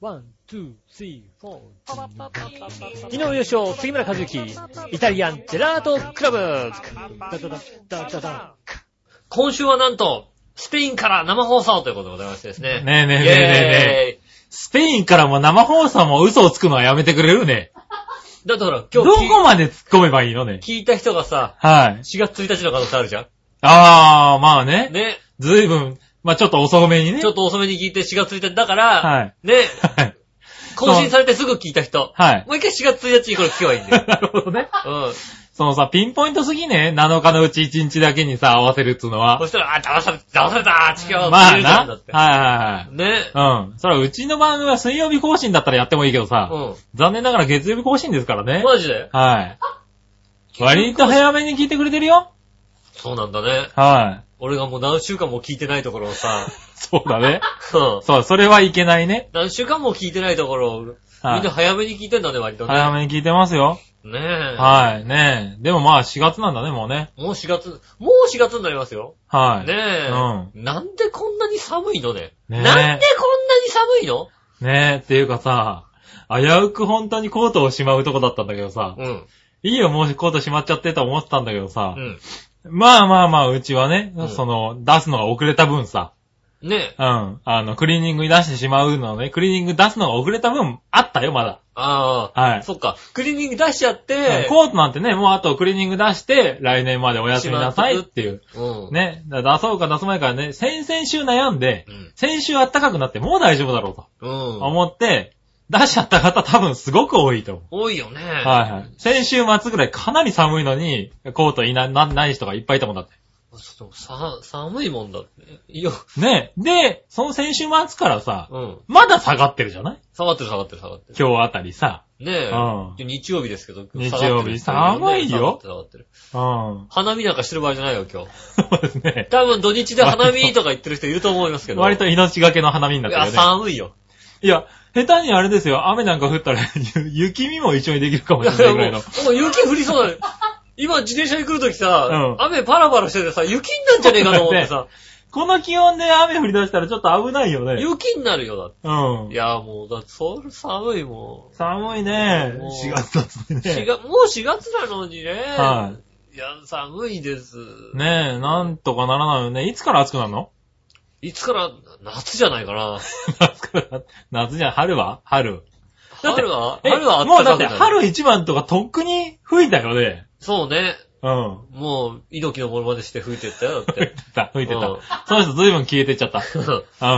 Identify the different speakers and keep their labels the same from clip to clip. Speaker 1: ワン、ツー、スリー、フォー。昨日優勝、杉村和之、イタリアンジェラートクラブ。ダダダダダダ
Speaker 2: 今週はなんと、スペインから生放送ということでございましてですね。
Speaker 3: ねえねえねえね
Speaker 2: イ
Speaker 3: え
Speaker 2: ェーイ
Speaker 3: スペインからも生放送も嘘をつくのはやめてくれるね。
Speaker 2: だってほら、
Speaker 3: ど
Speaker 2: 今日
Speaker 3: こまで突っ込めばいいのね。
Speaker 2: 聞い聞いた人がさ、
Speaker 3: はい。
Speaker 2: 4月1日の可能性あるじゃん。
Speaker 3: あー、まあね。
Speaker 2: ね。
Speaker 3: ずいぶん、まあちょっと遅めにね。
Speaker 2: ちょっと遅めに聞いて4月1日だから、
Speaker 3: はい。
Speaker 2: ね。
Speaker 3: はい。
Speaker 2: 更新されてすぐ聞いた人。
Speaker 3: はい。
Speaker 2: もう一回4月1日にこれ聞けばいいん だよ。
Speaker 3: なるほどね。
Speaker 2: うん。
Speaker 3: そのさ、ピンポイントすぎね。7日のうち1日だけにさ、合わせるっつうのは
Speaker 2: そ。したら、あ、騙された、騙された、違う。
Speaker 3: まあ
Speaker 2: 言うじゃんだ
Speaker 3: な
Speaker 2: っ。て
Speaker 3: はいはい
Speaker 2: ね。
Speaker 3: はい。うん。それはうちの番組は水曜日更新だったらやってもいいけどさ、
Speaker 2: う
Speaker 3: 残念ながら月曜日更新ですからね
Speaker 2: ん。。マジで
Speaker 3: はい。割と早めに聞いてくれてるよ。
Speaker 2: そうなんだね。
Speaker 3: はい。
Speaker 2: 俺がもう何週間も聞いてないところを さ、
Speaker 3: そうだね。
Speaker 2: うん。
Speaker 3: そう、それはいけないね。
Speaker 2: 何週間も聞いてないところを、みん
Speaker 3: はい
Speaker 2: な早めに聞いてんだね、割とね。
Speaker 3: 早めに聞いてますよ。
Speaker 2: ねえ。
Speaker 3: はい、ねえ。でもまあ4月なんだね、もうね。
Speaker 2: もう4月、もう4月になりますよ。
Speaker 3: はい。
Speaker 2: ねえ。
Speaker 3: うん
Speaker 2: なんでこんなに寒いのね。
Speaker 3: ねえ
Speaker 2: なんでこんなに寒いの
Speaker 3: ねえ、っていうかさ、危うく本当にコートをしまうとこだったんだけどさ、
Speaker 2: うん。
Speaker 3: いいよ、もうコートしまっちゃってと思ってたんだけどさ、
Speaker 2: うん。
Speaker 3: まあまあまあ、うちはね、
Speaker 2: うん
Speaker 3: その、出すのが遅れた分さ、
Speaker 2: ねえ。
Speaker 3: うん、あの、クリーニングに出してしまうのね、クリーニング出すのが遅れた分、あったよ、まだ。
Speaker 2: ああ。
Speaker 3: はい
Speaker 2: そっか。クリーニング出しちゃっ
Speaker 3: うん
Speaker 2: て、
Speaker 3: コートなんてね、もうあとクリーニング出して、来年までお休みなさいっていう。
Speaker 2: うん。
Speaker 3: ね、だから出そうか出す前からね、先々週悩んで、
Speaker 2: うん。
Speaker 3: 先週暖かくなってもう大丈夫だろう
Speaker 2: う
Speaker 3: と
Speaker 2: ん。
Speaker 3: 思って、出しちゃった方多分すごく多いと思
Speaker 2: 多いよね。
Speaker 3: う。はいはい。先週末ぐらいかなり寒いのに、コートいな、な、ない人がいっぱいいたもんだって。
Speaker 2: ちょっとさ、寒いもんだって。いや、
Speaker 3: ね。で、その先週末からさ、
Speaker 2: うん。
Speaker 3: まだ下がってるじゃない
Speaker 2: 下がってる下がってる下がってる。
Speaker 3: 今日あたりさ。
Speaker 2: ねえ。
Speaker 3: うん
Speaker 2: 日曜日ですけど、
Speaker 3: 日曜日
Speaker 2: 下がってる
Speaker 3: 寒いよ
Speaker 2: 下がってる下がってる。
Speaker 3: うん。
Speaker 2: 花見なんかしてる場合じゃないよ、今日。
Speaker 3: そうですね。
Speaker 2: 多分土日で花見とか言ってる人いると思いますけど。
Speaker 3: 割と命がけの花見になっ
Speaker 2: い
Speaker 3: てるよ
Speaker 2: や、
Speaker 3: ね。
Speaker 2: 寒いよ。
Speaker 3: いや、下手にあれですよ、雨なんか降ったら、 ゆ雪見も一緒にできるかも
Speaker 2: いや
Speaker 3: しれない
Speaker 2: い
Speaker 3: ぐらい
Speaker 2: や
Speaker 3: の
Speaker 2: も。う、もう雪降りそう だよ。今自転車に来るときさ、
Speaker 3: うん
Speaker 2: 雨パラパラしててさ、雪になっちゃねえかと思って さ、
Speaker 3: この気温で雨降り出したらちょっと危ないよね。
Speaker 2: 雪になるよ、だっ
Speaker 3: う
Speaker 2: て。
Speaker 3: ん
Speaker 2: い。や、もう、だって、それ寒いも
Speaker 3: 寒いね。
Speaker 2: もう
Speaker 3: 4月だと
Speaker 2: ん。4
Speaker 3: ね。
Speaker 2: 月、もう4月なのにね。。
Speaker 3: はい
Speaker 2: や、寒いです。
Speaker 3: ねえ、なんとかならないよね。いつから暑くなる の
Speaker 2: いつから、夏じゃないかな。
Speaker 3: 夏から、夏じゃん、春は春。だって
Speaker 2: 春は、
Speaker 3: え
Speaker 2: 春は
Speaker 3: もう
Speaker 2: 暖
Speaker 3: だ
Speaker 2: かく
Speaker 3: って
Speaker 2: なる。
Speaker 3: 春一番とかとっくに吹いたよね。
Speaker 2: そうね。
Speaker 3: うん。
Speaker 2: もう、猪木のものまでして吹いてったよ、だって。
Speaker 3: 吹いてた、 吹いて
Speaker 2: う
Speaker 3: た
Speaker 2: ん。
Speaker 3: その人随分消えてっちゃった。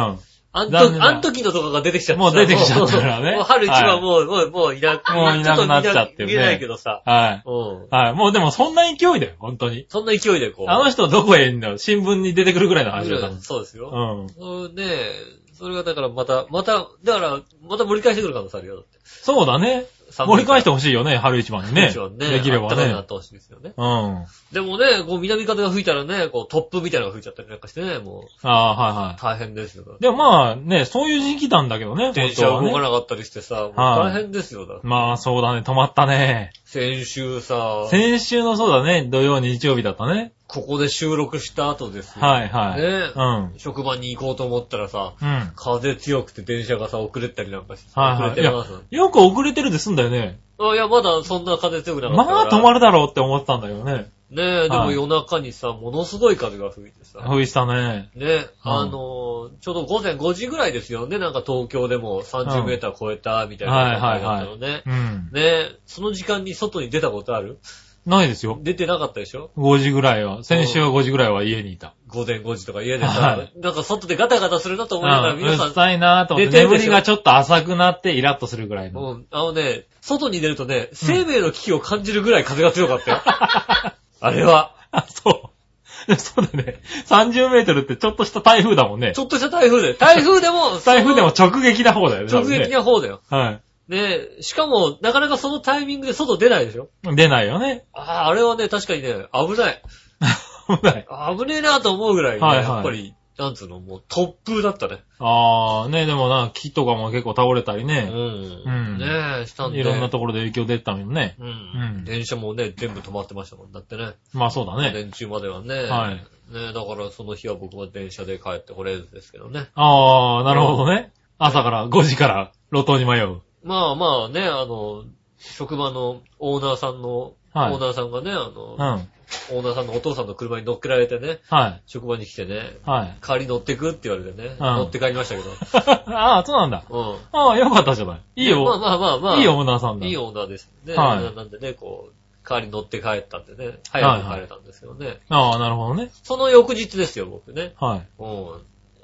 Speaker 3: うん。
Speaker 2: あん
Speaker 3: 残念
Speaker 2: と、
Speaker 3: だ
Speaker 2: あん時のとかが出てきちゃった。
Speaker 3: もう出てきちゃったからね
Speaker 2: もうもう春一番もう、もう、もういなく、
Speaker 3: もういなくなっちゃって
Speaker 2: る。
Speaker 3: るね
Speaker 2: 見えないけどさ。
Speaker 3: はい。
Speaker 2: うん。
Speaker 3: はい。もうでもそんな勢いだよ、本当に。
Speaker 2: そんな勢いでこう。
Speaker 3: あの人どこへいんの新聞に出てくるぐらいの話だったもん
Speaker 2: そうですよ。
Speaker 3: うん。
Speaker 2: うん。ねえ、それがだからまた、また、だから、また盛り返してくる可能性あるよ。だって
Speaker 3: そうだね。
Speaker 2: 寒い
Speaker 3: 盛り返してほしいよね、春一番にね。
Speaker 2: 一番ね。
Speaker 3: できれば
Speaker 2: 暖かくな
Speaker 3: ね
Speaker 2: っ。てほしいですよね。
Speaker 3: うん。あ
Speaker 2: でもね、こう南風が吹いたらね、こう突風みたいなのが吹いちゃったりなんかしてね、もう
Speaker 3: あー、はいは
Speaker 2: 大変ですよ。
Speaker 3: い。でもまあね、そういう時期なんだけどね、
Speaker 2: 電
Speaker 3: 本
Speaker 2: 車
Speaker 3: 当は
Speaker 2: 動か
Speaker 3: ね。
Speaker 2: なかったりしてさ、もう
Speaker 3: はい
Speaker 2: 大変ですよ。だって
Speaker 3: まあそうだね、止まったね。
Speaker 2: 先週さ、
Speaker 3: 先週のそうだね、土曜日曜日だったね。
Speaker 2: ここで収録した後ですよ。
Speaker 3: はいはい。
Speaker 2: ね
Speaker 3: うん。
Speaker 2: 職場に行こうと思ったらさ、
Speaker 3: うん。
Speaker 2: 風強くて電車がさ、遅れたりなんかして、
Speaker 3: はい
Speaker 2: 遅
Speaker 3: はい。
Speaker 2: れ
Speaker 3: い
Speaker 2: て
Speaker 3: や
Speaker 2: ます。、
Speaker 3: よく遅れてるで済んだよね。
Speaker 2: あいや、まだそんな風強くなかった
Speaker 3: まあ
Speaker 2: から。
Speaker 3: 止まるだろうって思ってたんだけどね。
Speaker 2: ねえ、で
Speaker 3: は
Speaker 2: も
Speaker 3: い
Speaker 2: 夜中にさ、ものすごい風が吹いてさ、
Speaker 3: ふいしたね。
Speaker 2: ねえ、あのー、ちょうど午前5時ぐらいですよね、なんか東京でも30メーター超えたみたいな感じだったのね。
Speaker 3: うん。
Speaker 2: ねえ、その時間に外に出たことある
Speaker 3: ないですよ。
Speaker 2: 出てなかったでしょ
Speaker 3: 5時ぐらいは。先週は5時ぐらいは家にいた。
Speaker 2: 午前5時とか家で
Speaker 3: は
Speaker 2: さ
Speaker 3: い、
Speaker 2: なんか外でガタガタするなと
Speaker 3: う
Speaker 2: 思いながら
Speaker 3: ん
Speaker 2: 皆
Speaker 3: う
Speaker 2: さ
Speaker 3: っ
Speaker 2: ん、
Speaker 3: さいなと思って。
Speaker 2: 出てる
Speaker 3: 眠
Speaker 2: でしょ
Speaker 3: りがちょっと浅くなってイラッとするぐらいの。
Speaker 2: うん、あのね、外に出るとね、生命の危機を感じるぐらい風が強かったよ。あれは。
Speaker 3: あ、そう。 そうだね。30メートルってちょっとした台風だもんね
Speaker 2: ち。ょっとした台風で。台風でも、
Speaker 3: 台風でも直撃な方だよね。
Speaker 2: その直撃
Speaker 3: な。
Speaker 2: な方だよ。
Speaker 3: は
Speaker 2: ねしかも、なかなかそのタイミングで外出ないでしょ
Speaker 3: い。出ないよね。
Speaker 2: ああ、あれはね、確かにね、危ない。
Speaker 3: 危ない。
Speaker 2: 危ねえなと思うぐらいね、
Speaker 3: はいはい
Speaker 2: やっぱり、なんつうの、もう突風だったね。
Speaker 3: あー、ね、でもな、木とかも結構倒れたり
Speaker 2: う
Speaker 3: ね。
Speaker 2: ん。
Speaker 3: うん
Speaker 2: ねえ、したんで。
Speaker 3: いろんなところで影響出てたもんね。
Speaker 2: うん、
Speaker 3: うん
Speaker 2: 電車もね、全部止まってましたもん。だってね。
Speaker 3: まあそうだね。
Speaker 2: 電柱まではね。
Speaker 3: はい
Speaker 2: ねえ、だからその日は僕は電車で帰ってこれるんですけどね。
Speaker 3: あー、なるほどね。朝から、5時から路頭に迷う。
Speaker 2: まあまあね、あの、職場のオーナーさんの、
Speaker 3: はい
Speaker 2: オーナーさんがね、あの、
Speaker 3: うん。はい。
Speaker 2: オーナーさんのお父さんの車に乗っけられてね、
Speaker 3: はい。
Speaker 2: 職場に来てね、
Speaker 3: あ
Speaker 2: 代わりに乗ってくって言われてね、乗って帰りましたけど。
Speaker 3: あ、そうなんだ。
Speaker 2: うん。
Speaker 3: ああ、よかったじゃない。いい
Speaker 2: まあ
Speaker 3: よ。
Speaker 2: まあまあまあ。
Speaker 3: いいオーナーさんだ。
Speaker 2: いいオーナーですね。
Speaker 3: はい
Speaker 2: ななんでね、こう、代わりに乗って帰ったんでね、早く帰れたんですよね。
Speaker 3: ああ、なるほどね。
Speaker 2: その翌日ですよ、僕ね。
Speaker 3: はい。
Speaker 2: うん。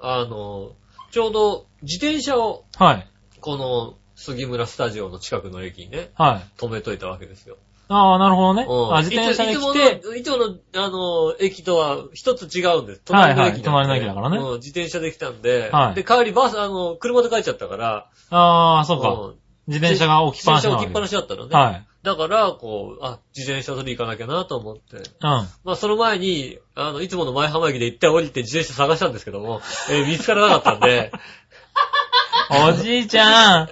Speaker 2: あの、ちょうど自転車を、
Speaker 3: はい。
Speaker 2: この杉村スタジオの近くの駅にね、
Speaker 3: はい。
Speaker 2: 止めといたわけですよ。
Speaker 3: ああ、なるほどね。
Speaker 2: うん
Speaker 3: あ自転車で来て
Speaker 2: い、ついつもの、いつもの、あの、駅とは一つ違うんです。
Speaker 3: は
Speaker 2: 隣
Speaker 3: い
Speaker 2: の
Speaker 3: はい
Speaker 2: 駅なんで
Speaker 3: 隣の駅だからね
Speaker 2: うん、自転車で来たんで、
Speaker 3: はい
Speaker 2: で、帰りバス、あの、車で帰っちゃったから、
Speaker 3: ああ、そうか。
Speaker 2: ん
Speaker 3: 自転車が置きっ
Speaker 2: 自
Speaker 3: ぱな
Speaker 2: 転
Speaker 3: しな
Speaker 2: 車
Speaker 3: わ
Speaker 2: 置
Speaker 3: け
Speaker 2: きっぱなしだったのね。
Speaker 3: はい。
Speaker 2: だから、こう、あ、自転車取り行かなきゃなと思って。
Speaker 3: うん。
Speaker 2: まあ、その前に、あの、いつもの前浜駅で一旦降りて自転車探したんですけども、えー見つからなかったん で、
Speaker 3: おじいちゃん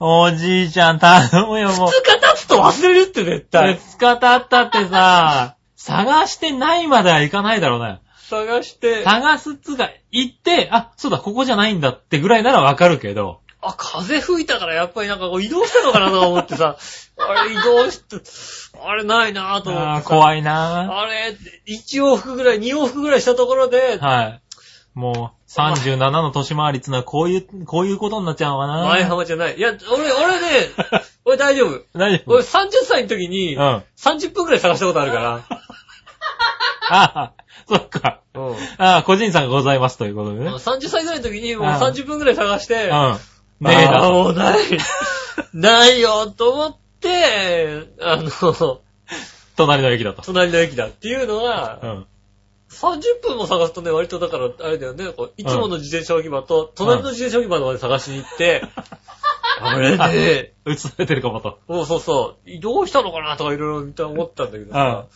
Speaker 3: おじいちゃん頼むよ、もう。
Speaker 2: 2日経つと忘れるって絶対。
Speaker 3: 二日経ったってさ、探してないまではいかないだろうね。
Speaker 2: 探して、あ、
Speaker 3: 探すっつうか、行って、あ、そうだ、ここじゃないんだってぐらいならわかるけど。
Speaker 2: 風吹いたからやっぱりなんかこう移動したのかなと思ってさ、あれ移動して、あれないなと思って
Speaker 3: あ
Speaker 2: さ
Speaker 3: あ、怖いな
Speaker 2: あれ、1往復ぐらい、2往復ぐらいしたところで、
Speaker 3: はい。もう、37の年回りっつうのはこういう、こういうことになっちゃうわな。
Speaker 2: 前浜じゃない。いや、俺、俺ね、俺大丈夫。
Speaker 3: 大丈夫
Speaker 2: 俺30歳の時に
Speaker 3: うん。、あ
Speaker 2: 30分ぐらい探したことある から。
Speaker 3: あ、そっか。
Speaker 2: うん。
Speaker 3: ああ、個人差がございますということでね。
Speaker 2: 30歳ぐらいの時にもう
Speaker 3: うん
Speaker 2: 30分ぐらい探して、
Speaker 3: うん。ねえ
Speaker 2: あー
Speaker 3: だ。
Speaker 2: もうない、 ないよと思って、あの、
Speaker 3: 隣の駅だと。
Speaker 2: 隣の駅だっていうの
Speaker 3: う
Speaker 2: が、
Speaker 3: ん。
Speaker 2: 30分も探すとね、割とだから、あれだよね、こういつもの自転車置き場と、隣の自転車置き場まで探しに行って、あれね、
Speaker 3: 映されてるかもと。
Speaker 2: もうそうそう、移動したのかなとかいろいろ思ったんだけどさ、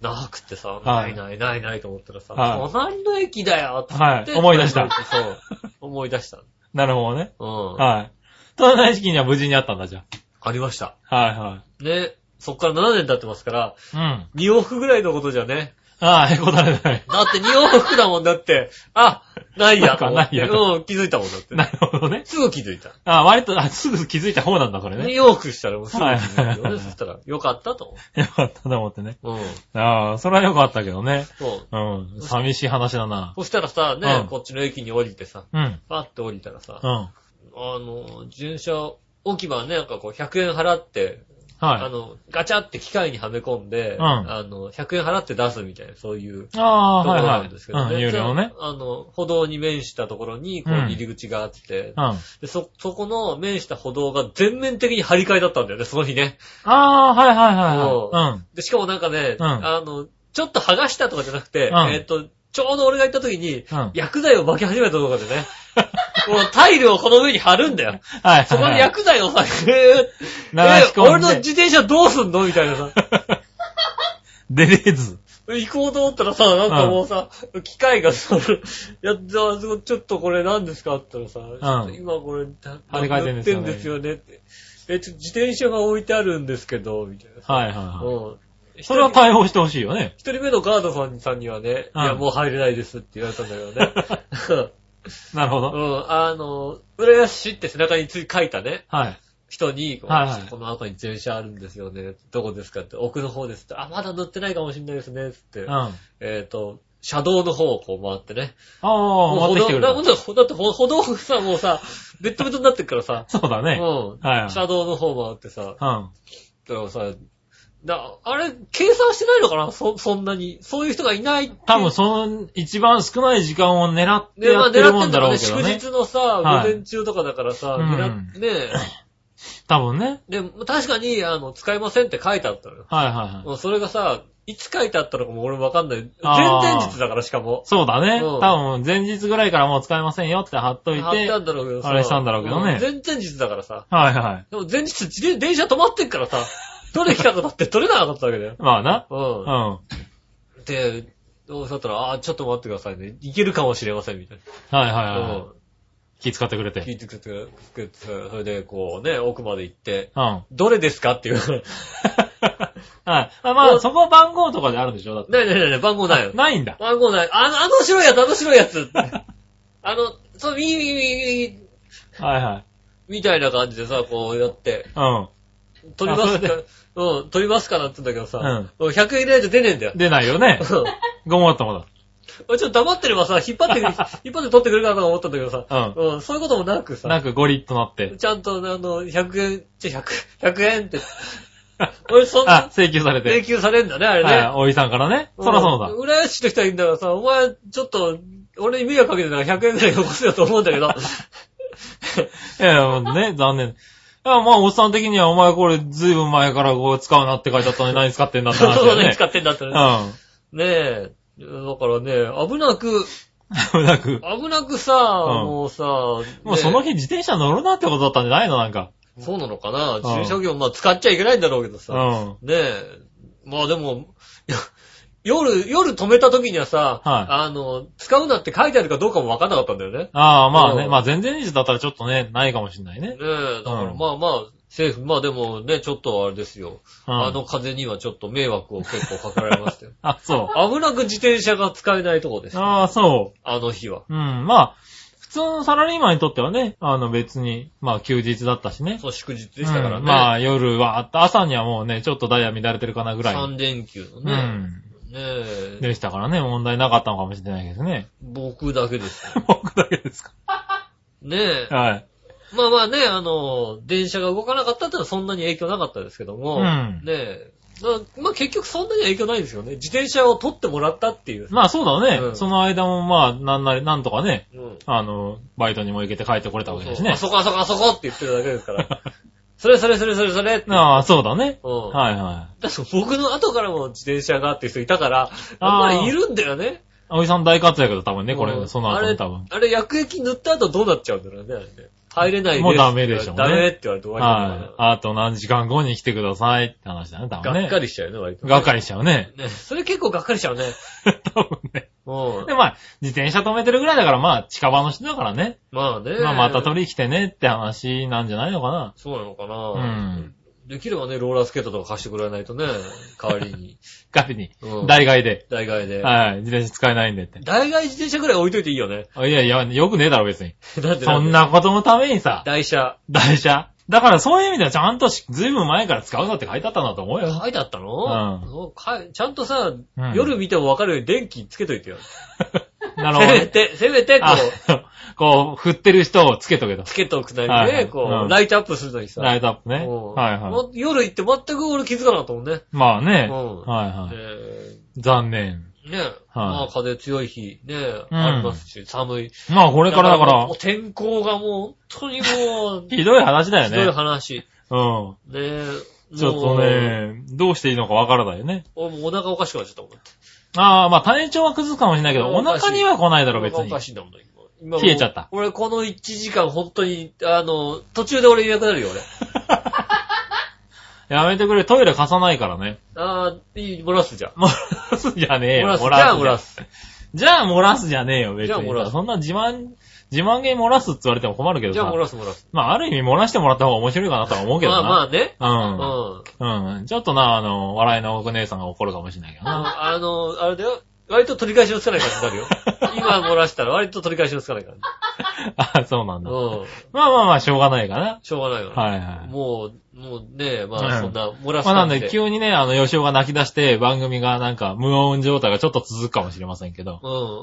Speaker 2: なくってさ、な
Speaker 3: はいい
Speaker 2: ないないないと思ったらさ、
Speaker 3: はい
Speaker 2: 隣の駅だよって
Speaker 3: はい
Speaker 2: って
Speaker 3: 思い出した
Speaker 2: そう、思い出した。
Speaker 3: なるほどね。
Speaker 2: うん。
Speaker 3: はい。隣の駅には無事にあったんだ、じゃ
Speaker 2: ありました。
Speaker 3: あ。はいは
Speaker 2: ね、そっから7年経ってますから、
Speaker 3: い。うん。
Speaker 2: 2往復ぐらいのことじゃね。
Speaker 3: ああ、へこたれない。
Speaker 2: だって2往復だもんだって、あ、ないやと思って。
Speaker 3: なんかないや
Speaker 2: うん、気づいたもんだって。
Speaker 3: なるほどね。
Speaker 2: すぐ気づいた。
Speaker 3: ああ、割と、あ、すぐ気づいた方なんだ、これ
Speaker 2: 2
Speaker 3: ね。
Speaker 2: 往復したらもうすぐ気づいた
Speaker 3: は
Speaker 2: よ
Speaker 3: い
Speaker 2: ね。そしたら、よかったと
Speaker 3: よかったと思ってね。
Speaker 2: 思う。うん。
Speaker 3: ああ、それはよかったけどね。
Speaker 2: そう。
Speaker 3: うん。寂しい話だな。
Speaker 2: そしたらさ、ね、
Speaker 3: うん
Speaker 2: こっちの駅に降りてさ、
Speaker 3: うん。
Speaker 2: パッと降りたらさ、
Speaker 3: うん。はい。
Speaker 2: あの、自転車置き場ね、なんかこう100円払って、あ
Speaker 3: あ
Speaker 2: の、ガチャって機械にはめ込んで、
Speaker 3: うん
Speaker 2: あの、100円払って出すみたいな、そういう
Speaker 3: あ、
Speaker 2: とこ
Speaker 3: は
Speaker 2: ろ
Speaker 3: い
Speaker 2: な
Speaker 3: は
Speaker 2: ん
Speaker 3: い。
Speaker 2: ですけどね。
Speaker 3: うん、有料ね
Speaker 2: じ。ゃああの、歩道に面したところに、こう、
Speaker 3: うん
Speaker 2: 入り口があって、
Speaker 3: うん。あ
Speaker 2: で、そ、そこの面した歩道が全面的に張り替えだったんだよね、その日ね。
Speaker 3: あー、はいはいはい
Speaker 2: そう
Speaker 3: はい。うん。
Speaker 2: で、しかもなんかね、
Speaker 3: うん
Speaker 2: あの、ちょっと剥がしたとかじゃなくて、
Speaker 3: うん
Speaker 2: えっと、ちょうど俺が行った時に、
Speaker 3: うん
Speaker 2: 薬剤を巻き始めたところでね、 もうタイルをこの上に貼るんだよ。
Speaker 3: はい
Speaker 2: そこ
Speaker 3: は
Speaker 2: に
Speaker 3: いはい。
Speaker 2: 薬剤をさ、え
Speaker 3: 流し
Speaker 2: ー、俺
Speaker 3: 込ん
Speaker 2: の
Speaker 3: で、
Speaker 2: 自転車どうすんのみたいなさ。
Speaker 3: 出れず。
Speaker 2: 行こうと思ったらさ、なんかもうさ、機械がさ、 やっじゃあちょっとこれ何ですかって言ったらさ、ちょっと今これ、
Speaker 3: 張り替えてんですよね
Speaker 2: やってんですよねって。え、ちょっと自転車が置いてあるんですけど、みたいなさ。
Speaker 3: はいはいはい。
Speaker 2: うん。
Speaker 3: それは
Speaker 2: 一人
Speaker 3: 対応してほしいよね。
Speaker 2: 一人目のガードさんさんにはね、
Speaker 3: うん
Speaker 2: いや、もう入れないですって言われたんだけ どね。
Speaker 3: なるほ
Speaker 2: う
Speaker 3: ど。
Speaker 2: ん、あの、浦安市って背中につい書いたね。
Speaker 3: はい。
Speaker 2: 人に、こう
Speaker 3: はいはい
Speaker 2: この後に自転車あるんですよね。どこですかって、奥の方ですって、あ、まだ乗ってないかもしれないですね。つって、
Speaker 3: うん。あ
Speaker 2: えっ、と、車道の方をこう回ってね。
Speaker 3: あ、
Speaker 2: も
Speaker 3: 持
Speaker 2: う
Speaker 3: ってきてくれ
Speaker 2: 歩道
Speaker 3: た。
Speaker 2: だってだって歩歩道さ、もうさ、ベッドベッドになってるからさ、
Speaker 3: そうだ
Speaker 2: う
Speaker 3: ね。
Speaker 2: ん、
Speaker 3: はいはい
Speaker 2: 車道の方回ってさ、
Speaker 3: う
Speaker 2: だ
Speaker 3: ん。
Speaker 2: からさ、だあれ、計算してないのかなそ、そんなに。そういう人がいないって。
Speaker 3: 多分その一番少ない時間を狙って
Speaker 2: ね、ま
Speaker 3: や
Speaker 2: あ
Speaker 3: って
Speaker 2: 狙
Speaker 3: る
Speaker 2: っ
Speaker 3: も
Speaker 2: て
Speaker 3: ん
Speaker 2: ん
Speaker 3: だ
Speaker 2: だろ
Speaker 3: ろう
Speaker 2: う
Speaker 3: け
Speaker 2: ね。
Speaker 3: ど
Speaker 2: 祝
Speaker 3: ね。
Speaker 2: 日のさ、
Speaker 3: はい
Speaker 2: 午前中とかだからさ、
Speaker 3: うん
Speaker 2: 狙って、ね
Speaker 3: 多分ね。
Speaker 2: え、で、確かに、あの、使いませんって書いてあったのよ。
Speaker 3: はいはいはい。
Speaker 2: もうそれがさ、いつ書いてあったのかも俺もわかんない。前
Speaker 3: あー
Speaker 2: 々日だからしかも。
Speaker 3: そうだね。
Speaker 2: うん
Speaker 3: 多分前日ぐらいからもう使えませんよって貼っといて。
Speaker 2: 貼っ
Speaker 3: はい
Speaker 2: てあったんだろうけどさ。
Speaker 3: あれしたんだろうけどね
Speaker 2: ん前々日だからさ。
Speaker 3: はい。
Speaker 2: でも前日自転電車止まってっからさ、どれ来たかだって取れなかったわけだよ。
Speaker 3: まあな。う。
Speaker 2: うんん。で、どうだったら、あーちょっと待ってくださいね。いけるかもしれません、みたい
Speaker 3: はいはい
Speaker 2: な。
Speaker 3: はい。気使ってくれ
Speaker 2: うん。聞
Speaker 3: て。
Speaker 2: いてくれて、くれてそれでこうね、奥まで行って、
Speaker 3: うん。はい。
Speaker 2: どれですかっていう。
Speaker 3: あま
Speaker 2: お
Speaker 3: あ、そこは番号とかであるんでしょだって。
Speaker 2: ないないないない、番号ないよ。
Speaker 3: ないんだ。
Speaker 2: 番号ない。あの、あの白いやつ、あの白いやつ。あの、そう、ウィーウィーウィーウィー
Speaker 3: はいはい。
Speaker 2: みたいな感じでさ、こうやって、
Speaker 3: うん。
Speaker 2: 取ります
Speaker 3: あそれ
Speaker 2: か、うん、取りますからって言うんだけどさ、100円入れないと出ねえんだよ。
Speaker 3: 出ないよね
Speaker 2: う。ん
Speaker 3: ごもっともだ。
Speaker 2: 俺ちょっと黙ってればさ、引っ張って、 引っ張って取ってくれるかなと思ったんだけどさ、
Speaker 3: う
Speaker 2: うん、そういうこともなく
Speaker 3: な
Speaker 2: さ、
Speaker 3: くゴリッとなって。
Speaker 2: ちゃんと、あの、100円、ちょ、100、100円って、 俺そん
Speaker 3: あ
Speaker 2: な、
Speaker 3: 請求され
Speaker 2: 請
Speaker 3: て。
Speaker 2: 求されんだね、あれ
Speaker 3: はい、
Speaker 2: ね。
Speaker 3: おじさんからね。そらそうだ。
Speaker 2: ん浦安市の人はいいんだからさ、お前、ちょっと、俺に迷惑かけてない100円くらい残せよと思うんだけ ど、
Speaker 3: いや、もうね、残念。いや、まあ、おっさん的には、お前これ、ずいぶん前からこう使うなって書いてあったのに何使ってんだって話だ
Speaker 2: そう
Speaker 3: よ
Speaker 2: ね、
Speaker 3: ね。
Speaker 2: 使ってんだったらね。ねえ、だからね、危なく、
Speaker 3: うん。なく、
Speaker 2: 危なくさ、
Speaker 3: ん
Speaker 2: もうさ、
Speaker 3: もうその
Speaker 2: ね
Speaker 3: 日自転車乗るなってことだったんじゃないのなんか。
Speaker 2: えそうなのかな、駐車業、まあ使っちゃいけないんだろうけど
Speaker 3: う
Speaker 2: さ、
Speaker 3: ん。は
Speaker 2: ねえ、まあでも、いや夜、夜止めた時にはさ、
Speaker 3: い
Speaker 2: あの、使うなって書いてあるかどうかもわかんなかったんだよね。ね
Speaker 3: ああ、まあね。
Speaker 2: うん
Speaker 3: まあ、全然日だったらちょっとね、ないかもしんないね
Speaker 2: え、。だか
Speaker 3: う
Speaker 2: ら
Speaker 3: ん
Speaker 2: まあまあ、政府、まあでもね、ちょっとあれですよ。
Speaker 3: うん、
Speaker 2: あの風にはちょっと迷惑を結構かけられましたよ。
Speaker 3: あ、そう。
Speaker 2: 危なく自転車が使えないとこです。
Speaker 3: ああ、そ
Speaker 2: あの日は。
Speaker 3: う。うん。まあ、普通のサラリーマンにとってはね、あの別に、まあ休日だったしね。
Speaker 2: そう、祝日でしたからね。
Speaker 3: うんまあ夜はあった、朝にはもうね、ちょっとダイヤ乱れてるかなぐらい。
Speaker 2: 3連休の
Speaker 3: う
Speaker 2: ね。
Speaker 3: ん。
Speaker 2: ねえ、
Speaker 3: でしたからね、問題なかったのかもしれないですね。
Speaker 2: 僕だけですよ。
Speaker 3: 僕だけですか。
Speaker 2: ねえ。
Speaker 3: はい。
Speaker 2: まあまあね、あの、電車が動かなかったってのはそんなに影響なかったですけども、
Speaker 3: うん
Speaker 2: ねえ。ままあ結局そんなに影響ないですよね。自転車を取ってもらったっていう。
Speaker 3: まあそうだね、
Speaker 2: うん
Speaker 3: その間もまあ、なんなり、なんとかね、
Speaker 2: うん。
Speaker 3: あの、バイトにも行けて帰ってこれたわけですね。
Speaker 2: そうそうあそこあそこあそこって言ってるだけですから。 それそれそれそれそれって。
Speaker 3: ああ、そうだね。
Speaker 2: うん。
Speaker 3: はいはい。
Speaker 2: だって僕の後からも自転車があって人いたから、あんまりいるんだよね。
Speaker 3: おじさん大活躍だ、多分ね、これ、
Speaker 2: うん
Speaker 3: その後ね、多分。
Speaker 2: あれ、あれ薬液塗った後どうなっちゃうんだろうね、あれね。入れないす
Speaker 3: もうダメでしょうね
Speaker 2: ダメって言われて終わりだ
Speaker 3: はい
Speaker 2: か。ら
Speaker 3: あと何時間後に来てくださいって話だね、多分
Speaker 2: が
Speaker 3: ね。
Speaker 2: っかりしちゃうよね、割と。
Speaker 3: がっかりしちゃ うね。
Speaker 2: ね。それ結構がっかりしちゃうね。
Speaker 3: 多分ね。
Speaker 2: うん
Speaker 3: で、。まあ、自転車止めてるぐらいだから、まあ、近場の人だからね。
Speaker 2: まあね。
Speaker 3: まあ、また取りに来てねって話なんじゃないのかな。
Speaker 2: そうなのか
Speaker 3: う
Speaker 2: な。
Speaker 3: ん。
Speaker 2: できればね、ローラースケートとか貸してくれないとね、代わり に。
Speaker 3: 仮に
Speaker 2: う。ん
Speaker 3: 代替で。
Speaker 2: 代替で。
Speaker 3: はい。自転車使えないんでって。
Speaker 2: 代替自転車ぐらい置いといていいよね。
Speaker 3: あいやいや、よくねえだろ、別に。
Speaker 2: だって
Speaker 3: そん。なことのためにさ、
Speaker 2: 台車。
Speaker 3: 台車。だからそういう意味ではちゃんとしずいぶん前から使うなって書いてあったんだと思 うよ。
Speaker 2: 書いてあった
Speaker 3: うん
Speaker 2: のそうかちゃんとさ
Speaker 3: ん、
Speaker 2: 夜見てもわかるように電気つけといてよ。
Speaker 3: なる
Speaker 2: せ
Speaker 3: ほ
Speaker 2: め
Speaker 3: どね。
Speaker 2: て、せめて、こ
Speaker 3: あ
Speaker 2: う、、
Speaker 3: こう、振ってる人をつけとけと。
Speaker 2: つけておくな
Speaker 3: はい
Speaker 2: り
Speaker 3: はい
Speaker 2: ね、こ
Speaker 3: うん
Speaker 2: う、ライトアップするのにさ。
Speaker 3: ライトアップね。
Speaker 2: うん
Speaker 3: はいはい。
Speaker 2: もう夜行って全く俺気づかなかったもんね。
Speaker 3: まあね。
Speaker 2: うん
Speaker 3: はいは
Speaker 2: え
Speaker 3: い。残念。
Speaker 2: ーねまあ風強い日、ね
Speaker 3: うん
Speaker 2: ありますし、寒い。
Speaker 3: まあこれからだ
Speaker 2: も
Speaker 3: から、
Speaker 2: う、天候がもう、本当にもう
Speaker 3: ひどい話だよ
Speaker 2: ひどい
Speaker 3: ね。
Speaker 2: 話。ね
Speaker 3: うん。ちょっと。ね、どうしていいのかわからないよね。
Speaker 2: もう俺もうお腹おかしくなっちゃったもん。
Speaker 3: ああ、まあ体調は崩すかもしれないけど、
Speaker 2: お
Speaker 3: お
Speaker 2: かしい
Speaker 3: 腹には来ないだろ、別
Speaker 2: お腹お
Speaker 3: に。
Speaker 2: かしいんだもんね。今
Speaker 3: 冷えちゃった
Speaker 2: もう俺この1時間本当に、あの、途中で俺いなくなるよ、俺。
Speaker 3: やめてくれ、トイレ貸さないからね。
Speaker 2: あー、いい、漏らすじゃん。
Speaker 3: 漏らすじゃねえ
Speaker 2: 漏
Speaker 3: よ。
Speaker 2: ら す。じゃあ漏ら
Speaker 3: す。
Speaker 2: す。
Speaker 3: じゃあ漏らすじゃねえよ、別
Speaker 2: じゃあ漏ら
Speaker 3: に。
Speaker 2: す
Speaker 3: そんな自慢、自慢げに漏らすって言われても困るけど
Speaker 2: じゃあ漏
Speaker 3: さ。
Speaker 2: らす漏らす。
Speaker 3: まあある意味漏らしてもらった方が面白いかなとは思うけど
Speaker 2: まあま
Speaker 3: な。
Speaker 2: あね。う。
Speaker 3: うんん。うん。ちょっとな、あの、笑いの奥姉さんが怒るかもしれないけどな。
Speaker 2: あの、あれだよ。割と取り返しのつかない感じにな るよ。今漏らしたら割と取り返しのつかない感じ。
Speaker 3: あ、そうなん
Speaker 2: う
Speaker 3: だ。
Speaker 2: ん。
Speaker 3: まあまあまあ、しょうがないかな。
Speaker 2: しょうがないよね。
Speaker 3: はいはい。
Speaker 2: もう、もうね、ま
Speaker 3: うん
Speaker 2: あそんな漏らし
Speaker 3: まあな
Speaker 2: た
Speaker 3: んで、急にね、あの、吉尾が泣き出して、番組がなんか、無音状態がちょっと続くかもしれませんけど。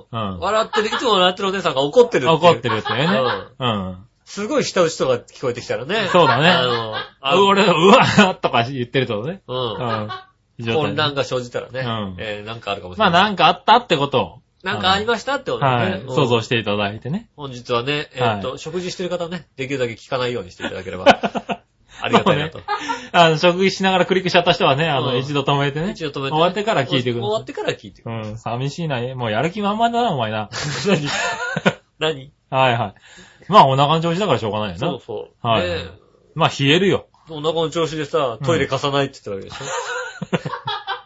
Speaker 2: うん。
Speaker 3: うん。
Speaker 2: 笑ってる、いつも笑ってるお姉さんが怒ってるいう
Speaker 3: 怒ってるっていうね。うん。
Speaker 2: すごい舌打ちとか聞こえてきたらね。
Speaker 3: そうだね
Speaker 2: あの、あ
Speaker 3: あ俺、うわーとか言ってるとね。う。
Speaker 2: うんん。
Speaker 3: 状態
Speaker 2: 混
Speaker 3: ね
Speaker 2: 乱が生じたらね。
Speaker 3: うん
Speaker 2: えーなんかあるかもしれ
Speaker 3: ま
Speaker 2: な
Speaker 3: あ
Speaker 2: い。
Speaker 3: なんかあったってこと
Speaker 2: なんかありましたってこ
Speaker 3: を、
Speaker 2: とだ
Speaker 3: は
Speaker 2: ね
Speaker 3: い。、
Speaker 2: うん
Speaker 3: 想像していただいてね。
Speaker 2: 本日はね、えーっ
Speaker 3: は
Speaker 2: と、食事してる方ね、できるだけ聞かないようにしていただけれ ば。ありがたいなと。
Speaker 3: あの、食事しながらクリックしちゃった人はね、あ
Speaker 2: う
Speaker 3: の、
Speaker 2: ん
Speaker 3: 一度止めてね。
Speaker 2: 一度止めてね
Speaker 3: 終わってから聞いてく
Speaker 2: 終
Speaker 3: だ
Speaker 2: わ
Speaker 3: さ
Speaker 2: ってから聞いてく
Speaker 3: い。うん、寂しいな。もうやる気満々だな、お前
Speaker 2: れ。
Speaker 3: な。
Speaker 2: 何
Speaker 3: はいはい。まあ、お腹の調子だからしょうがないよ
Speaker 2: 何そう
Speaker 3: な。
Speaker 2: そう。
Speaker 3: は
Speaker 2: ね
Speaker 3: い
Speaker 2: え
Speaker 3: まあ、冷えるよ。
Speaker 2: お腹の調子でさ、トイレ貸さないって言ってたわけでしょ。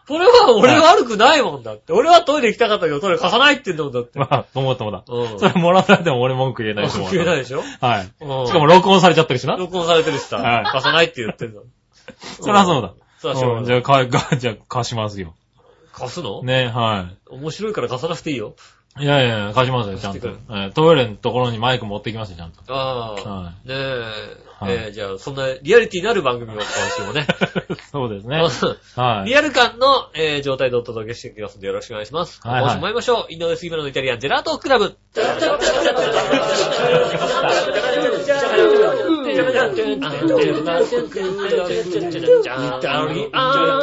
Speaker 2: これは俺は悪くないもんだって。俺はトイレ行きたかったけど、トイレ貸さないって言うんだもんだって。
Speaker 3: まあ、ごもっともだ。
Speaker 2: うん。
Speaker 3: それもらわされても俺文句言えないと思う。
Speaker 2: 消えないでしょ
Speaker 3: はい。
Speaker 2: うん
Speaker 3: しかも録音されちゃってるしな。
Speaker 2: 録音されてるしさ、
Speaker 3: はい
Speaker 2: 貸さないって言ってんだ。
Speaker 3: そりゃそうだ。
Speaker 2: そりゃそううんだ。
Speaker 3: じゃあ、か、か、じゃあ、貸しますよ。
Speaker 2: 貸すの
Speaker 3: ね、はい。
Speaker 2: 面白いから貸さなくていいよ。
Speaker 3: いやいや、貸しますよ、ちゃんと。
Speaker 2: 貸して
Speaker 3: えートイレのところにマイク持ってきますよ、ちゃんと。
Speaker 2: ああ。
Speaker 3: は
Speaker 2: ねえ、
Speaker 3: はい
Speaker 2: えーじゃあ、そんなリアリティのある番組を今週もね、
Speaker 3: い。そうです ね。はい。
Speaker 2: リアル感の、えー状態でお届けしていきますのでよろしくお願いします。
Speaker 3: はいはい
Speaker 2: 今週も参りましょう。井上杉村のイタリアンジェラートクラブ。ジェラ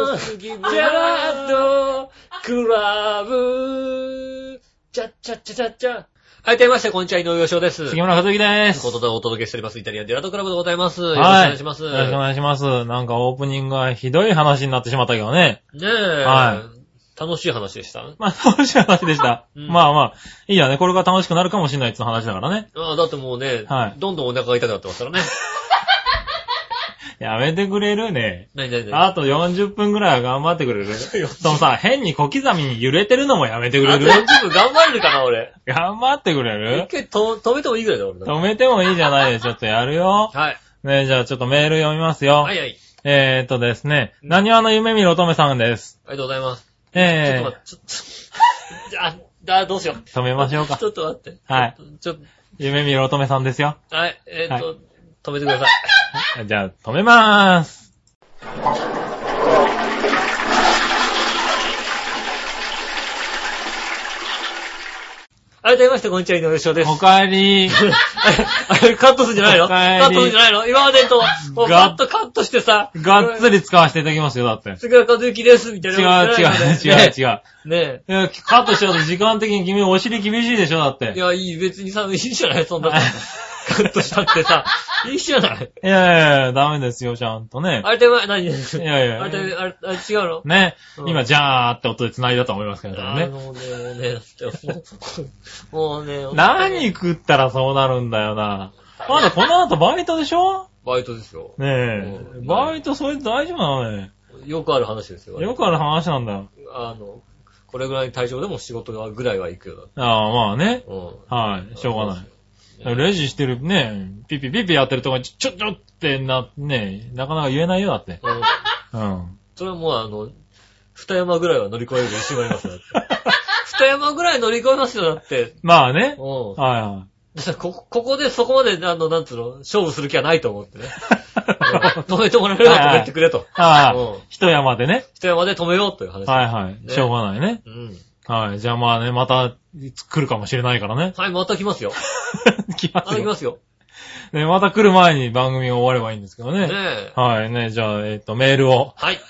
Speaker 2: ートクラブ。チャッチャッチャチャッチャ。はい、どうもみなさんこんにちは、井上洋翔です。
Speaker 3: 杉村和之で
Speaker 2: という
Speaker 3: す。
Speaker 2: ことでお届けしております、イタリアンジェラートクラブでございます。よろしくお
Speaker 3: はい。
Speaker 2: 願いします。
Speaker 3: よろしくお願いします。なんかオープニングはひどい話になってしまったけどね。
Speaker 2: ねえ、
Speaker 3: は
Speaker 2: 楽しい話でした。
Speaker 3: まあ、楽しい話でした。
Speaker 2: うん
Speaker 3: まあまあ、いいやね。これが楽しくなるかもしれないっていう話だからね。
Speaker 2: ああ、だってもうね、
Speaker 3: はい
Speaker 2: どんどんお腹が痛くなってますから ね。
Speaker 3: やめてくれるね。
Speaker 2: 何何何
Speaker 3: あと40分ぐらいは頑張ってくれる。そのさ、変に小刻みに揺れてるのもやめてくれ
Speaker 2: あと
Speaker 3: る
Speaker 2: 40分頑張れるかな、俺。
Speaker 3: 頑張ってくれ
Speaker 2: 一
Speaker 3: る
Speaker 2: 回と止めてもいいぐらいだよ、俺。
Speaker 3: 止めてもいいじゃないですか。ちょっとやるよ。
Speaker 2: はい。
Speaker 3: ねじゃあちょっとメール読みますよ。
Speaker 2: はいはい。あり
Speaker 3: えーっとですね、何話の夢見る乙女さんです。
Speaker 2: がとうございます。ちょっ
Speaker 3: え
Speaker 2: と待って、ちょっと。じ ゃあ、だ、どうしよう。
Speaker 3: ー、止めましょうか
Speaker 2: ち。ょっと待って。
Speaker 3: はい。
Speaker 2: ちょっ
Speaker 3: 夢見る乙女さんですよ。
Speaker 2: と、はい、えーっ
Speaker 3: は
Speaker 2: と、止めてください。
Speaker 3: じゃあ、止めまーす。
Speaker 2: 改めまして、こんにちは、井上翔です
Speaker 3: お。かえり。
Speaker 2: あれ、 カットするんじゃないの
Speaker 3: お
Speaker 2: カ
Speaker 3: かえり
Speaker 2: ットするんじゃないの今までと、もう
Speaker 3: が
Speaker 2: ガッとカットしてさ、
Speaker 3: がっつり使わせていただきますよ、だって。
Speaker 2: 杉浦和之です、みた
Speaker 3: 違
Speaker 2: いうな。
Speaker 3: 違う違う違う。
Speaker 2: う。ね
Speaker 3: いやカットしちゃうと時間的に君お尻厳しいでしょ、だっ
Speaker 2: え。い
Speaker 3: て。
Speaker 2: や、いい、別にさ、いいじゃないそん な
Speaker 3: はい。
Speaker 2: カットしたってさ、いいじゃない。
Speaker 3: いやいやいや、ダメですよ、ちゃんとね。
Speaker 2: あれで、ま、何
Speaker 3: いやいや
Speaker 2: あれで、あれ、あれ違うの
Speaker 3: ね
Speaker 2: う。ん
Speaker 3: 今、じゃーって音で繋いだと思いますけど
Speaker 2: あ
Speaker 3: ね。
Speaker 2: のね、もうね、だってもう、もうね、
Speaker 3: 何食ったらそうなるんだよな。まだこの後バイトでしょ
Speaker 2: バイトですよ。
Speaker 3: ね
Speaker 2: う
Speaker 3: え。
Speaker 2: ん
Speaker 3: バイトそれで大丈夫なのね。
Speaker 2: よくある話ですよ。
Speaker 3: よくある話なんだよ。
Speaker 2: あの、これぐらいの対象でも仕事がぐらいは行くよ。
Speaker 3: ああ、まあね。
Speaker 2: うん。
Speaker 3: はい、しょうがない。
Speaker 2: そうですよ
Speaker 3: レジしてるね、ピッピピッピやってるとこに、ちょ、ちょ、ちょってな、ね、なかなか言えないよ、だって。
Speaker 2: うん
Speaker 3: うん。
Speaker 2: それはもうあの、二山ぐらいは乗り越える自信がありますよ。だって二山ぐらい乗り越えますよ、だって。
Speaker 3: まあね。
Speaker 2: うん。
Speaker 3: はいは
Speaker 2: だから こ、ここでそこまで、あの、なんつうの、勝負する気はないと思ってね。
Speaker 3: い。
Speaker 2: 止めてもらえれば止めてくれと。
Speaker 3: あ
Speaker 2: う
Speaker 3: あ
Speaker 2: ん、
Speaker 3: 一山でね。
Speaker 2: 一山で止めようという話。
Speaker 3: はいはい。
Speaker 2: ね
Speaker 3: しょうがないね。
Speaker 2: うん。。
Speaker 3: はい。じゃあまあね、また来るかもしれないからね
Speaker 2: はい、また来ますよ。
Speaker 3: 来
Speaker 2: ま
Speaker 3: ま
Speaker 2: た
Speaker 3: す
Speaker 2: 来ま
Speaker 3: よ。
Speaker 2: すよ。
Speaker 3: ね、また来る前に番組が終わればいいんですけど
Speaker 2: ね
Speaker 3: ね。
Speaker 2: え。
Speaker 3: はいね、じゃあ、えっと、メールを。
Speaker 2: はい。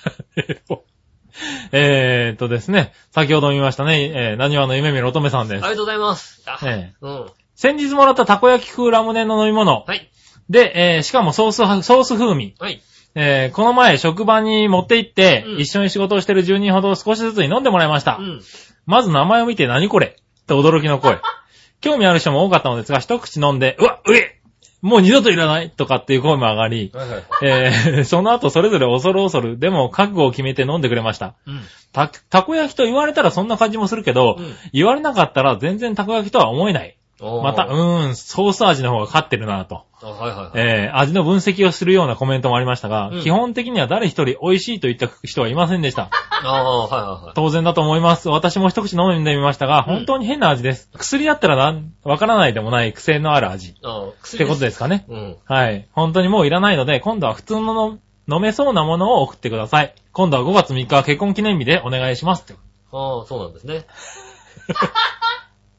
Speaker 3: えーっとですね、先ほど見ましたね、えー、何話の夢見る乙女さん
Speaker 2: あり
Speaker 3: です。
Speaker 2: がとうございます。あ
Speaker 3: ええ
Speaker 2: うん。
Speaker 3: 先日もらったたこ焼き風ラムネの飲み物。
Speaker 2: はい。
Speaker 3: で、えーしかもソースは、ソース風味。
Speaker 2: はい。
Speaker 3: えーこの前職場に持って行って、
Speaker 2: うん
Speaker 3: 一緒に仕事をしてる10人ほど少しずつに飲んでもらいました。
Speaker 2: うん。
Speaker 3: まず名前を見て何これって驚き の声。興味ある人も多かったのですが、一口飲んで、うわ、うえもう二度といらないとかっていう声も上がり、
Speaker 2: はいはい。
Speaker 3: えー その後それぞれ恐る恐る、でも覚悟を決めて飲んでくれました。
Speaker 2: うん。
Speaker 3: た、たこ焼きと言われたらそんな感じもするけど、
Speaker 2: うん
Speaker 3: 言われなかったら全然たこ焼きとは思えない。
Speaker 2: おー
Speaker 3: また、うーん、ソース味の方が勝ってるなぁと。
Speaker 2: あはいはいはい。
Speaker 3: えー味の分析をするようなコメントもありましたが、
Speaker 2: うん
Speaker 3: 基本的には誰一人美味しいと言った人はいませんでした。
Speaker 2: ああ、はいはいはい。
Speaker 3: 当然だと思います。私も一口飲んでみましたが、
Speaker 2: うん
Speaker 3: 本当に変な味です。薬だったらなん、わからないでもない癖のある味。
Speaker 2: ああ、
Speaker 3: っ
Speaker 2: 薬
Speaker 3: てことですかね。
Speaker 2: うん。
Speaker 3: はい。本当にもういらないので、今度は普通のの飲めそうなものを送ってください。今度は5月3日結婚記念日でお願いしますって。
Speaker 2: ああ、そうなんですね。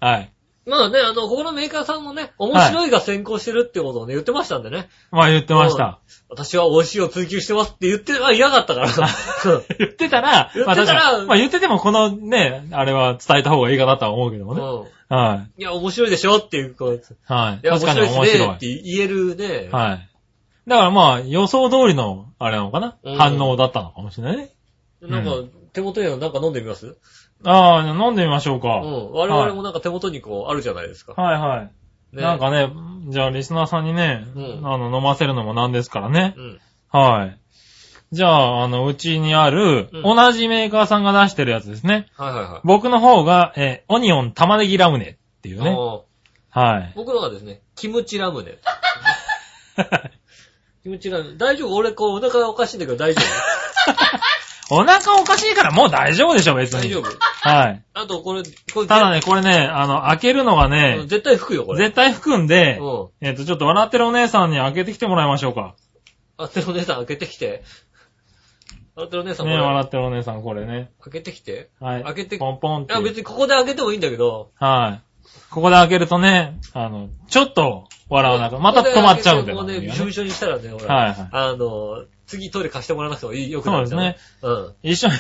Speaker 3: はい。
Speaker 2: まあね、あの、ここのメーカーさんもね、面白いが先行してるってことをね、言ってましたんでね。
Speaker 3: まあ言ってました。
Speaker 2: 私は美味しいを追求してますって言ってはいなかった から。うん
Speaker 3: 言ってたら、
Speaker 2: 言ってたら
Speaker 3: まあ確かにまあ言っててもこのね、あれは伝えた方がいいかなとは思うけどもね。
Speaker 2: うん
Speaker 3: はい
Speaker 2: や、面白いでしょっていう、こう、い
Speaker 3: い。はい。
Speaker 2: や、面
Speaker 3: 確か
Speaker 2: 白
Speaker 3: に
Speaker 2: い
Speaker 3: 面
Speaker 2: ですね
Speaker 3: 白
Speaker 2: っ
Speaker 3: い。
Speaker 2: て言えるね。
Speaker 3: はい。だからまあ、予想通りの、あれなのかな、
Speaker 2: うん
Speaker 3: 反応だったのかもしれないね。
Speaker 2: なんか、手元にはなんか飲んでみます
Speaker 3: ああ、飲んでみましょうか。
Speaker 2: うん。我々もなんか手元にこう、あるじゃないですか。
Speaker 3: はいはい。
Speaker 2: ね
Speaker 3: なんかね、じゃあリスナーさんにね、
Speaker 2: うん
Speaker 3: あの、飲ませるのもなんですからね
Speaker 2: う。ん。
Speaker 3: はい。じゃあ、あの、うちにある、
Speaker 2: うん
Speaker 3: 同じメーカーさんが出してるやつですね。
Speaker 2: はいはいは
Speaker 3: 僕の方が、えーオニオン玉ねぎラムネってい
Speaker 2: い。
Speaker 3: うね。
Speaker 2: ああ
Speaker 3: はい。
Speaker 2: 僕のがですね、キムチラムネ。キムチラムネ。大丈夫俺、こう、お 腹がおかしいんだけど大丈夫
Speaker 3: お腹おかしいからもう大丈夫でしょ、別
Speaker 2: 大丈
Speaker 3: に。
Speaker 2: 夫
Speaker 3: はい。
Speaker 2: あと、これ、これ、
Speaker 3: ただね、これね、あの、開けるのがね、
Speaker 2: 絶対吹くよ、これ。
Speaker 3: 絶対含んで、
Speaker 2: うん。
Speaker 3: えっ、と、ちょっと笑ってるお姉さんに開けてきてもらいましょうか。
Speaker 2: あ、てるお姉さん開けてきて。あ、てるお姉さんこ
Speaker 3: ね、
Speaker 2: れ、
Speaker 3: 笑ってるお姉さん、これね。
Speaker 2: 開けてきて。
Speaker 3: はい。
Speaker 2: 開けて
Speaker 3: ポンポンっ
Speaker 2: い
Speaker 3: て。
Speaker 2: や、別にここで開けてもいいんだけど。
Speaker 3: はい。ここで開けるとね、あの、ちょっと笑わなく、また止まっちゃうんだ
Speaker 2: ここ
Speaker 3: よ、
Speaker 2: で開けてここでび
Speaker 3: ね
Speaker 2: しょびしょにしたらね、ほら。
Speaker 3: はいはい
Speaker 2: あの、次トイレ貸してもらわなくてもいい、よくなるじゃないうん。
Speaker 3: 一緒に、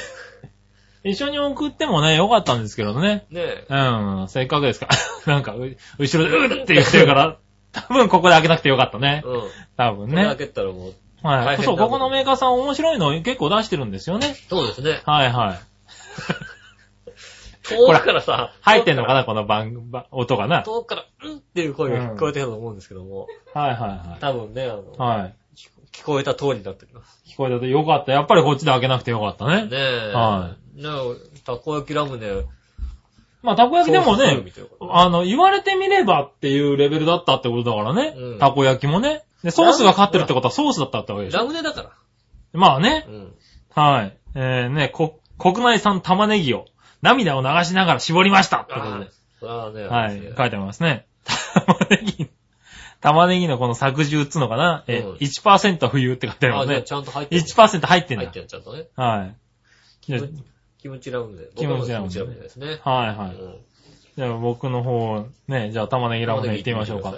Speaker 3: 一緒に送ってもね、よかったんですけどね。
Speaker 2: ねえ。
Speaker 3: うん、せっかくですから。 なんか、う後ろで、うるって言ってるから、多分ここで開けなくてよかったね。
Speaker 2: うん。
Speaker 3: 多分
Speaker 2: これ開
Speaker 3: ね。
Speaker 2: けたらもう。
Speaker 3: は
Speaker 2: 大変
Speaker 3: い。
Speaker 2: だ
Speaker 3: そう、ここのメーカーさん面白いの結構出してるんですよね。
Speaker 2: そうです ね。
Speaker 3: はいはい。
Speaker 2: 遠くからさ。
Speaker 3: 入ってんのかなこの番、ば音がな。
Speaker 2: 遠くから、うんっていう声が聞こえてると思うんですけども。
Speaker 3: はいは
Speaker 2: 多分ね、あの
Speaker 3: い、はい。はい。
Speaker 2: 聞こえた通りになってきます。
Speaker 3: 聞こえたとよかった。やっぱりこっちで開けなくてよかったね。
Speaker 2: ねえ。。
Speaker 3: はい
Speaker 2: なたこ焼きラムネ。
Speaker 3: まあ、たこ焼きでも
Speaker 2: ソース風
Speaker 3: ね
Speaker 2: 味、ということで
Speaker 3: あの、言われてみればっていうレベルだったってことだからね。
Speaker 2: うん
Speaker 3: たこ焼きもね。で、ソースが勝ってるってことはソースだったってわけでし
Speaker 2: ラ
Speaker 3: ょ。
Speaker 2: ムネだか
Speaker 3: まあね
Speaker 2: ら。。うん。
Speaker 3: はい。えー、ね、こ、国内産玉ねぎを涙を流しながら絞りましたってこと
Speaker 2: あ
Speaker 3: で
Speaker 2: あ。、それはね、
Speaker 3: はい。
Speaker 2: 私
Speaker 3: 書いてありますね。玉ねぎ。玉ねぎのこの削除っつうのかなえ
Speaker 2: うん、
Speaker 3: 1%冬って書いてありま
Speaker 2: あ、
Speaker 3: す
Speaker 2: じゃあ
Speaker 3: ね。
Speaker 2: ちゃんと入ってる。
Speaker 3: 1%入ってん
Speaker 2: 入っ
Speaker 3: だ
Speaker 2: て。る、ちゃんとね。
Speaker 3: はい。じゃ
Speaker 2: キムチラムネ。
Speaker 3: キムチラ
Speaker 2: 僕はキ
Speaker 3: ムネ
Speaker 2: ムチラムネですね。
Speaker 3: あはいはい。
Speaker 2: うん
Speaker 3: じゃあ僕の方、ね、じゃあ玉ねぎラムネ行ってみましょうか。。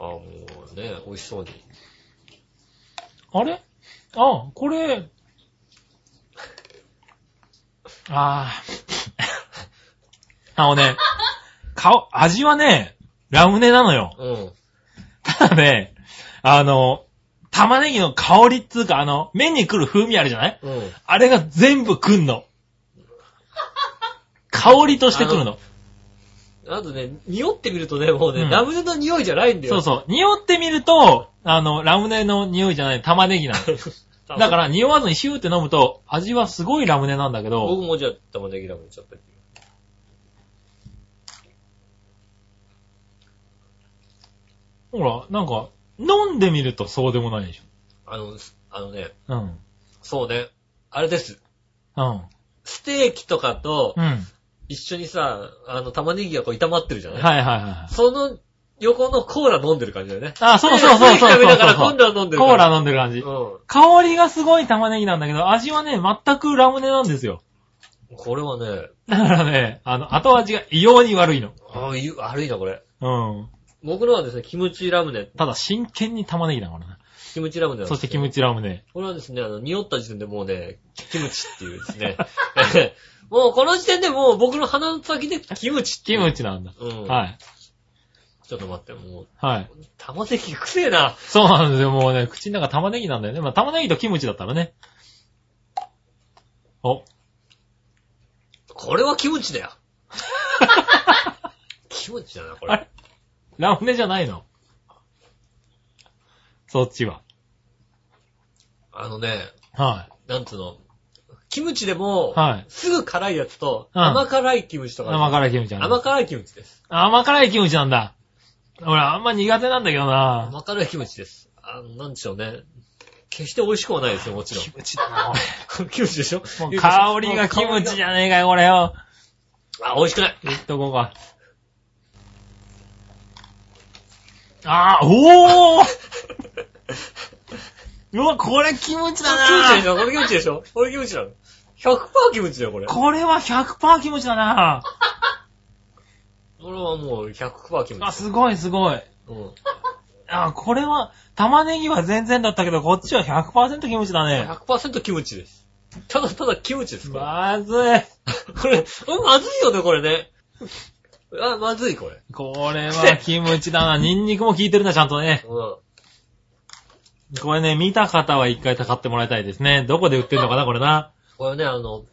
Speaker 2: あ、もうね、美味しそうに。
Speaker 3: あれあ、これ、あ あ。あのね、顔、味はね、ラムネなのよ。
Speaker 2: うん。
Speaker 3: ただね、あの、玉ねぎの香りっつうか、あの、目に来る風味あるじゃない
Speaker 2: うん。
Speaker 3: あれが全部来んの。香りとして来るの。
Speaker 2: あとね、匂ってみるとね、もうね、
Speaker 3: うん
Speaker 2: ラムネの匂いじゃないんだ
Speaker 3: そ
Speaker 2: よ。
Speaker 3: うそう。匂ってみると、あの、ラムネの匂いじゃない、玉ねぎなの。
Speaker 2: だ
Speaker 3: だから、匂わずにシューって飲むと、味はすごいラムネなんだけど、
Speaker 2: 僕もじゃあ玉ねぎラムネちょっとやってみよ
Speaker 3: ほら、なんか、飲んでみるとそうでもないでし
Speaker 2: うあの、すあのね、
Speaker 3: ょ。うん。
Speaker 2: そうね。あれです。
Speaker 3: うん。
Speaker 2: ステーキとかと
Speaker 3: うん。はい
Speaker 2: 一緒にさ、あの玉ねぎがこう炒まってるじゃない
Speaker 3: はいは
Speaker 2: その横のコーラ飲んでる感じだよね。
Speaker 3: い。あ、そうそうそうそうそう
Speaker 2: ステーキ食べながら
Speaker 3: そ
Speaker 2: コ
Speaker 3: う
Speaker 2: ーラ飲んでる
Speaker 3: コー
Speaker 2: 感
Speaker 3: ラ飲んでる感
Speaker 2: じ。
Speaker 3: じ。
Speaker 2: う
Speaker 3: 香りがすごい玉ねぎなんだけど、味はね、全くラムネなんですよ。
Speaker 2: ん。これはね、
Speaker 3: だからね、あの、後味が異様に悪いの。
Speaker 2: ああ、いう悪いな、これ。
Speaker 3: うん。
Speaker 2: 僕のはですね、キムチラムネ、
Speaker 3: ただ、真剣に玉ねぎだからね。
Speaker 2: キムチラムネなん
Speaker 3: そ
Speaker 2: ですよ
Speaker 3: してキムチラムネ。
Speaker 2: これはですね、あの、匂った時点でもうね、キムチっていうですね。 もうこの時点でもう僕の鼻の先でキムチってい
Speaker 3: キ
Speaker 2: う
Speaker 3: ムチなんだ。
Speaker 2: うん。
Speaker 3: はい。
Speaker 2: ちょっと待って、もう、
Speaker 3: はい。
Speaker 2: 玉ねぎくせえな。
Speaker 3: そうなんですよ。もうね、口の中玉ねぎなんだよね。まあ、玉ねぎとキムチだったらね。お、
Speaker 2: これはキムチだ よ。キムチだな、こ
Speaker 3: あ
Speaker 2: れ
Speaker 3: れ。ラムネじゃないのそっちは。
Speaker 2: あのね、
Speaker 3: は
Speaker 2: なんつうの、キムチで
Speaker 3: い。
Speaker 2: も、
Speaker 3: はい。
Speaker 2: すぐ辛いやつと、
Speaker 3: うん
Speaker 2: 甘辛いキムチとかある。
Speaker 3: 甘辛いキムチなん
Speaker 2: 甘
Speaker 3: だ。
Speaker 2: 辛いキムチです。
Speaker 3: 甘辛いキムチなんだ。俺、あんま苦手なんだけどな
Speaker 2: 甘辛いキムチです。あの、なんでしょうね。決して美味しくはないですよ、もちろ
Speaker 3: キムチだな、俺。
Speaker 2: ん。キムチでしょ
Speaker 3: もう香りがキムチじゃねえかよ、これよ。
Speaker 2: あ、美味しくない。
Speaker 3: 言っとこうか。あー、おーうわ、これキムチ
Speaker 2: キムチ
Speaker 3: だ
Speaker 2: で
Speaker 3: な
Speaker 2: しょこれキムチでしょこれキムチなの。100%キムチだよ、これ。こ
Speaker 3: これは100%キムチだな
Speaker 2: れはもう100%キム
Speaker 3: あ、
Speaker 2: チ。
Speaker 3: すごいすごい。
Speaker 2: うん。
Speaker 3: あ、これは、玉ねぎは全然だったけど、こっちは100%キムチだね。
Speaker 2: 100%キムチです。ただただキムチです、これ。
Speaker 3: まずい。
Speaker 2: これ、まずいよね、これね。あ、まずい、これ。
Speaker 3: これはキムチだな。ニンニクも効いてるな、ちゃんとね。
Speaker 2: うん。
Speaker 3: これね、見た方は一回買ってもらいたいですね。どこで売ってるのかな、これな。
Speaker 2: これね、あの、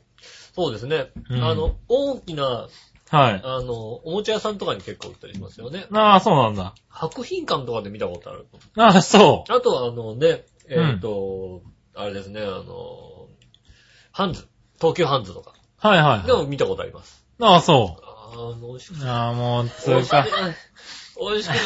Speaker 2: そうですね。
Speaker 3: うん
Speaker 2: あの、大きな、
Speaker 3: はい。
Speaker 2: あの、おもちゃ屋さんとかに結構売ったりしますよね。
Speaker 3: ああ、そうなんだ。
Speaker 2: 博品館とかで見たことある。
Speaker 3: ああ、そ
Speaker 2: あとは、あのね、えっ、と、あれですね、あの、ハンズ。東急ハンズとか。
Speaker 3: う。はいはい
Speaker 2: で
Speaker 3: はい。
Speaker 2: も見たことあります。
Speaker 3: ああ、そ
Speaker 2: あの、美味しく
Speaker 3: う。ああ、もう、
Speaker 2: 美
Speaker 3: つ
Speaker 2: 味
Speaker 3: う
Speaker 2: しくな
Speaker 3: か
Speaker 2: い。。美味しくない。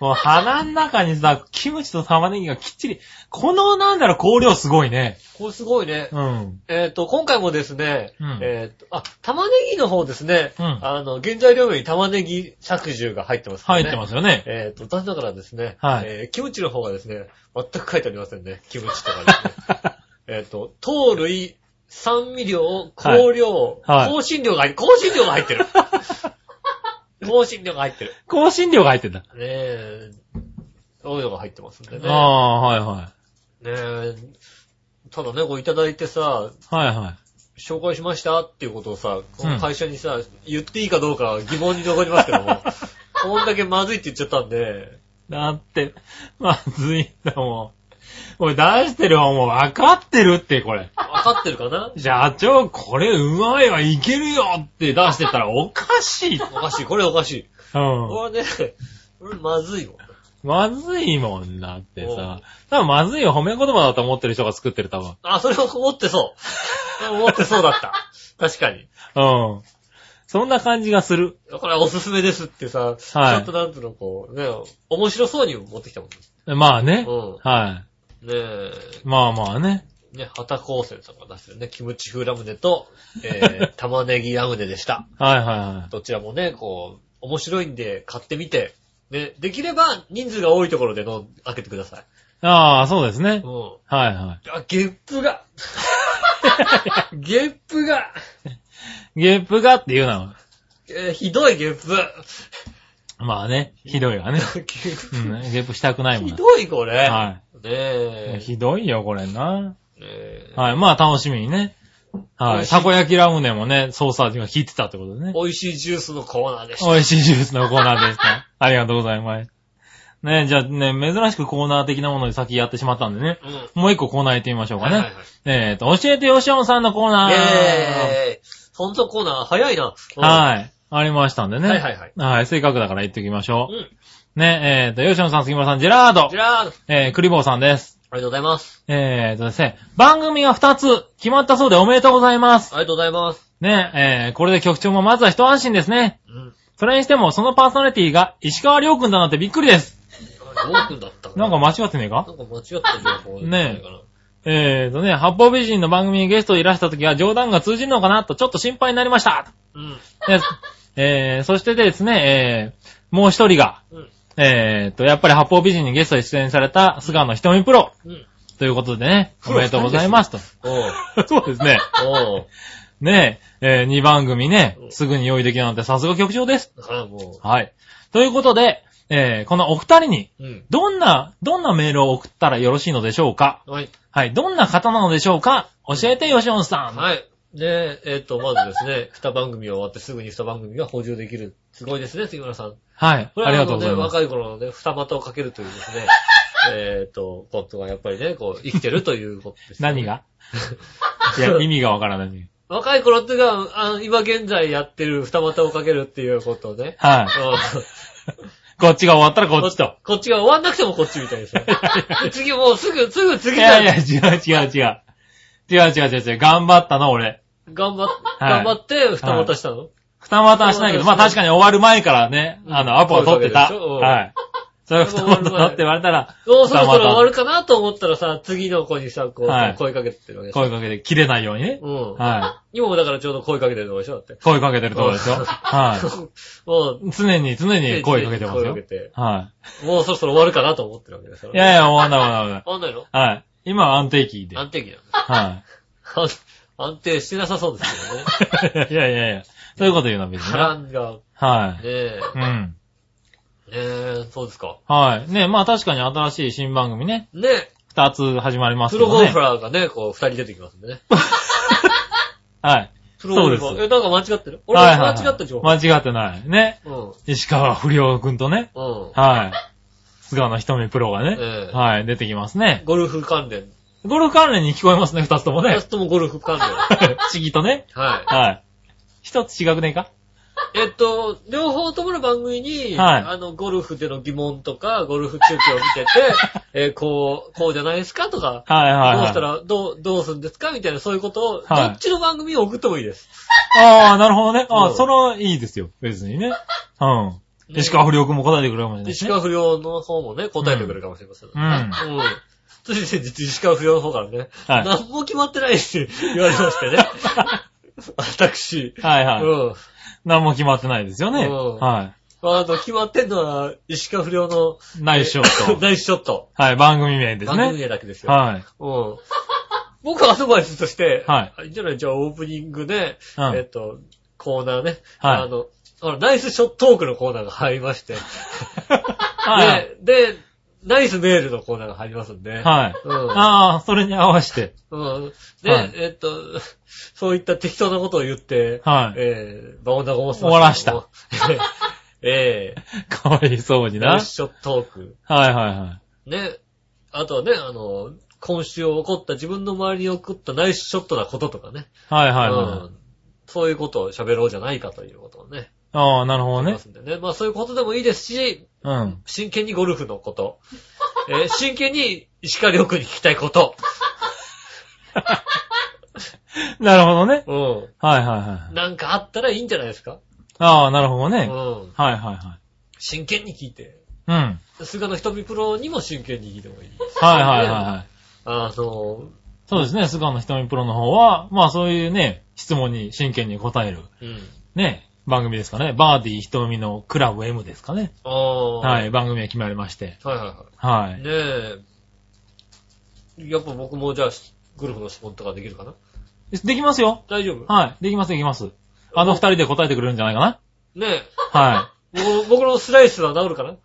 Speaker 3: もう鼻の中にさ、キキムチと玉ねぎがきっちり。この、なんだろう、香料すごいね。
Speaker 2: これすごいね。
Speaker 3: うん。
Speaker 2: えっ、と、今回もですね、
Speaker 3: うん
Speaker 2: えっ、と、あ、玉ねぎの方ですね、
Speaker 3: うん
Speaker 2: あの、原材料名に玉ねぎ削除が入ってますから
Speaker 3: 入
Speaker 2: ね。。
Speaker 3: ってますす よね。
Speaker 2: えっ、と、私だからですね、
Speaker 3: はい
Speaker 2: えーキムチの方がですね、全く書いてありませんね。キムチとかですね。えっと、糖類、酸味料、香料、
Speaker 3: はいはい
Speaker 2: 香辛料が入、香辛料が入って る。香辛料が入ってる。
Speaker 3: 香辛料が入ってんだ。
Speaker 2: ねえ、そういうのが入ってますんでね。
Speaker 3: ああ、はいは
Speaker 2: ねえ、ただね、こういただいてさ、
Speaker 3: い。はいはい。
Speaker 2: 紹介しましたっていうことをさ、こ
Speaker 3: う
Speaker 2: の
Speaker 3: ん
Speaker 2: 会社にさ、言っていいかどうか疑問に残りますけど も、こんだけまずいって言っちゃったんで、
Speaker 3: だって、まずいんだもん。俺出してる方も分かってるって、これ。
Speaker 2: わかってるかな
Speaker 3: 社長、これうまいわ、いけるよって出してたらおかしい。う
Speaker 2: おかしい、これおかしい。
Speaker 3: ん。
Speaker 2: これはね、これまずいもん。
Speaker 3: まずいもんなって
Speaker 2: うん
Speaker 3: さ。多分まずいを褒め言葉だと思ってる人が作ってる、多分。
Speaker 2: あ、それを思ってそう。思ってそうだった。確かに。
Speaker 3: うん。そんな感じがする。
Speaker 2: これおすすめですってさ、ちょっとなんつうのこう、ね、面白そうに持ってきたもん。
Speaker 3: まあね。
Speaker 2: う
Speaker 3: は
Speaker 2: ん。ねえ、
Speaker 3: い。まあまあね。
Speaker 2: ね、畑高専さんが出してるね、キムチ風ラムネと、えー、玉ねぎラムネでした。
Speaker 3: はいはいはい。
Speaker 2: どちらもね、こう、面白いんで買ってみて、ね、できれば人数が多いところでの開けてください。
Speaker 3: ああ、そうですね
Speaker 2: う。ん。
Speaker 3: はいは
Speaker 2: あ、ゲップがゲップが、
Speaker 3: い。ゲップがっていうのは、
Speaker 2: えーひどいゲップ。
Speaker 3: まあね、ひどいわね。
Speaker 2: ゲッ
Speaker 3: う
Speaker 2: プ
Speaker 3: ん、ゲップしたくないもん
Speaker 2: ひ
Speaker 3: な。
Speaker 2: どいこれ。
Speaker 3: は
Speaker 2: ね
Speaker 3: い。
Speaker 2: え。
Speaker 3: ひどいよ、これな。
Speaker 2: ねえ
Speaker 3: はい。まあ、楽しみにね。
Speaker 2: 美
Speaker 3: はい。
Speaker 2: 味しい
Speaker 3: たこ焼きラムネもね、ソーサージが効いてたってことでね。
Speaker 2: 美味しいジュースのコーナーでした。
Speaker 3: 美味しいジュースのコーナーで した。ありがとうございます。ねじゃあね、珍しくコーナー的なもので先やってしまったんでね。
Speaker 2: うん。
Speaker 3: もう一個コーナー行ってみましょうか
Speaker 2: はいはい
Speaker 3: ね。えーと、教えてよしおんさんのコーナ
Speaker 2: はい。
Speaker 3: ー。
Speaker 2: イェーイ。ほんとコーナー早いな。
Speaker 3: はい。ありましたんで
Speaker 2: い
Speaker 3: ね。
Speaker 2: はいはいはい。
Speaker 3: はい、せっかくだから言っておきましょ
Speaker 2: うん。
Speaker 3: う。ね、えーと、吉野さん、杉村さん、ジェラード
Speaker 2: じ、ゃあ、あり
Speaker 3: えー、クリボーさんです。
Speaker 2: がとうございます。
Speaker 3: えーとですね、番組が2つ決まったそうでおめでとうございます。
Speaker 2: ありがとうございます。
Speaker 3: ね、えー、これで局長もまずは一安心ですね。
Speaker 2: うん。
Speaker 3: それにしても、そのパーソナリティが石川亮君だなんてびっくりです。
Speaker 2: 多くだった
Speaker 3: なんか
Speaker 2: 間
Speaker 3: 間違ってねえか
Speaker 2: なんか間違った情報じゃないかな。
Speaker 3: えーとね、八方美人の番組にゲストいらした時は冗談が通じるのかなとちょっと心配になりました。
Speaker 2: うん。
Speaker 3: でえー、そしてですね、えー、もう一人が、
Speaker 2: うん。
Speaker 3: えーと、やっぱり八方美人にゲストで出演された菅野瞳プロ
Speaker 2: うん。
Speaker 3: ということでね、おめでとうございますと。
Speaker 2: おう。
Speaker 3: そうですね。
Speaker 2: おう。
Speaker 3: ねえ、え2番組ね、すぐに用意できるなんてさすが局長です。
Speaker 2: だからも
Speaker 3: はい。ということで、えーこのお二人に、
Speaker 2: う。うん。
Speaker 3: どんな、どんなメールを送ったらよろしいのでしょうか
Speaker 2: はい。
Speaker 3: はい。どんな方なのでしょうか教えてよしおんさん。い。
Speaker 2: はい。で、えっ、と、まずですね、二番組が終わってすぐに二番組が補充できる。すごいですね、杉村さん。
Speaker 3: はい。
Speaker 2: これ
Speaker 3: あ
Speaker 2: は
Speaker 3: り
Speaker 2: あ
Speaker 3: が
Speaker 2: の
Speaker 3: とうご
Speaker 2: ね、
Speaker 3: ざいます。
Speaker 2: 若い頃のね、二股をかけるというです ね、えっと、ことがやっぱりね、こう、生きてるということです、
Speaker 3: 何がいや、意味がわからない。
Speaker 2: 若い頃っていうか、あの今現在やってる二股をかけるっていうことね。
Speaker 3: はい。こっちが終わったらこ
Speaker 2: こ
Speaker 3: っちと。。
Speaker 2: こっちが終わんなくてもこっちみたいです ね。で次もうすぐ、すぐ次
Speaker 3: い
Speaker 2: じゃ
Speaker 3: や
Speaker 2: ん
Speaker 3: いや、違う違う違う。違う違う違う違う。頑張ったな、俺。
Speaker 2: 頑張っ、頑張って二股したの、
Speaker 3: 二股はしないけど、まあ確かに終わる前からね、あの、アポを取ってた。
Speaker 2: 声かけるでしょうん
Speaker 3: はい。それを二股だって言われたら、
Speaker 2: おうそろそろ終わ
Speaker 3: る。
Speaker 2: るかなと思ったらさ、次の子にさ、こう、
Speaker 3: はい
Speaker 2: 声かけてるわけでしょ。
Speaker 3: 声かけて切れないようにね。
Speaker 2: うん。
Speaker 3: は
Speaker 2: 今もだからちょうど声かけてるとこでしょだって
Speaker 3: い。。声かけてるところですよ。
Speaker 2: うん
Speaker 3: は
Speaker 2: もう、
Speaker 3: い。常に常に声かけて ます
Speaker 2: 声
Speaker 3: よ
Speaker 2: かけ。て
Speaker 3: は
Speaker 2: もうそろそろ終わるかなと思ってるわけですよ。
Speaker 3: い。いやいや、終わんない終わんない
Speaker 2: 終わんないの
Speaker 3: 終わんない。はい。今は安定期で。
Speaker 2: 安定期だよね。
Speaker 3: は
Speaker 2: 安安定してなさそうですけ どね。
Speaker 3: い。いやいやいや。そういうこと言うの別に
Speaker 2: 波乱
Speaker 3: ね。
Speaker 2: が、
Speaker 3: は
Speaker 2: ね
Speaker 3: い。
Speaker 2: え。
Speaker 3: うん。
Speaker 2: ねえ、そうですか。
Speaker 3: はい。ねまあ確かに新しい新番組ね、
Speaker 2: ねえ、
Speaker 3: 二つ始まります
Speaker 2: プ
Speaker 3: けど
Speaker 2: ロ
Speaker 3: ね。
Speaker 2: ゴルファーがね、こう、二人出てきますんでね。
Speaker 3: はい。
Speaker 2: プロゴルファ
Speaker 3: そう
Speaker 2: ー。
Speaker 3: で
Speaker 2: え、なんか間違ってる俺
Speaker 3: はいはい
Speaker 2: 間
Speaker 3: はい
Speaker 2: 違った情報。
Speaker 3: 間違ってない。ね。
Speaker 2: うん。
Speaker 3: 石川不良くんとね。
Speaker 2: うん。
Speaker 3: はい。菅野瞳プロがね。
Speaker 2: ええ
Speaker 3: はい、出てきますね。
Speaker 2: ゴルフ関連。
Speaker 3: ゴルフ関連に聞こえますね、二つとも
Speaker 2: ラ
Speaker 3: ね
Speaker 2: ス。トもゴルフ関連。
Speaker 3: 不思議とね。
Speaker 2: はい。
Speaker 3: はい。一つ違くねえか
Speaker 2: えっと、両方ともの番組に、
Speaker 3: はい
Speaker 2: あの、ゴルフでの疑問とか、ゴルフ中継を見 てて、えーこう、こうじゃないですかとか、
Speaker 3: はいはい
Speaker 2: どう
Speaker 3: は
Speaker 2: した
Speaker 3: い。
Speaker 2: ら、どう、どうするんですかみたいな、そういうことを、ど
Speaker 3: はい
Speaker 2: っちの番組に送ってもいいです。
Speaker 3: ああ、なるほどね。あ
Speaker 2: うん
Speaker 3: あ、それはいいですよ。別にね。うん。
Speaker 2: ね
Speaker 3: 石川不良君も答えてくれるかもしれないし
Speaker 2: 石
Speaker 3: ね。
Speaker 2: 川不良の方もね、答えてくれるかもしれませんね。
Speaker 3: う
Speaker 2: うん。そして、実石川不良の方からね、
Speaker 3: はい
Speaker 2: 何も決まってないって言われましてね。私、
Speaker 3: はいはい。
Speaker 2: うん。
Speaker 3: 何も決まってないですよね。
Speaker 2: うん
Speaker 3: は
Speaker 2: あの、決まってんのは、石川不良の、
Speaker 3: い。ナイスショット。
Speaker 2: ナイスショット。
Speaker 3: はい、番組名です
Speaker 2: 番組
Speaker 3: ね。
Speaker 2: 名だけですよ。
Speaker 3: はい。
Speaker 2: うん。僕はアドバイスとして、。
Speaker 3: はい
Speaker 2: いいんじゃないじゃあオープニングで、
Speaker 3: うん
Speaker 2: えっと、コーナーね。
Speaker 3: はい
Speaker 2: あの、あのナイスショットトークのコーナーが入りまして。
Speaker 3: はい。
Speaker 2: で、で、ナイスメールのコーナーが入りますんで。
Speaker 3: はい。
Speaker 2: うん
Speaker 3: ああ、それに合わせて。
Speaker 2: うん。で、
Speaker 3: はい
Speaker 2: えっと、そういった適当なことを言って、
Speaker 3: はい。
Speaker 2: えー、場を和ませけども。 え
Speaker 3: かわいそうに
Speaker 2: ー、
Speaker 3: な。
Speaker 2: ナイ
Speaker 3: はい
Speaker 2: スショットトーク。
Speaker 3: はいは
Speaker 2: ね。あとはね、あの、今週起こった、自分の周りに起こったナイスショットなこととかね。
Speaker 3: い。はいはいは
Speaker 2: う
Speaker 3: い。
Speaker 2: んそういうことを喋ろうじゃないかということをね。
Speaker 3: ああ、なるほど
Speaker 2: ね
Speaker 3: ね
Speaker 2: ま。すんでね。まあそういうことでもいいですし、
Speaker 3: うん。
Speaker 2: 真剣にゴルフのこと。えー真剣に石川良君に聞きたいこと。
Speaker 3: なるほどね。
Speaker 2: う
Speaker 3: はいはいは
Speaker 2: ん。
Speaker 3: い。
Speaker 2: なんかあったらいいんじゃないですか。
Speaker 3: ああ、なるほど
Speaker 2: う
Speaker 3: ね。
Speaker 2: ん。
Speaker 3: はいはいは
Speaker 2: 真剣に聞いて。
Speaker 3: い。うん。はい
Speaker 2: 菅野瞳プロにも真剣に聞いてもいい。
Speaker 3: はいはいはい。
Speaker 2: あの、
Speaker 3: そうですね、菅野瞳プロの方は、まあそういうね、質問に真剣に答える、
Speaker 2: うん。
Speaker 3: ね、番組ですかね。バーディー瞳のクラブ M ですかね。
Speaker 2: ああ。
Speaker 3: は
Speaker 2: はい
Speaker 3: い、番組が決まりまして。
Speaker 2: はいは。
Speaker 3: はいい。
Speaker 2: ねえ。やっぱ僕もじゃあ、ゴルフの質問とかできるかな
Speaker 3: できますよ。
Speaker 2: 大丈夫
Speaker 3: はい、できますできます。あの二人で答えてくれるんじゃないか
Speaker 2: ね
Speaker 3: な。は。
Speaker 2: え。僕僕のスライスは治るかない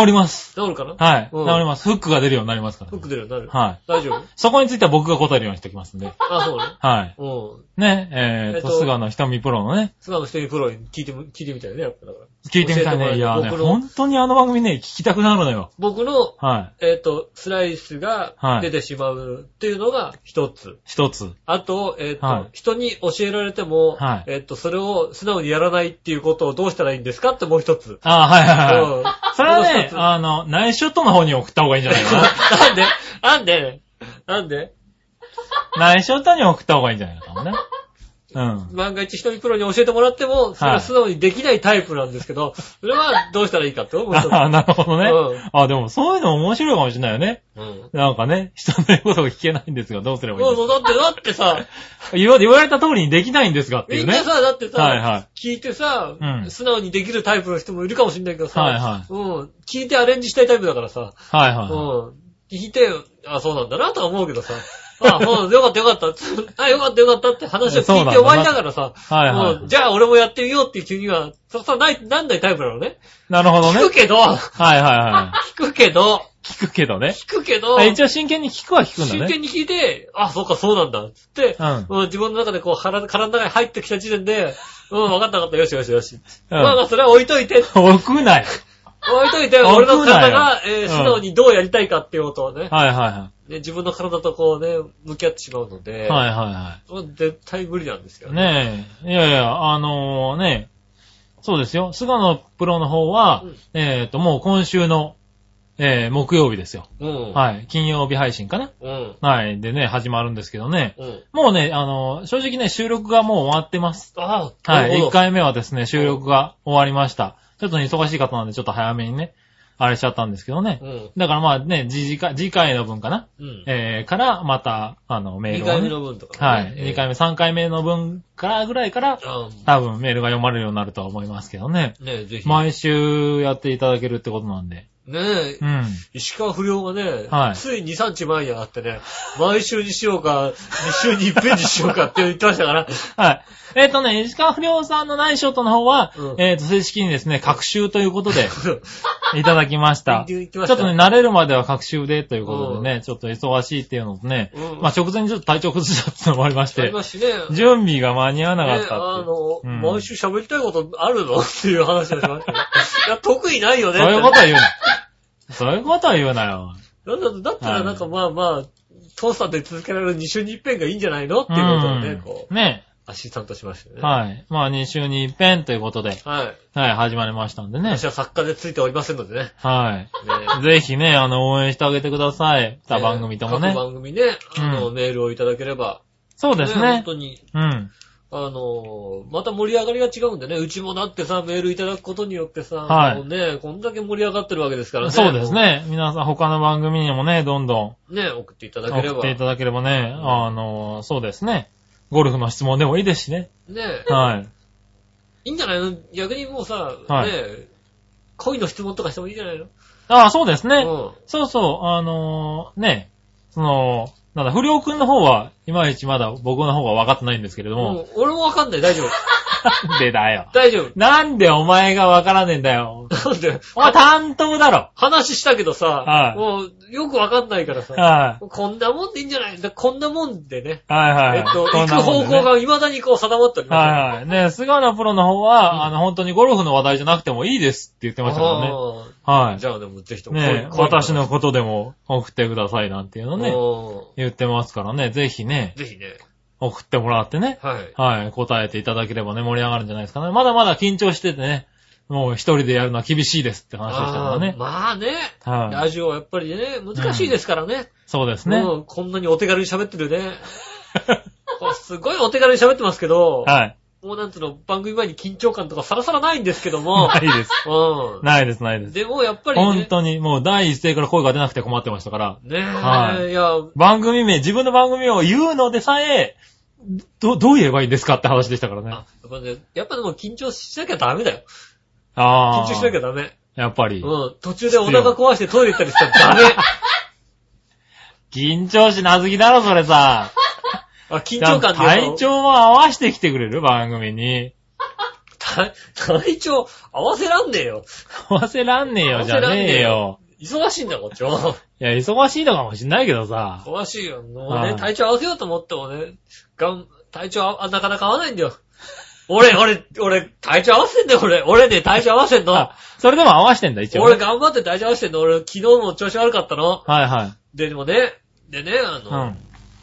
Speaker 3: 治ります。
Speaker 2: 治るかな
Speaker 3: はい、治
Speaker 2: う
Speaker 3: り
Speaker 2: ん
Speaker 3: ます。フックが出るようになりますか
Speaker 2: フック出るようになる
Speaker 3: ら。はい。
Speaker 2: 大丈夫
Speaker 3: そこについては僕が答えるようにしておきますんで。
Speaker 2: あ、そうね。
Speaker 3: はい。
Speaker 2: うん。
Speaker 3: ね、えー、
Speaker 2: えっ
Speaker 3: と、
Speaker 2: と
Speaker 3: 菅野瞳プロのね、
Speaker 2: 菅野瞳プロに聞いても、聞いてみたいよね、やっぱだから。
Speaker 3: 聞いてみたい
Speaker 2: 教え
Speaker 3: ね。い
Speaker 2: てもら
Speaker 3: や
Speaker 2: える
Speaker 3: ね、
Speaker 2: 僕の
Speaker 3: 本当にあの番組ね、聞きたくなるのよ。
Speaker 2: 僕の、
Speaker 3: はい。
Speaker 2: えっ、と、スライスが
Speaker 3: はい
Speaker 2: 出てしまうっていうのが一つ。
Speaker 3: 一つ。
Speaker 2: あと、えっ、と、
Speaker 3: はい
Speaker 2: 人に教えられても、
Speaker 3: はい
Speaker 2: えっ、と、それを素直にやらないっていうことをどうしたらいいんですかってもう一つ。
Speaker 3: ああ、はいはいはい。
Speaker 2: うん
Speaker 3: それはね、
Speaker 2: この
Speaker 3: あの、ナイスショットの方に送った方がいいんじ ゃないか
Speaker 2: 二つなんでなんでなんで
Speaker 3: な。ナイスショットに送った方がいいんじゃないかもね。うん。
Speaker 2: 万が一人にプロに教えてもらっても、それは素直にできないタイプなんですけど、それはどうしたらいいかって思う一つ。
Speaker 3: ああ、なるほどね。
Speaker 2: うん
Speaker 3: あでもそういうの面白いかもしれないよね。
Speaker 2: うん。
Speaker 3: なんかね、人の言うことが聞けないんですが、どうすればいい
Speaker 2: そ
Speaker 3: ん
Speaker 2: うそ
Speaker 3: です
Speaker 2: う、だって、だってさ、
Speaker 3: か言わ言われた通りにできないんですがってい
Speaker 2: み
Speaker 3: うんね。
Speaker 2: なさ、だってさ、
Speaker 3: はいは
Speaker 2: 聞いてさ、
Speaker 3: うん
Speaker 2: 素直にできるタイプの人もいるかもしれないけどさ、
Speaker 3: はいはい
Speaker 2: うん、聞いてアレンジしたいタイプだからさ、
Speaker 3: はいうは
Speaker 2: ん、聞いて、あ、そうなんだなとは思うけどさ、 あ、そうよかったよかった、 あ、よかったよかったって話を聞いて終わりだからさ、
Speaker 3: い。はいは
Speaker 2: うんじゃあ俺もやってみようっていう気には、そうそうない、なんないタイプなのね。
Speaker 3: い。なるほどね。
Speaker 2: 聞くけど、
Speaker 3: はいはいは
Speaker 2: 聞くけど、
Speaker 3: い。聞くけどね。
Speaker 2: 聞くけど、
Speaker 3: あ一応真剣に聞くは聞くんだ
Speaker 2: 真
Speaker 3: ね。
Speaker 2: 剣に聞いて、あ、そうか、そうなんだ、つって、
Speaker 3: うん
Speaker 2: うん自分の中でこう腹、体の中に入ってきた時点で、うん、わかったわかった、よしよしよし。
Speaker 3: うん
Speaker 2: まあまあ、それは置いといて、
Speaker 3: 送ない。
Speaker 2: 置いといて、
Speaker 3: あ
Speaker 2: 俺の体が、
Speaker 3: そうなんや
Speaker 2: え
Speaker 3: うん
Speaker 2: ー素直にどうやりたいかっていうことをね、
Speaker 3: はいはいは
Speaker 2: ね自分の体とこうね、向き合ってしまうの
Speaker 3: い。
Speaker 2: で、
Speaker 3: はいはいはい。
Speaker 2: もう絶対無理なんですよね。
Speaker 3: ねえ。いやいや、あのねそうですよ。菅野プロの方は、
Speaker 2: うん
Speaker 3: えっ、と、もう今週の、えー木曜日ですよ。
Speaker 2: うん。
Speaker 3: はい。金曜日配信かな。
Speaker 2: うん。
Speaker 3: はい。でね、始まるんですけどね。
Speaker 2: うん。
Speaker 3: もうね、あの正直ね、収録がもう終わってます。
Speaker 2: ああ、
Speaker 3: は
Speaker 2: なる
Speaker 3: い。
Speaker 2: ほ
Speaker 3: 1
Speaker 2: ど。
Speaker 3: 回目はですね、収録が終わりました。ちょっとね忙しい方なんで、ちょっと早めにね、あれしちゃったんですけどね
Speaker 2: う。ん。
Speaker 3: だからまあね、次回次回の分かな。
Speaker 2: うん。
Speaker 3: えー、から、また、あの、メール
Speaker 2: 2
Speaker 3: を、ね。
Speaker 2: 回目の分とか
Speaker 3: は
Speaker 2: ね、
Speaker 3: い。2回目、3回目の分からぐらいから、
Speaker 2: あ
Speaker 3: 多分メールが読まれるようになるとは思いますけどね。
Speaker 2: あねえ、ぜひ。ね
Speaker 3: 毎週やっていただけるってことなんで。
Speaker 2: え
Speaker 3: う、ん。
Speaker 2: 石川不良がね、
Speaker 3: はい
Speaker 2: つい2、3日前にあってね、毎週にしようか、2週に1遍にしようかって言ってましたから、
Speaker 3: はい。えっ、とね、石川不良さんのナイスショットの方は、
Speaker 2: うん
Speaker 3: えっ、と、正式にですね、各週ということ で、いただきました。ちょ
Speaker 2: 言って
Speaker 3: っ
Speaker 2: ました
Speaker 3: とね、慣れるまでは各週でということでね、ちょっと忙しいっていうのとね、
Speaker 2: うん
Speaker 3: まあ直前にちょっと体調崩しちゃったのもありまし
Speaker 2: あり
Speaker 3: て、
Speaker 2: ますしね。
Speaker 3: 準備が間に合わなかったって
Speaker 2: ねあ
Speaker 3: いう。
Speaker 2: の、
Speaker 3: うん
Speaker 2: 毎週喋りたいことあるのっていう話をしまし たね。いや、特にないよね。
Speaker 3: そういうことは言うな。そういうことは言うなよ。
Speaker 2: とだってだったらなんかまあまあ、父さんで続けられる2週に1遍がいいんじゃないのっていうことをね、こ
Speaker 3: うんね。
Speaker 2: う、アシスタントしましたよね。
Speaker 3: はい。まあ、2週に一遍ということで、
Speaker 2: はい。
Speaker 3: はい、始まりましたんでね
Speaker 2: 私。は作家でついておりませんのでね。
Speaker 3: は
Speaker 2: ね
Speaker 3: い。ぜひね、あの、応援してあげてください。他番組とも
Speaker 2: 各
Speaker 3: ね。
Speaker 2: 番組ね、あの、
Speaker 3: う
Speaker 2: メールをいただければ。
Speaker 3: そうです
Speaker 2: 本
Speaker 3: ね。
Speaker 2: 当に。
Speaker 3: うん。
Speaker 2: あのーまた盛り上がりが違うんでね、うちもなってさ、メールいただくことによってさ、
Speaker 3: はい
Speaker 2: もうね、こんだけ盛り上がってるわけですからね。
Speaker 3: そうです。ね。皆さん、他の番組にもね、どんどん
Speaker 2: ね、送っていただけれ
Speaker 3: 送っ
Speaker 2: ば。
Speaker 3: ていただければね、あの、そうですね。ゴルフの質問でもいいですしね。
Speaker 2: ね、
Speaker 3: はい。
Speaker 2: いいんじゃないの逆にもうさ、
Speaker 3: はい
Speaker 2: ね、恋の質問とかしてもいいんじゃないの
Speaker 3: ああ、そうですね。
Speaker 2: うん。
Speaker 3: そうそう、あのーね、その、なんだ、不良くんの方は、いまいちまだ僕の方が分かってないんですけれど
Speaker 2: も
Speaker 3: も、
Speaker 2: う俺もわかんない。大丈夫。
Speaker 3: でだよ。
Speaker 2: 大丈
Speaker 3: なんでお前が分からねえんだよ。
Speaker 2: 夫。なんで、
Speaker 3: お前担当だろ。
Speaker 2: 話したけどさ、
Speaker 3: はい
Speaker 2: もうよくわかんないからさ、
Speaker 3: は
Speaker 2: こんなもんでいいんじゃないだこんなもんでね、
Speaker 3: い。はいはい。
Speaker 2: えっと、
Speaker 3: こ
Speaker 2: 行
Speaker 3: ん
Speaker 2: く
Speaker 3: なも
Speaker 2: 方
Speaker 3: んでね
Speaker 2: 向が未だにこう定まっております
Speaker 3: はいはい。ね、菅野プロの方は、あの、本当にゴルフの話題じゃなくてもいいですって言ってましたからね。
Speaker 2: あ
Speaker 3: は
Speaker 2: ーじゃあでもぜひと
Speaker 3: い。
Speaker 2: も、
Speaker 3: ね
Speaker 2: こういう
Speaker 3: 私のことでも送ってくださいなんていうのね、
Speaker 2: う
Speaker 3: 言ってますからね、ぜひね
Speaker 2: ん、ぜひね、
Speaker 3: 送ってもらってね、
Speaker 2: はい。
Speaker 3: はい、答えていただければね、盛り上がるんじゃないですかね。まだまだ緊張しててね、もう一人でやるのは厳しいですって話でしたから
Speaker 2: あー
Speaker 3: ね。
Speaker 2: まあね、
Speaker 3: はい。
Speaker 2: ラジオはやっぱりね、難しいですからね。
Speaker 3: そうですね。
Speaker 2: もうこんなにお手軽に喋ってる ね。こうすごいお手軽に喋ってますけど、
Speaker 3: はい。
Speaker 2: もうなんつうの、番組前に緊張感とかさらさらないんですけど も
Speaker 3: な、いです。
Speaker 2: う
Speaker 3: ないです、ないで
Speaker 2: ん。
Speaker 3: す。
Speaker 2: でもやっぱり
Speaker 3: 本
Speaker 2: ね、
Speaker 3: 当に、もう第一声から声が出なくて困ってましたから、
Speaker 2: ねえ、
Speaker 3: はい
Speaker 2: い、や、
Speaker 3: 番組名、自分の番組を言うのでさえ、ど、どう言えばいいんですかって話でしたからね。
Speaker 2: あやっぱね、やっぱでも緊張しなきゃダメだよ。
Speaker 3: ああ。
Speaker 2: 緊張しなきゃダメ。
Speaker 3: やっぱり。
Speaker 2: うん。途中でお腹壊してトイレ行ったりしたらダメ。
Speaker 3: 緊張しなすぎだろ、それさ。
Speaker 2: あ、緊張感
Speaker 3: 体調を合わせてきてくれる番組に。
Speaker 2: 体体調合わせらんねえよ。
Speaker 3: 合わせらんねえよ、じゃねえよ。
Speaker 2: 忙しいんだ、こっち も。
Speaker 3: いや、忙しいのかもしんないけどさ。
Speaker 2: 忙しいよ。もう
Speaker 3: は
Speaker 2: ね、
Speaker 3: い
Speaker 2: 体調合わせようと思ってもね、がん、体調あ、なかなか合わないんだよ。俺、俺、俺、体調合わせんだよ、俺。俺ね、体調合わせんの。
Speaker 3: あ、それでも合わせてんだ、一応
Speaker 2: 俺
Speaker 3: ね。
Speaker 2: 頑張って体調合わせんの。俺、昨日も調子悪かったの。
Speaker 3: はいはい。
Speaker 2: で、でもね、でね、あ
Speaker 3: う
Speaker 2: の、
Speaker 3: ん。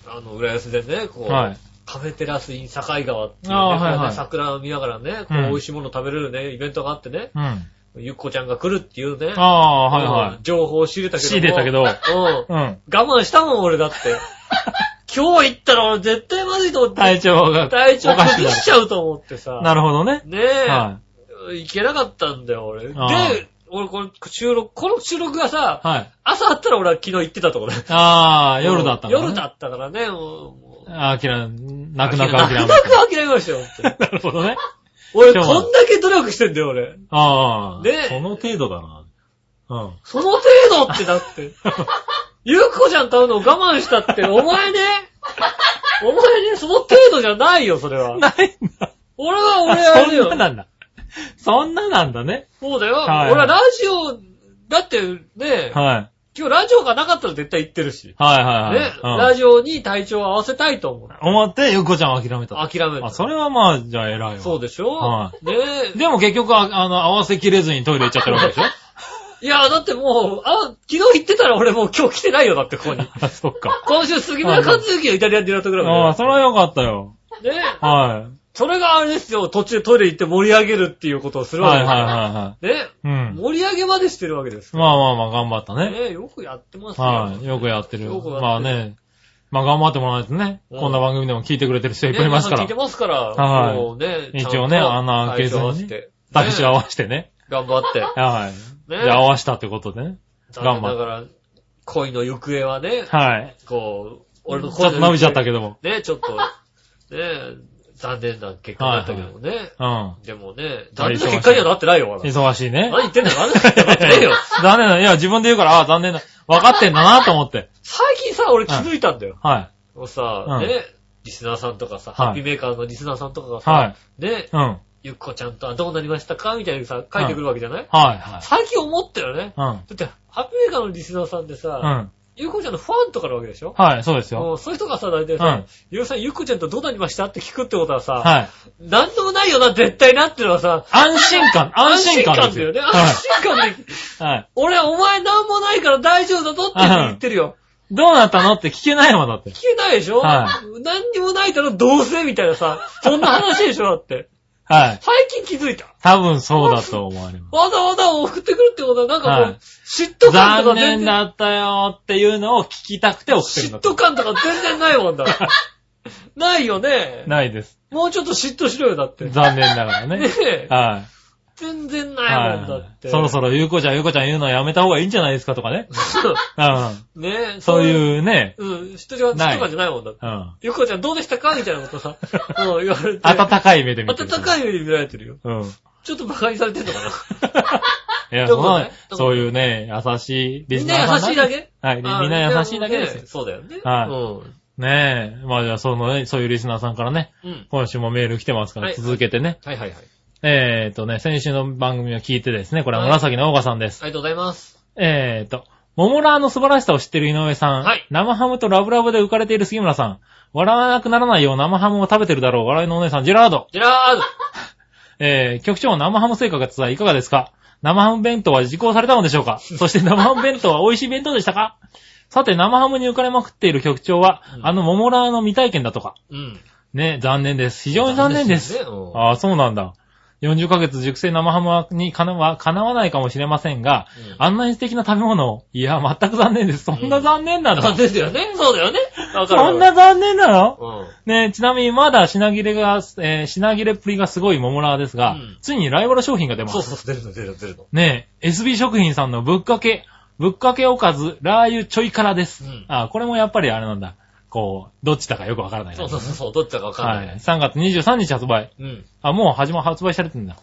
Speaker 2: あの、浦安でね、こう、
Speaker 3: はい。
Speaker 2: カフェテラスイン境川っていうね、
Speaker 3: ああ
Speaker 2: こうね
Speaker 3: はいはい
Speaker 2: 桜を見ながらね、こう
Speaker 3: うん
Speaker 2: 美味しいもの食べれるね、イベントがあってね、
Speaker 3: うん。
Speaker 2: ゆっこちゃんが来るっていうね、
Speaker 3: ああ、はいは
Speaker 2: うん情報を仕入れた
Speaker 3: い。
Speaker 2: けども。
Speaker 3: 仕入れたけど。
Speaker 2: うん。
Speaker 3: うん。
Speaker 2: 我慢したもん、俺 だって。今日行ったら俺絶対まずいと思って。
Speaker 3: 体調が。
Speaker 2: 体調
Speaker 3: おかしく
Speaker 2: 崩
Speaker 3: な
Speaker 2: しちゃうと思ってさ。
Speaker 3: る。なるほどね。
Speaker 2: ねえ、、
Speaker 3: はい
Speaker 2: けなかったんだよ、俺。で
Speaker 3: ああ、
Speaker 2: 俺この収録、この収録がさ、
Speaker 3: い。はい。
Speaker 2: 朝あったら俺は昨日行ってたとこだ。
Speaker 3: ああ、夜だったの、ね。
Speaker 2: 夜だったからね、もう。もう
Speaker 3: あきら、泣く泣く
Speaker 2: な
Speaker 3: あ
Speaker 2: く
Speaker 3: きら
Speaker 2: な
Speaker 3: め
Speaker 2: く
Speaker 3: た。
Speaker 2: 諦めましたよ、本当に
Speaker 3: なるほ どね。
Speaker 2: 俺、こんだけ努力してんだよ、俺。
Speaker 3: ああ。
Speaker 2: ね
Speaker 3: その程度だな。うん。
Speaker 2: その程度ってだ って。ゆうこちゃんと会うのを我慢したって、お前ね、お前ね、その程度じゃないよ、それは。
Speaker 3: ないんだ。
Speaker 2: 俺は、俺はあ
Speaker 3: そ
Speaker 2: れ
Speaker 3: んな
Speaker 2: よ。
Speaker 3: なんだ。そんななんだね。
Speaker 2: そうだよ。
Speaker 3: はい
Speaker 2: 俺はラジオ、だってね、
Speaker 3: はい。
Speaker 2: 今日ラジオがなかったら絶対行ってるし。
Speaker 3: はい
Speaker 2: ね、
Speaker 3: はいはい。
Speaker 2: ラジオに体調を合わせたいと思う。
Speaker 3: うん、思って、ゆっこちゃんは諦めた。
Speaker 2: 諦め
Speaker 3: あ、
Speaker 2: た。
Speaker 3: それはまあ、じゃあ偉いわ。
Speaker 2: そうでしょ、
Speaker 3: は
Speaker 2: ね
Speaker 3: でも結局、ああの、合わせきれずにトイレ行っちゃってるわけ でしょ
Speaker 2: いや、だってもう、あ、昨日行ってたら俺もう今日来てないよ、だってここに。
Speaker 3: あ、そっか。
Speaker 2: 今週杉村和之のイタリアンディラートグラムだよ
Speaker 3: ああ、それはよかったよ。
Speaker 2: ね
Speaker 3: は
Speaker 2: それがあれですよ、途中トイレ行って盛り上げるっていうことをす
Speaker 3: い。
Speaker 2: るわ
Speaker 3: は
Speaker 2: け
Speaker 3: いはい
Speaker 2: です
Speaker 3: はい
Speaker 2: よ。
Speaker 3: は
Speaker 2: ね
Speaker 3: い。うん。
Speaker 2: 盛り上げまでしてるわけです。
Speaker 3: まあまあまあ、頑張ったね。
Speaker 2: ねよくやってますよ。
Speaker 3: はい。よくやってる。
Speaker 2: よくやってる
Speaker 3: まあね。まあ頑張ってもらわないとね。
Speaker 2: うん
Speaker 3: こんな番組でも聞いてくれてる人いっぱいいますか
Speaker 2: ね皆さん聞
Speaker 3: ら
Speaker 2: いて。ますから、
Speaker 3: はい
Speaker 2: もうね、
Speaker 3: 一応ね
Speaker 2: ちゃんと
Speaker 3: 穴開けずに
Speaker 2: 体調合わせて
Speaker 3: 最初合
Speaker 2: ね
Speaker 3: わせてね。
Speaker 2: 頑張って。
Speaker 3: はい。じ
Speaker 2: ね
Speaker 3: ゃあ合わせたってことでね。
Speaker 2: 残
Speaker 3: 頑張って
Speaker 2: 念ながら、恋の行方はね、
Speaker 3: はい。
Speaker 2: こう、
Speaker 3: ち
Speaker 2: 俺
Speaker 3: ょ
Speaker 2: の
Speaker 3: っと
Speaker 2: 恋の行方
Speaker 3: 伸びちゃったけども。
Speaker 2: ね、ちょっ と、ね、残念な結果だったけどもね。
Speaker 3: うん。
Speaker 2: でもね、残念な結果にはなってないよ、まだ
Speaker 3: 忙しいね。
Speaker 2: 何言ってんだよ、残念な結果 にはなってないよ。
Speaker 3: 残念だ。いや、自分で言うから、ああ、残念だ。分かってんだなと思って。
Speaker 2: 最近さ、俺気づいたんだよ。
Speaker 3: は
Speaker 2: もうさ、
Speaker 3: うん
Speaker 2: ね、リスナーさんとかさ、
Speaker 3: はい
Speaker 2: ハッピーメーカーのリスナーさんとかが
Speaker 3: い。
Speaker 2: さ、
Speaker 3: はい。
Speaker 2: ね、
Speaker 3: うん。はい
Speaker 2: ゆっこちゃんとはどうなりましたかみたいにさ、書いてくるわけじゃない、
Speaker 3: は
Speaker 2: 最近思ったよね。
Speaker 3: い。うん。
Speaker 2: だって、ハッピーメーカーのリスナーさんってさ、
Speaker 3: うん。
Speaker 2: ゆっこちゃんのファンとかなわけでしょ
Speaker 3: はい、そうですよ。
Speaker 2: もうそういう人がさ、大体
Speaker 3: うん
Speaker 2: さ、ゆうさん、ゆっこちゃんとどうなりましたって聞くってことはさ、
Speaker 3: はい。
Speaker 2: なんでもないよな、絶対なっていうのはさ、
Speaker 3: 安心感、安心感ですよ。
Speaker 2: 安心感だよね。
Speaker 3: は
Speaker 2: 安心感で、
Speaker 3: い。はい。
Speaker 2: 俺、お前なんもないから大丈夫だぞって言ってるよ。
Speaker 3: どうなったのって聞けないもんだって。
Speaker 2: 聞けないでしょ、
Speaker 3: は
Speaker 2: 何にもないからどうせみたいなさ、そんな話でしょだ って。
Speaker 3: はい。
Speaker 2: 最近気づいた。
Speaker 3: 多分そうだと思われま
Speaker 2: わざわざ送ってくるってことは、なんかも
Speaker 3: は
Speaker 2: う
Speaker 3: い、
Speaker 2: 嫉
Speaker 3: す。
Speaker 2: 妬感とか全
Speaker 3: 残念
Speaker 2: 然、
Speaker 3: だったよっていうのを聞きたくて送ってるん
Speaker 2: 嫉
Speaker 3: だ
Speaker 2: 妬感とか全然ないもんだ。ないよね。
Speaker 3: ないです。
Speaker 2: もうちょっと嫉妬しろよ、だって。ね
Speaker 3: 残念ながら ね。
Speaker 2: え。
Speaker 3: はい。
Speaker 2: 全然ないもんだ
Speaker 3: は
Speaker 2: っ
Speaker 3: い。
Speaker 2: て。
Speaker 3: そろそろゆうこちゃん、ゆうこちゃん言うのはやめた方がいいんじゃないですかとかね。うん。
Speaker 2: ろ。 ねえ。
Speaker 3: そ
Speaker 2: う。
Speaker 3: ういうね、
Speaker 2: うん。嫉妬
Speaker 3: ない
Speaker 2: とかじゃないもんだって。
Speaker 3: うん。
Speaker 2: ゆっこちゃんどうでしたかみたいなこと さ、うん、言われて。
Speaker 3: 温かい目で見てる。
Speaker 2: 温か
Speaker 3: い。
Speaker 2: い目で見られてるよ。
Speaker 3: うん。
Speaker 2: ちょっと馬鹿にされてんのかない
Speaker 3: や、
Speaker 2: ど
Speaker 3: そ
Speaker 2: こ
Speaker 3: う
Speaker 2: ねどこ
Speaker 3: そういうね、優しいリ
Speaker 2: み
Speaker 3: ス
Speaker 2: ん
Speaker 3: ナー
Speaker 2: な優
Speaker 3: さ
Speaker 2: し
Speaker 3: ん
Speaker 2: い
Speaker 3: なん
Speaker 2: だ
Speaker 3: で
Speaker 2: け
Speaker 3: はい。みみんな優しいだけですよ
Speaker 2: ね。そうだよね。
Speaker 3: はい
Speaker 2: い。
Speaker 3: ねえ。まあじゃあ、そのね、そういうリスナーさんからね、
Speaker 2: うん。うん。
Speaker 3: 今週もメール来てますから、
Speaker 2: はい
Speaker 3: 続けてね。
Speaker 2: はいはいはい。
Speaker 3: えーとね、先週の番組を聞いてですね、これは紫のオーガさんです。
Speaker 2: ありがとうございます。
Speaker 3: えーと、モモラーの素晴らしさを知ってる井上さん。
Speaker 2: はい
Speaker 3: 生ハムとラブラブで浮かれている杉村さん。笑わなくならないよう生ハムを食べてるだろう。笑いのお姉さん、ジェラード。
Speaker 2: ジェラード
Speaker 3: えー、局長、生ハム生活はいかがですか生ハム弁当は受講されたのでしょ うかそして生ハム弁当は美味しい弁当でしたかさて、生ハムに浮かれまくっている局長は、
Speaker 2: うん
Speaker 3: あのモモラーの未体験だとか。
Speaker 2: うん。
Speaker 3: ね、残念です。非常に残念です。
Speaker 2: よねうん
Speaker 3: ああ、そうなんだ。40ヶ月熟成生ハムはにかなわ叶わないかもしれませんが、
Speaker 2: うん
Speaker 3: あんなに素敵な食べ物を、いや、全く残念です。そんな残念なの、
Speaker 2: 残念だよね。そうだよね。わかる。
Speaker 3: そんな残念なの
Speaker 2: うん。
Speaker 3: ねえ、ちなみにまだ品切れが、えー品切れっぷりがすごいモモラーですが、
Speaker 2: うん
Speaker 3: ついにライバル商品が出ます。
Speaker 2: そうそう、出るの出るの出るの。
Speaker 3: ねえ、SB 食品さんのぶっかけ、ぶっかけおかず、ラー油ちょい辛です。
Speaker 2: うん
Speaker 3: あ、これもやっぱりあれなんだ。こう、どっちだかよくわからない
Speaker 2: そ
Speaker 3: 感
Speaker 2: う
Speaker 3: じ。
Speaker 2: そうそうそう、どっちだかわかん
Speaker 3: は。
Speaker 2: ないい。
Speaker 3: 3月23日発売。
Speaker 2: うん。
Speaker 3: あ、もう始ま、発売されてるんだ。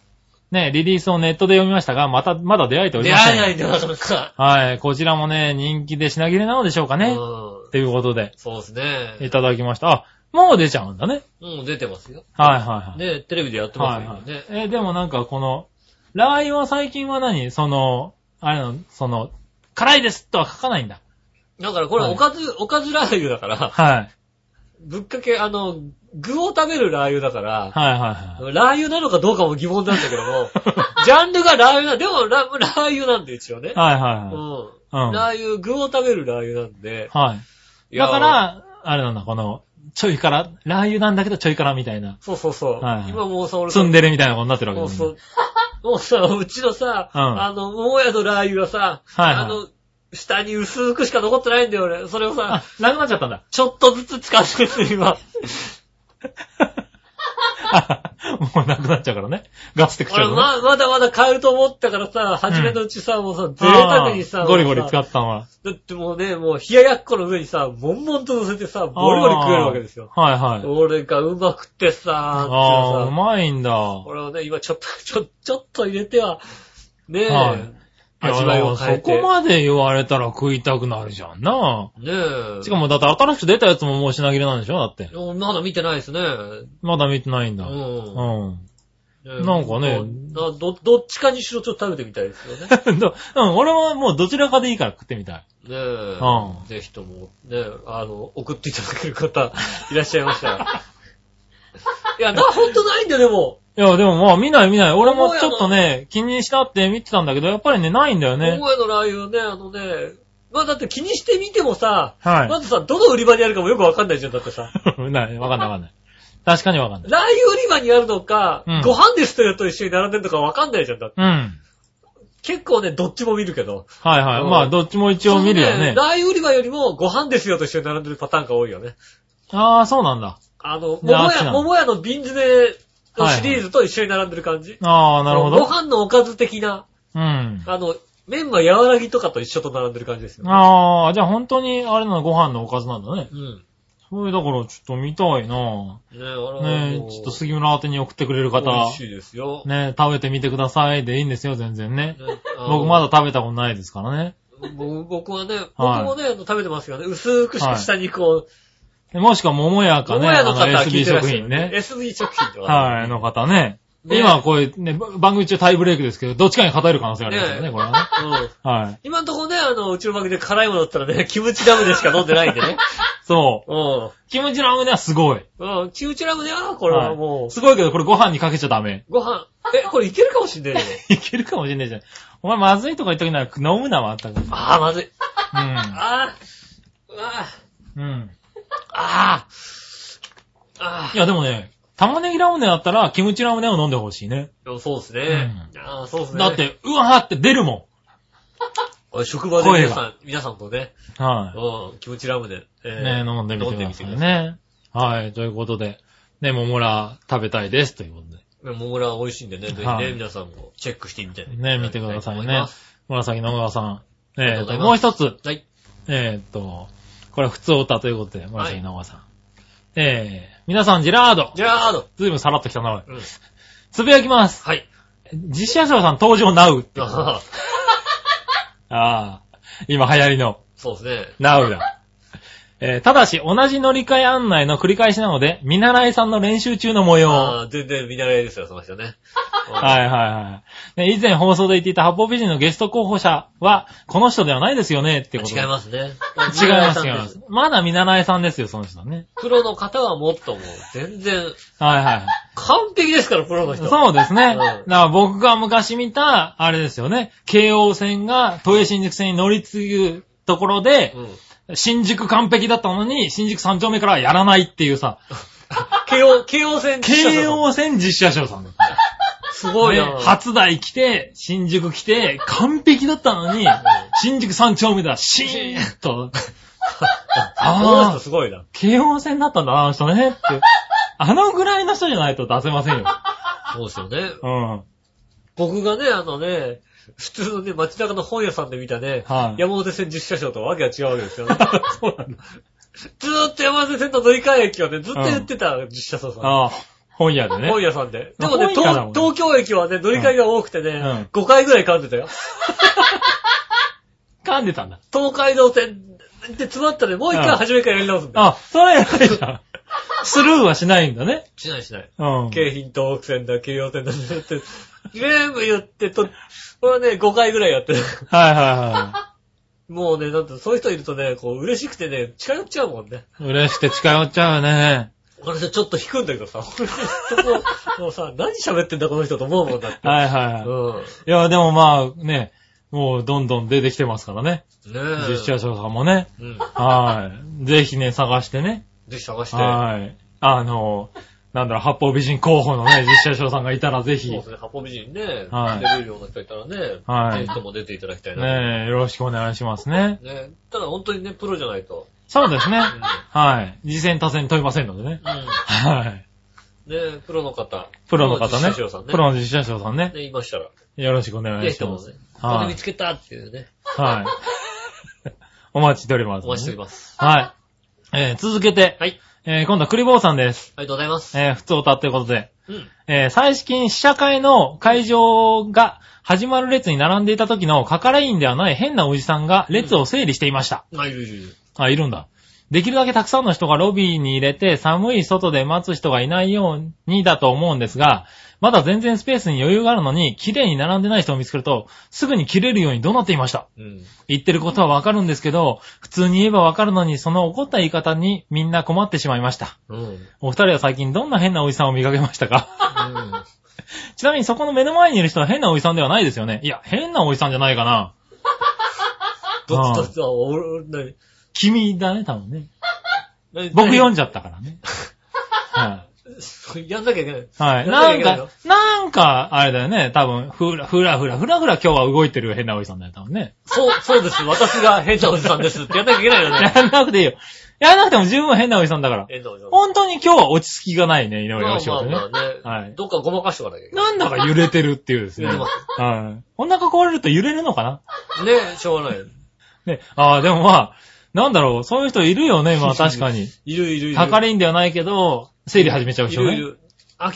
Speaker 3: ねえリリースをネットで読みましたが、また、まだ出会えており
Speaker 2: 出
Speaker 3: ませ
Speaker 2: 会
Speaker 3: ん。
Speaker 2: えないんだよ、なかなか。
Speaker 3: はい。こちらもね、人気で品切れなのでしょうか
Speaker 2: う
Speaker 3: ね。
Speaker 2: ん。
Speaker 3: ということで、
Speaker 2: そうです
Speaker 3: い
Speaker 2: ね。
Speaker 3: ただきました。あ、もう出ちゃうんだね。
Speaker 2: うん、出てますよ。
Speaker 3: はいはいはい。
Speaker 2: ね、テレビでやってます
Speaker 3: はい
Speaker 2: よ
Speaker 3: はい
Speaker 2: ね。
Speaker 3: えーでもなんかこの、ラー油は最近は何その、あれの、その、辛いですとは書かないんだ。
Speaker 2: だからこれ
Speaker 3: はい
Speaker 2: おかず、おかずラー油だから、
Speaker 3: はい。
Speaker 2: ぶっかけ、あの、具を食べるラー油だから、
Speaker 3: はいはいはい。
Speaker 2: ラー油なのかどうかも疑問なんだけど も、ジャンルがラー油な、でもララー油なんで一応ね。
Speaker 3: はい
Speaker 2: うん
Speaker 3: は。いはい。
Speaker 2: ラー油、具を食べるラー油なんで。
Speaker 3: うん。はい。だか
Speaker 2: いや、
Speaker 3: ら、あれなんだ、この、ちょい辛、ラー油なんだけどちょい辛みたいな、
Speaker 2: そうそうそう
Speaker 3: はいは。い
Speaker 2: 今もうさ、俺さ
Speaker 3: ツンデレみたいなことになってるわけ
Speaker 2: もう
Speaker 3: です
Speaker 2: そ
Speaker 3: ね
Speaker 2: う。もうさ、うちのさ、
Speaker 3: うん
Speaker 2: あの、桃屋のラー油はさ、
Speaker 3: はいはい
Speaker 2: あの、下に薄くしか残ってないんだよ、俺。それを
Speaker 3: あ
Speaker 2: さ、、
Speaker 3: なくなっちゃった んだ。
Speaker 2: ちょっとずつ使ってる、 今。
Speaker 3: もうなくなっちゃうからね。ガスって食っち
Speaker 2: 俺、
Speaker 3: ゃうからね。
Speaker 2: ま、まだまだ買うと思ったからさ、初めのうちさ、もうさ、贅沢に
Speaker 3: あ
Speaker 2: さ、
Speaker 3: ーゴリゴリ使
Speaker 2: っ
Speaker 3: ったのは。
Speaker 2: だってもうね、もう冷ややっこの上にさ、もんもんと乗せてさ、ゴリゴリ食えるわけですよ。
Speaker 3: あー。はいはい。
Speaker 2: 俺がうまくてさ、
Speaker 3: ああ、う
Speaker 2: ってさ、
Speaker 3: まいんだ。
Speaker 2: 俺をね、今ちょっと、 ちょ、ちょっと入れては、ねえ、
Speaker 3: はい
Speaker 2: 味わいを変え
Speaker 3: いや
Speaker 2: て。
Speaker 3: でもそこまで言われたら食いたくなるじゃんな。
Speaker 2: ねえ。
Speaker 3: しかもだって新しく出たやつももう品切れなんでしょだって。
Speaker 2: うんまだ見てないですね。
Speaker 3: まだ見てないん
Speaker 2: う
Speaker 3: だ。うん。
Speaker 2: ん。え
Speaker 3: なんかね
Speaker 2: そうなど、どっちかにしろちょっと食べてみたいですよ ね。
Speaker 3: どうん、俺はもうどちらかでいいから食ってみたい。
Speaker 2: ねえ。
Speaker 3: うん
Speaker 2: ぜひとも、ねえ、あの、送っていただける方、いらっしゃいました ら。いや、な、ほんとないんだよ、でも。
Speaker 3: いや、でもまあ見ない見ない。俺もちょっとね、気にしたって見てたんだけど、やっぱりね、ないんだよね。
Speaker 2: 桃屋のラー油ね、あのね、まあだって気にしてみてもさ、
Speaker 3: はい
Speaker 2: まずさ、どの売り場にあるかもよくわかんないじゃん、だってさ。
Speaker 3: ない、わかんないわかんない。確かにわかんない。
Speaker 2: ラー油売り場にあるのか、
Speaker 3: うん
Speaker 2: ご飯ですというと一緒に並んでるのかわかんないじゃん、だって。
Speaker 3: うん。
Speaker 2: 結構ね、どっちも見るけど。
Speaker 3: はいはい。まあ、どっちも一応見るよね
Speaker 2: ラ。ー油売り場よりもご飯ですよと一緒に並んでるパターンが多いよね。
Speaker 3: ああ、そうなんだ。
Speaker 2: あの、
Speaker 3: であ
Speaker 2: 桃
Speaker 3: っちな
Speaker 2: 屋、
Speaker 3: の
Speaker 2: 桃屋の瓶詰めのシリーズと一緒に並んでる感じ。
Speaker 3: ああ、なるほ
Speaker 2: ご
Speaker 3: ど。
Speaker 2: 飯のおかず的な、
Speaker 3: うん。
Speaker 2: あの、メンマ柔らぎとかと一緒と並んでる感じですよ。
Speaker 3: ああ、じゃあ本当に、あれなの、ご飯のおかずなんだね。
Speaker 2: うん。
Speaker 3: そういう、だからちょっと見たいな
Speaker 2: ねえ、あの
Speaker 3: ねえ、ちょっと杉村宛てに送ってくれる
Speaker 2: 美
Speaker 3: 方
Speaker 2: 味、しいですよ。ね
Speaker 3: ねえ、食べてみてくださいでいいんですよ、全然ね。
Speaker 2: あの
Speaker 3: 僕まだ食べたことないですからね。
Speaker 2: 僕僕はね、僕もね、あの食べてますよね。薄くし
Speaker 3: はい
Speaker 2: 下にこ
Speaker 3: もしくは桃屋
Speaker 2: う、
Speaker 3: かね、
Speaker 2: 桃屋の方
Speaker 3: あの
Speaker 2: 聞い
Speaker 3: SB
Speaker 2: てらっし
Speaker 3: 食
Speaker 2: ゃ
Speaker 3: 品
Speaker 2: る。
Speaker 3: ね。
Speaker 2: SB 食品とか。
Speaker 3: はい、の方ね。
Speaker 2: ね
Speaker 3: 今、こういうね、ば番組中タイブレイクですけど、どっちかに偏る可能性がありますよね、
Speaker 2: ね
Speaker 3: これはね。
Speaker 2: うん。
Speaker 3: はい。
Speaker 2: 今んとこね、あの、うちの番組で辛いものだったらね、 キムチダムでしか飲んでないんでね。
Speaker 3: そうう。キムチラーメンはすごい。
Speaker 2: ん。うん、キムチダムで、ああ、これはもう、
Speaker 3: すごいけど、これご飯にかけちゃダメ。
Speaker 2: ご飯、え、これいけるかもしんないよ。
Speaker 3: いけるかもしれないじゃん。お前まずいとか言っときなら飲むな、まったく。うん。
Speaker 2: ああ、まずい。ああ、あ
Speaker 3: うん。
Speaker 2: あ、ああ、あ
Speaker 3: いや、でもね、玉ねぎラムネだったら、キムチラムネを飲んでほしいね。
Speaker 2: あ。そうですね。ああ、そうですね。
Speaker 3: だっ、て、うわーって出るも
Speaker 2: 職場で皆さん、皆さんとね、
Speaker 3: ん。は
Speaker 2: うん、キムチラムで、
Speaker 3: い。ね飲んでみて
Speaker 2: 飲ん
Speaker 3: く
Speaker 2: で
Speaker 3: だ
Speaker 2: み
Speaker 3: さ
Speaker 2: て
Speaker 3: い
Speaker 2: ください。
Speaker 3: ね。はい、ということで、ね、桃ら食べたいです、ということで。
Speaker 2: ねモグラ美味しいんでね、ぜひ
Speaker 3: は
Speaker 2: ね、
Speaker 3: い
Speaker 2: 皆さんもチェックしてみて。
Speaker 3: ね、見てください
Speaker 2: と思
Speaker 3: ね
Speaker 2: ま。す
Speaker 3: 紫の川さん。
Speaker 2: りが
Speaker 3: え
Speaker 2: とう
Speaker 3: ー
Speaker 2: ござい
Speaker 3: と、
Speaker 2: ます
Speaker 3: もう一つ。
Speaker 2: はい。
Speaker 3: えーと、これは普通オタということで、紫の川さん。えー、皆さん、ジェラード。
Speaker 2: ジェラード。
Speaker 3: ずいぶんさらっときたな、おい
Speaker 2: うん。
Speaker 3: つぶやきます。
Speaker 2: はい。
Speaker 3: 実写賞さん登場なうって。あ
Speaker 2: あー
Speaker 3: あー、今流行りの。
Speaker 2: そうですね。
Speaker 3: なうだ。えーただし、同じ乗り換え案内の繰り返しなので、見習いさんの練習中の模様。は
Speaker 2: ああ、全然見習いですよ、その人ね。
Speaker 3: いはいはい。ね、以前放送で言っていた八方美人のゲスト候補者は、この人ではないですよねってことで。
Speaker 2: 違いますね。
Speaker 3: 違います、違
Speaker 2: 見
Speaker 3: い
Speaker 2: 習
Speaker 3: ま。
Speaker 2: さんです
Speaker 3: まだ見習いさんですよ、その人はね。
Speaker 2: プロの方はもっともう、全然、
Speaker 3: はいはい。
Speaker 2: 完璧ですから、プロの人。
Speaker 3: そうですね。
Speaker 2: うん
Speaker 3: だから僕が昔見た、あれですよね。京王線が都営新宿線に乗り継ぐところで、
Speaker 2: うん。
Speaker 3: 新宿完璧だったのに、新宿三丁目からはやらないっていうさ、
Speaker 2: 慶応、慶応戦
Speaker 3: 京王線実写賞さんだった。
Speaker 2: すごい
Speaker 3: ね
Speaker 2: な。
Speaker 3: 初台来て、新宿来て、完璧だったのに、新宿三丁目だ、シーンと、
Speaker 2: あこの
Speaker 3: あ
Speaker 2: 人
Speaker 3: あ、
Speaker 2: すごいな。
Speaker 3: 京王線だったんだな、あの人ね、って。あのぐらいの人じゃないと出せませんよ。
Speaker 2: そうですよね。
Speaker 3: うん。
Speaker 2: 僕がね、あのね、普通のね、街中の本屋さんで見たね、
Speaker 3: はい
Speaker 2: 山手線実写賞とはわけが違うわけ ですよね。
Speaker 3: そうなんだ。
Speaker 2: ずーっと山手線の乗り換え駅はね、ずっと言ってた実写賞さん。
Speaker 3: ああ、本屋でね。
Speaker 2: 本屋さんで。でもね、
Speaker 3: 本屋だ
Speaker 2: 東
Speaker 3: もんね
Speaker 2: 東京駅はね、乗り換えが多くてね、
Speaker 3: ん
Speaker 2: 5回ぐらい噛んでたよ。
Speaker 3: 噛んでたんだ。
Speaker 2: 東海道線で詰まったらもう一
Speaker 3: うん
Speaker 2: 回初めからやり直すんだよ。
Speaker 3: あ、それ偉いじゃん。スルーはしないんだね。
Speaker 2: しないしない。
Speaker 3: うん。
Speaker 2: 京浜東北線だ、京葉線だって、全部言ってと、これはね、5回ぐらいやってる。
Speaker 3: はいは
Speaker 2: もうね、だってそういう人いるとね、こう嬉しくてね、近寄っちゃうもんね。
Speaker 3: いはい。嬉しくて近寄っちゃうよね。
Speaker 2: これでちょっと引くんだけどさ、 俺そこ、もうさ、何喋ってんだこの人と思うもんだって。
Speaker 3: はいはいはい。
Speaker 2: う
Speaker 3: いや、でもまあね、もうどんどん出てきてますからね。
Speaker 2: ん。ねえ。
Speaker 3: 実写賞さんもね。
Speaker 2: うん。
Speaker 3: はい。ぜひね、探してね。
Speaker 2: ぜひ探して。
Speaker 3: はい。あの、なんだろう、八方美人候補 のね、実写賞さんがいたらぜ
Speaker 2: そう
Speaker 3: ひ、
Speaker 2: ですね、八方美人ね、
Speaker 3: はい
Speaker 2: 出るような人いたらね、
Speaker 3: はい
Speaker 2: ぜひとも出ていただきたいな。
Speaker 3: ねよろしくお願いしますね。
Speaker 2: ねただ本当にね、プロじゃないと。
Speaker 3: そうですね。
Speaker 2: うん。
Speaker 3: はい。次戦他戦問いませんのでね。
Speaker 2: う
Speaker 3: はい。
Speaker 2: ん。ねプロの方。
Speaker 3: プロの方
Speaker 2: 実
Speaker 3: ね
Speaker 2: 写賞さん。ね。
Speaker 3: プロの実写賞さんね。
Speaker 2: ね、いましたら。
Speaker 3: よろしくお願
Speaker 2: ぜ
Speaker 3: い
Speaker 2: ひ
Speaker 3: し
Speaker 2: と
Speaker 3: ま
Speaker 2: も
Speaker 3: す
Speaker 2: ね。、ここ
Speaker 3: は
Speaker 2: で見
Speaker 3: い。
Speaker 2: つけたっていうね、
Speaker 3: はい。 お待ちしております。
Speaker 2: お待ちしております。
Speaker 3: はい。えー続けて、
Speaker 2: はい。
Speaker 3: えー今度はクリボーさんです。
Speaker 2: ありがとうございます。
Speaker 3: えー、普通歌ということで。
Speaker 2: うん。
Speaker 3: えー最近試写会の会場が始まる列に並んでいた時の係員ではない変なおじさんが列を整理していました。
Speaker 2: あ、いるいるいる。
Speaker 3: あ、いるんだ。できるだけたくさんの人がロビーに入れて寒い外で待つ人がいないようにだと思うんですが、まだ全然スペースに余裕があるのに綺麗に並んでない人を見つけるとすぐに切れるように怒鳴っていました。
Speaker 2: うん。
Speaker 3: 言ってることはわかるんですけど、普通に言えばわかるのにその怒った言い方にみんな困ってしまいました。
Speaker 2: うん。うん。
Speaker 3: お二人は最近どんな変なおじさんを見かけましたかちなみにそこの目の前にいる人は変なおじさんではないですよね。いや、変なおじさんじゃないかな。
Speaker 2: どっちどっちだ、俺、何
Speaker 3: 君だね、多分ね。
Speaker 2: 何
Speaker 3: 僕読んじゃったからね。は
Speaker 2: やんなきゃいけない。
Speaker 3: い。はい。なんか、なんか、あれだよね。多分、ふらふらふらふらふら今日は動いてる変なおじさんだよ、多分ね。
Speaker 2: そう、そうです。私が変なおじさんですってやんなきゃいけないよね。
Speaker 3: やんなくていいよ。やらなくても十分変なおじさんだから。
Speaker 2: 変なおじさん。
Speaker 3: 本当に今日は落ち着きがないね、井上
Speaker 2: まあ
Speaker 3: 義雄ね。
Speaker 2: まあまあね。
Speaker 3: はい
Speaker 2: どっかごまかしとかなきゃいけない。
Speaker 3: なんだか揺れてるっていうですね。
Speaker 2: 揺れてます
Speaker 3: はい。お腹壊れると揺れるのかな
Speaker 2: ねしょうがない。
Speaker 3: ね。ああ、でもまあ、なんだろう、そういう人いるよね、 まあ確かに。
Speaker 2: いるいるいる。
Speaker 3: 係員ではないけど、整理始めちゃう
Speaker 2: い
Speaker 3: 人
Speaker 2: る
Speaker 3: ね。
Speaker 2: いる。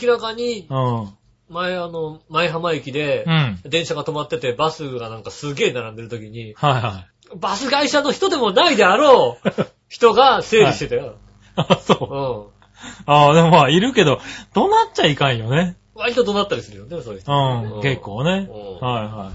Speaker 2: 明らかに、
Speaker 3: うん。
Speaker 2: 前あの、前浜駅で
Speaker 3: うん。、はい
Speaker 2: 電車が止まってて、バスがなんかすげえ並んでる時に、
Speaker 3: はい。
Speaker 2: バス会社の人でもないであろう 人が整理してたよ。
Speaker 3: あ、そう。
Speaker 2: う
Speaker 3: ああ、でもまあ、いるけど、どうなっちゃいかんよね。
Speaker 2: ん。割と怒鳴ったりするよね、そういう人。
Speaker 3: うん。結構ね。
Speaker 2: うん
Speaker 3: はいは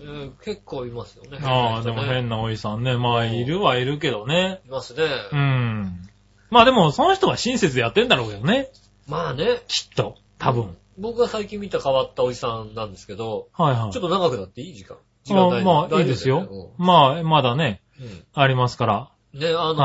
Speaker 2: うん結構いますよね。
Speaker 3: い。ああ、でも
Speaker 2: い
Speaker 3: 変なおじさんね。まあ、いるはいるけどね。
Speaker 2: ますね。
Speaker 3: うん。まあでも、その人は親切でやってんだろうけどね。
Speaker 2: まあね、
Speaker 3: きっと。多分。
Speaker 2: 僕が最近見た変わったおじさんなんですけど、
Speaker 3: はいはい。
Speaker 2: ちょっと長くなっていい時間時間
Speaker 3: あ
Speaker 2: 大丈
Speaker 3: ま
Speaker 2: 夫
Speaker 3: あ、いいです
Speaker 2: 大丈夫
Speaker 3: よ。まあ、まだね、
Speaker 2: だよね
Speaker 3: ありますから。
Speaker 2: うんね、あの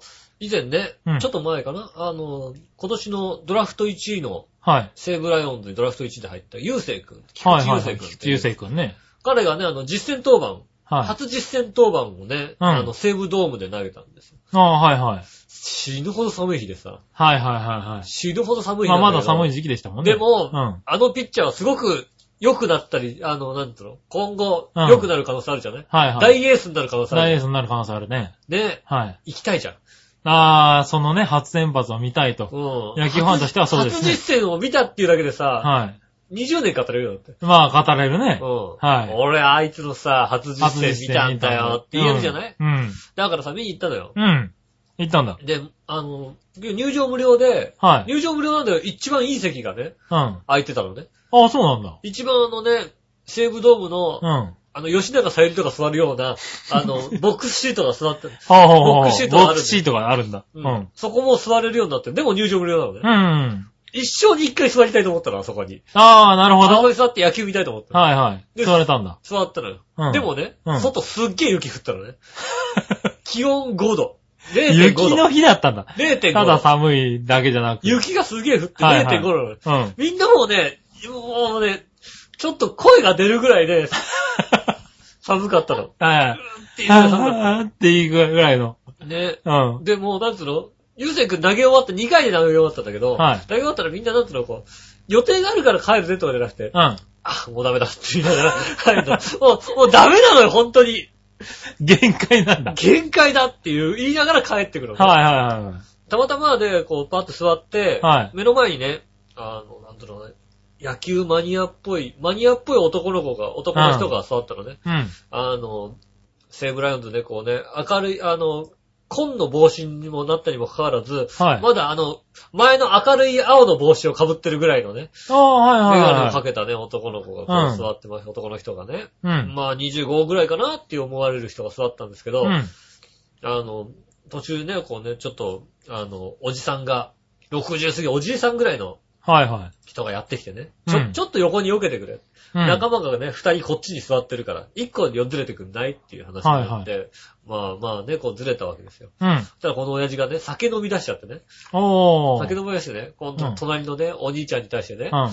Speaker 2: ー以前ね、
Speaker 3: うん
Speaker 2: ちょっと前かな、あのー今年のドラフト1位の
Speaker 3: はい。
Speaker 2: 西武ライオンズにドラフト1位で入った、ゆうせいくん。菊
Speaker 3: はい
Speaker 2: 池
Speaker 3: は
Speaker 2: ゆ
Speaker 3: いうは
Speaker 2: せい
Speaker 3: い。
Speaker 2: くんっていう。
Speaker 3: 菊池雄星くんね。
Speaker 2: 彼がね、あの、実戦登板、
Speaker 3: はい。
Speaker 2: 初実戦登板をね、
Speaker 3: うん
Speaker 2: あの、西武ドームで投げたんですよ。
Speaker 3: ああ、はいはい。
Speaker 2: 死ぬほど寒い日でさ、
Speaker 3: はいはいは
Speaker 2: 死ぬほど寒
Speaker 3: いはい。
Speaker 2: い
Speaker 3: まあまだ寒い
Speaker 2: い。
Speaker 3: 時期でしたもんね。
Speaker 2: でも、
Speaker 3: うん。
Speaker 2: あのピッチャーはすごく良くなったり、あの、なんていうの今後、
Speaker 3: うん
Speaker 2: 良くなる可能性あるじゃない、
Speaker 3: はいはい。
Speaker 2: 大エースになる可能性あ
Speaker 3: 大エ
Speaker 2: る
Speaker 3: ースになる可能性あるね。
Speaker 2: じゃん。ね、
Speaker 3: はい。
Speaker 2: 行きたいじゃん。
Speaker 3: あー、そのね、初先発を見たいと。
Speaker 2: うん。
Speaker 3: 野球ファンとしてはそうですね
Speaker 2: 初実戦を見たっていうだけでさ、
Speaker 3: は
Speaker 2: 20年語れるようになって。
Speaker 3: い。まあ、語れるね
Speaker 2: う。ん。
Speaker 3: はい
Speaker 2: 俺、あいつのさ、初実
Speaker 3: 初
Speaker 2: 戦見たんだよって言えるじゃない、
Speaker 3: うん。
Speaker 2: だからさ、見に行ったのよ。
Speaker 3: うんうん。行ったんだ。
Speaker 2: で、あの、入場無料で、
Speaker 3: はい。
Speaker 2: 入場無料なんだよ。一番いい席がね、
Speaker 3: うん。あ
Speaker 2: 空いてたのね。
Speaker 3: あ、そうなんだ。
Speaker 2: 一番あのね、西武ドームの、
Speaker 3: うん。は
Speaker 2: あの、吉永さゆりとか座るような、あ の、ボックスシートが座ってる。
Speaker 3: あ、はあ、はあ。
Speaker 2: ボックスシートがあるんだ
Speaker 3: ボックスシートがあるんだ。う。
Speaker 2: うんん。
Speaker 3: うん。
Speaker 2: そこも座れるようになってる。でも入場無料なのね。
Speaker 3: あ
Speaker 2: 一生に一回座りたいと思ったの、あそこに。
Speaker 3: あー、なるほ
Speaker 2: あそ
Speaker 3: ど。
Speaker 2: こに座って野球見たいと思ったの。
Speaker 3: はいはい。
Speaker 2: で
Speaker 3: 座れたんだ。
Speaker 2: 座ったのよ。
Speaker 3: うん
Speaker 2: でもね、
Speaker 3: うん
Speaker 2: 外すっげえ雪降ったの ね。気温5度。0.5度。
Speaker 3: 雪の日だったんだ。
Speaker 2: 0.5
Speaker 3: ただ
Speaker 2: 度。
Speaker 3: 寒いだけじゃなく。
Speaker 2: 雪がすげえ降って
Speaker 3: はいはい
Speaker 2: 0.5度なのよ。
Speaker 3: うん。
Speaker 2: みんなもうね、もうね、ちょっと声が出るぐらい で、寒かったの。
Speaker 3: はい。
Speaker 2: っていうぐらい寒か
Speaker 3: あーっていうぐらいの。
Speaker 2: った。ね。
Speaker 3: うん。
Speaker 2: で、もう、なんつうのゆうせいくん投げ終わって、2回で投げ終わったんだけど、
Speaker 3: はい
Speaker 2: 投げ終わったらみんななんつうのこう、予定があるから帰るねとかじゃなくて、
Speaker 3: うん。
Speaker 2: あ、もうダメだって言いながら帰るの。もう、もうダメなのよ、本当に。
Speaker 3: 限界なんだ。
Speaker 2: 限界だっていう、言いながら帰ってくるの。
Speaker 3: はいはいはい。
Speaker 2: たまたまで、こう、パッと座って、
Speaker 3: はい
Speaker 2: 目の前にね、あの、なんだろうね、野球マニアっぽい、マニアっぽい男の子が、男の人が座ったのね。
Speaker 3: うん。
Speaker 2: あの、西武ライオンズでこうね、明るい、あの、紺の帽子にもなったにもかかわらず、
Speaker 3: はい。
Speaker 2: まだあの、前の明るい青の帽子をかぶってるぐらいのね、
Speaker 3: ああ、はい
Speaker 2: メ
Speaker 3: はい
Speaker 2: ガネを
Speaker 3: は
Speaker 2: かけたね、男の子がこ
Speaker 3: うん
Speaker 2: う座ってます、男の人がね。
Speaker 3: い。うん。
Speaker 2: まあ25ぐらいかなって思われる人が座ったんですけど、
Speaker 3: うん。
Speaker 2: あの、途中ね、こうね、ちょっと、あの、おじさんが、60過ぎ、おじいさんぐらいの
Speaker 3: はいは
Speaker 2: 人がやってきてね、ちょ、
Speaker 3: うん
Speaker 2: ちょっと横に避けてくれ。
Speaker 3: い。うん。
Speaker 2: 仲間がね、二人こっちに座ってるから、一個ずれてくんないっていう話になって、まあまあね、こうずれたわけですよ。
Speaker 3: うん。
Speaker 2: そしたらこの親父がね、酒飲み出しちゃってね、
Speaker 3: おー。
Speaker 2: 酒飲み出してね、今
Speaker 3: う
Speaker 2: 度
Speaker 3: ん
Speaker 2: 隣のね、お兄ちゃんに対してね、
Speaker 3: うん。
Speaker 2: う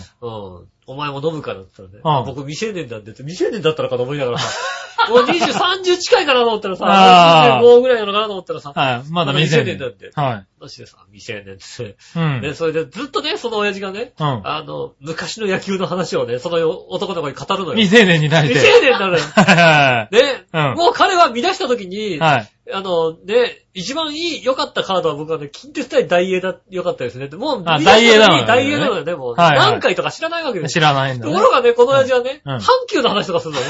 Speaker 2: ん、お前も飲むからって言ったら
Speaker 3: う
Speaker 2: ね
Speaker 3: ん、
Speaker 2: 僕未成年なんでって、未成年だったのかと思いながら さ、もう20、30近いかなと思ったら
Speaker 3: あ
Speaker 2: さ、
Speaker 3: ー
Speaker 2: 25ぐらいなのかなと思ったらさ、
Speaker 3: はい。まだ未成年。
Speaker 2: まだ未成年
Speaker 3: は
Speaker 2: マジでさ、未成年って。
Speaker 3: い。うん。
Speaker 2: ね、それでずっとね、その親父がね、
Speaker 3: うん。
Speaker 2: あの、昔の野球の話をね、その男の子に語るのよ。
Speaker 3: 未成年に対し
Speaker 2: 未
Speaker 3: て。
Speaker 2: 成年なの よ。
Speaker 3: はいは
Speaker 2: ね、
Speaker 3: うん
Speaker 2: もう彼は見出した時に、
Speaker 3: いはい。はい。
Speaker 2: あの、ね、一番いい、良かったカードは僕はね、近鉄対大英だ、良かったですねって。もう、
Speaker 3: あ
Speaker 2: 見出した時に
Speaker 3: ダイ
Speaker 2: 大
Speaker 3: エ
Speaker 2: 英
Speaker 3: ーな
Speaker 2: な
Speaker 3: の
Speaker 2: の
Speaker 3: よ
Speaker 2: よね、もう。
Speaker 3: はいはい
Speaker 2: 何回とか知らないわけです
Speaker 3: 知らないんだ
Speaker 2: と
Speaker 3: ね。
Speaker 2: ころがね、この親父はね、
Speaker 3: うん
Speaker 2: 阪急の話とかするのね。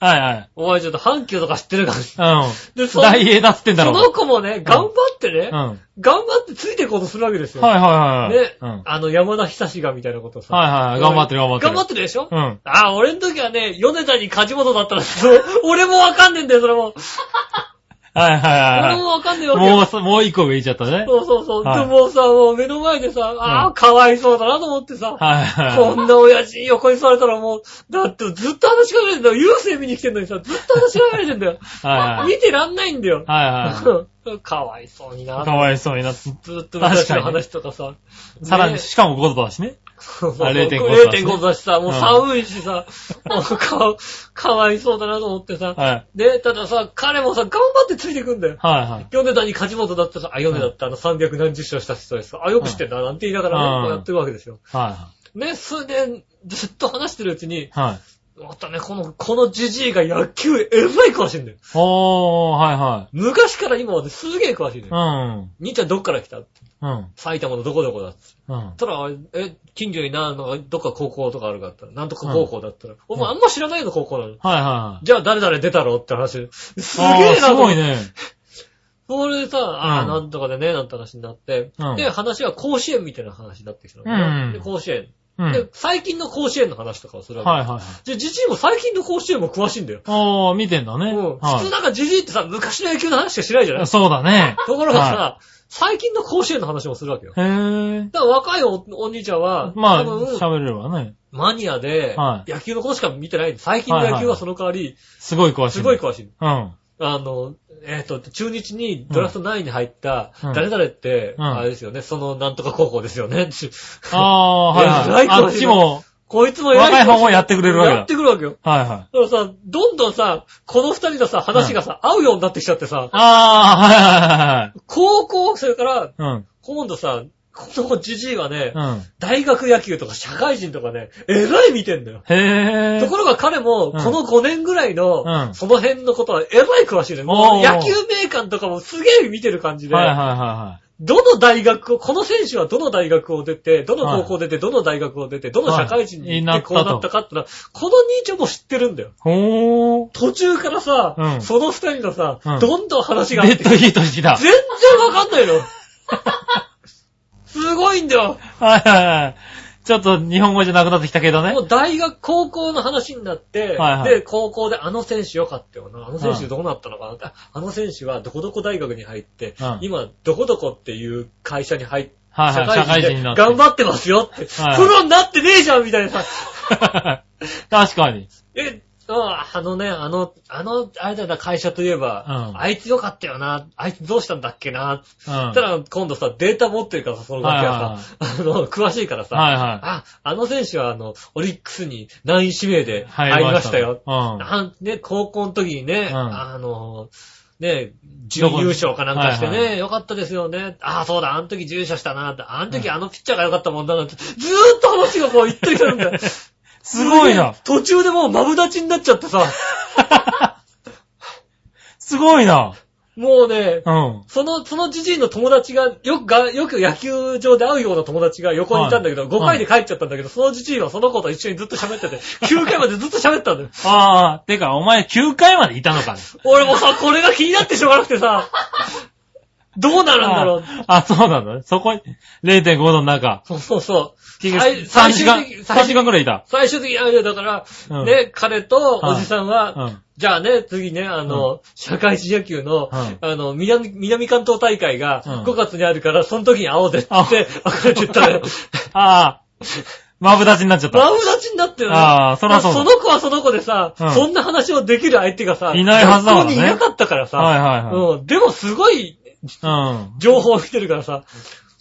Speaker 3: はいはい。
Speaker 2: お前ちょっと阪急とか知ってるから。
Speaker 3: う
Speaker 2: で、
Speaker 3: ん。
Speaker 2: その
Speaker 3: 大英だっつってんだ
Speaker 2: そ
Speaker 3: ろう
Speaker 2: の子もね、頑張ってね、
Speaker 3: うん。はい
Speaker 2: 頑張ってついていこうとするわけですよ。
Speaker 3: はいはい。
Speaker 2: ね、
Speaker 3: うん。はい
Speaker 2: あの、山田久志がみたいなことさ。
Speaker 3: はい。頑張ってる頑張ってる。
Speaker 2: 頑張ってるでしょ、
Speaker 3: うん。
Speaker 2: ああ、俺の時はね、米谷梶本だったら、そう 俺もわかんねえんだよ、それも。
Speaker 3: はいはい
Speaker 2: 俺
Speaker 3: は
Speaker 2: もわかんねえ
Speaker 3: い。
Speaker 2: わけ
Speaker 3: も
Speaker 2: よ。
Speaker 3: うそ、もう一個上いっちゃったね。
Speaker 2: そうそうそう。
Speaker 3: はい
Speaker 2: でもうさ、もう目の前でさ、あ
Speaker 3: うん
Speaker 2: あ、かわいそうだなと思ってさ、
Speaker 3: はいはい
Speaker 2: こ
Speaker 3: は
Speaker 2: んな親父横に座れたらもう、だってずっと話しかけられてんだよ。優勢見に来てんのにさ、ずっと話しかけられてんだよ。
Speaker 3: い。はいはい。
Speaker 2: 見てらんないんだよ。
Speaker 3: はいは
Speaker 2: かわいそうに
Speaker 3: い。か
Speaker 2: な。
Speaker 3: わいそうになって。
Speaker 2: ずっと昔の話とかさ。
Speaker 3: さらに、
Speaker 2: ね
Speaker 3: しかも5度だしね。
Speaker 2: そう
Speaker 3: あ0.5
Speaker 2: 0.5だしさ、もう寒いしさ、もうかかわいそうだなと思ってさ。
Speaker 3: はい。
Speaker 2: で、たださ、彼もさ、頑張ってついてくんだよ。
Speaker 3: はいはい。
Speaker 2: 米田に梶本だったらさ、あ、米田ってあの300何十勝した人ですあ、よく知ってんだ、なんて言いながら
Speaker 3: うん
Speaker 2: ねこうやってるわけですよ。
Speaker 3: は
Speaker 2: ね、それで、ずっと話してるうちに
Speaker 3: い、はい。はい。
Speaker 2: またね、この、このじじいが野球えらい詳しいんだよ。
Speaker 3: おー、はいは
Speaker 2: 昔から今まですげえ詳しいんだよ。
Speaker 3: い。
Speaker 2: 兄ちゃんどっから来たって
Speaker 3: うん。うん。
Speaker 2: 埼玉のどこどこだって。
Speaker 3: うん。
Speaker 2: たら、え、近所にな、のどっか高校とかあるかったら、なんとか高校だったら、お前あんま知らないの高校なの。
Speaker 3: はいはい。
Speaker 2: じゃあ誰々出たろって話。すげ
Speaker 3: あー
Speaker 2: えな
Speaker 3: す
Speaker 2: と思っ
Speaker 3: ごい
Speaker 2: て
Speaker 3: ね。
Speaker 2: それでさ、ああ、
Speaker 3: うん
Speaker 2: なんとかでね、なんて話になって、
Speaker 3: うん
Speaker 2: で、話は甲子園みたいな話になってきたの、
Speaker 3: うん
Speaker 2: で、甲子園、
Speaker 3: うん。はい
Speaker 2: で、最近の甲子園の話とかをするわけ。
Speaker 3: はいはい。
Speaker 2: じゃあ、じじいも最近の甲子園も詳しいんだよ。
Speaker 3: おー、見てんだね。
Speaker 2: うん普通
Speaker 3: は
Speaker 2: なんかじじいってさ、昔の野球の話しかしないじゃない
Speaker 3: い。そうだね。
Speaker 2: ところがさ、
Speaker 3: は
Speaker 2: 最近の甲子園の話もするわけよ。
Speaker 3: へー。
Speaker 2: だから若いおお兄ちゃんは、
Speaker 3: まあ
Speaker 2: 多、分、
Speaker 3: 喋れるわね。
Speaker 2: マニアで
Speaker 3: は、い
Speaker 2: 野球のことしか見てない。最近の野球はその代わり、
Speaker 3: すごい詳しい。
Speaker 2: すごい。詳しい。
Speaker 3: うん。
Speaker 2: あの、えっ、と、中日にドラフト9に入った
Speaker 3: うん、
Speaker 2: 誰々って、
Speaker 3: うん
Speaker 2: あれですよね、そのなんとか高校ですよね。
Speaker 3: あー、はい
Speaker 2: え
Speaker 3: は
Speaker 2: ら
Speaker 3: い。
Speaker 2: い詳しい
Speaker 3: あっちも、
Speaker 2: こいつも
Speaker 3: 若い方もやってくれるわけだ
Speaker 2: やってくるわけよ。
Speaker 3: はいはい。
Speaker 2: だからさ、どんどんさ、この二人のさ、話がさ、合うようになってきちゃってさ、
Speaker 3: あ
Speaker 2: 高校生から、
Speaker 3: あ、はいはいはいはい。
Speaker 2: 今度さ、この子じじいがね、
Speaker 3: うん。うん。
Speaker 2: 大学野球とか社会人とかね、えらい見てんだよ。
Speaker 3: へえ。
Speaker 2: ところが彼も、こ
Speaker 3: うん
Speaker 2: の5年ぐらいの、
Speaker 3: うん
Speaker 2: その辺のことはえらい詳しいね。も
Speaker 3: お
Speaker 2: う
Speaker 3: ー
Speaker 2: 野球名鑑とかもすげえ見てる感じで、
Speaker 3: はいはいは
Speaker 2: どの大学を、この選手はどの大学を出て、どの高校出て、どの大学を出て、どの社会人に行
Speaker 3: は
Speaker 2: っ
Speaker 3: い
Speaker 2: てこうなったかってのは、この兄ちゃんも知ってるんだよ。
Speaker 3: いはい。ほー。
Speaker 2: 途中からさ、
Speaker 3: うん
Speaker 2: その二人のさ、
Speaker 3: うん
Speaker 2: どんどん話が合
Speaker 3: ベ
Speaker 2: って
Speaker 3: ッドヒートして きた。はい
Speaker 2: 全然わかんないの。すごいんだよ。
Speaker 3: はいはい。ちょっと日本語じゃなくなってきたけどね
Speaker 2: も。う大学、高校の話になって、
Speaker 3: はいはい
Speaker 2: で、高校であの選手良かったよな。あの選手どうなったのかなって、あの選手はどこどこ大学に入って、
Speaker 3: うん
Speaker 2: 今、どこどこっていう会社に入って、
Speaker 3: はいはい。社会人になって。
Speaker 2: 頑張ってますよって、
Speaker 3: はい
Speaker 2: プロになってねえじゃんみたいな さ、
Speaker 3: 確かに。
Speaker 2: え、ああのね、あの、あの、あれだな、会社といえば、
Speaker 3: うん
Speaker 2: あいつ良かったよな、あいつどうしたんだっけな、
Speaker 3: うん。
Speaker 2: そしたら今度さ、データ持ってるからさ、その楽屋さ、あの、詳しいからさ、
Speaker 3: はいは
Speaker 2: あ、あの選手はあの、オリックスに何位指名で
Speaker 3: い。
Speaker 2: 入りましたよ。
Speaker 3: うん。
Speaker 2: なんね、高校の時にね、
Speaker 3: うん
Speaker 2: あの、ね、準優勝かなんかしてね、
Speaker 3: はい
Speaker 2: よかったですよね。ああ、そうだ、あの時準優勝したな、あの時あのピッチャーがよかったもんだなって、ずーっと話がこう言ってきたんだよ。
Speaker 3: すごいな。
Speaker 2: 途中でもうマブダチになっちゃって さ、
Speaker 3: すごいな。
Speaker 2: もうね、
Speaker 3: うん。
Speaker 2: その、そのじじいの友達が、よくが、よく野球場で会うような友達が横にいたんだけど、
Speaker 3: はい
Speaker 2: 5回で帰っちゃったんだけど、そのじじいはその子と一緒にずっと喋 ってて、9回までずっと喋ってたんだよ。
Speaker 3: ああ、てか、お前9回までいたのかね。
Speaker 2: 俺もさ、これが気になってしょうがなくてさ、どうなるんだろう。
Speaker 3: ああ、そうなんだね。そこに、0.5度の中。
Speaker 2: そうそうそう。最
Speaker 3: 3時間、3時間くらいいた。
Speaker 2: 最終的にあれだよだから、
Speaker 3: うん
Speaker 2: ね、彼とおじさんは、
Speaker 3: うん。
Speaker 2: じゃあね、次ね、あの、社会人野球の、
Speaker 3: うん
Speaker 2: あの、南、南関東大会が
Speaker 3: うん
Speaker 2: 5月にあるから、その時に会おうぜって、
Speaker 3: あ
Speaker 2: 別れてったら、
Speaker 3: ああ、マブダチになっ ちゃった。
Speaker 2: マウ立ちになってるのよ
Speaker 3: あーそらそうだ
Speaker 2: の子はその子でさ、
Speaker 3: うん
Speaker 2: そんな話をできる相手がさ、
Speaker 3: いないはずだから
Speaker 2: 学
Speaker 3: ね
Speaker 2: 校にいなかったからさ、
Speaker 3: はいはいはい。
Speaker 2: うん、でもすごい
Speaker 3: うん。
Speaker 2: 情報を来てるからさ、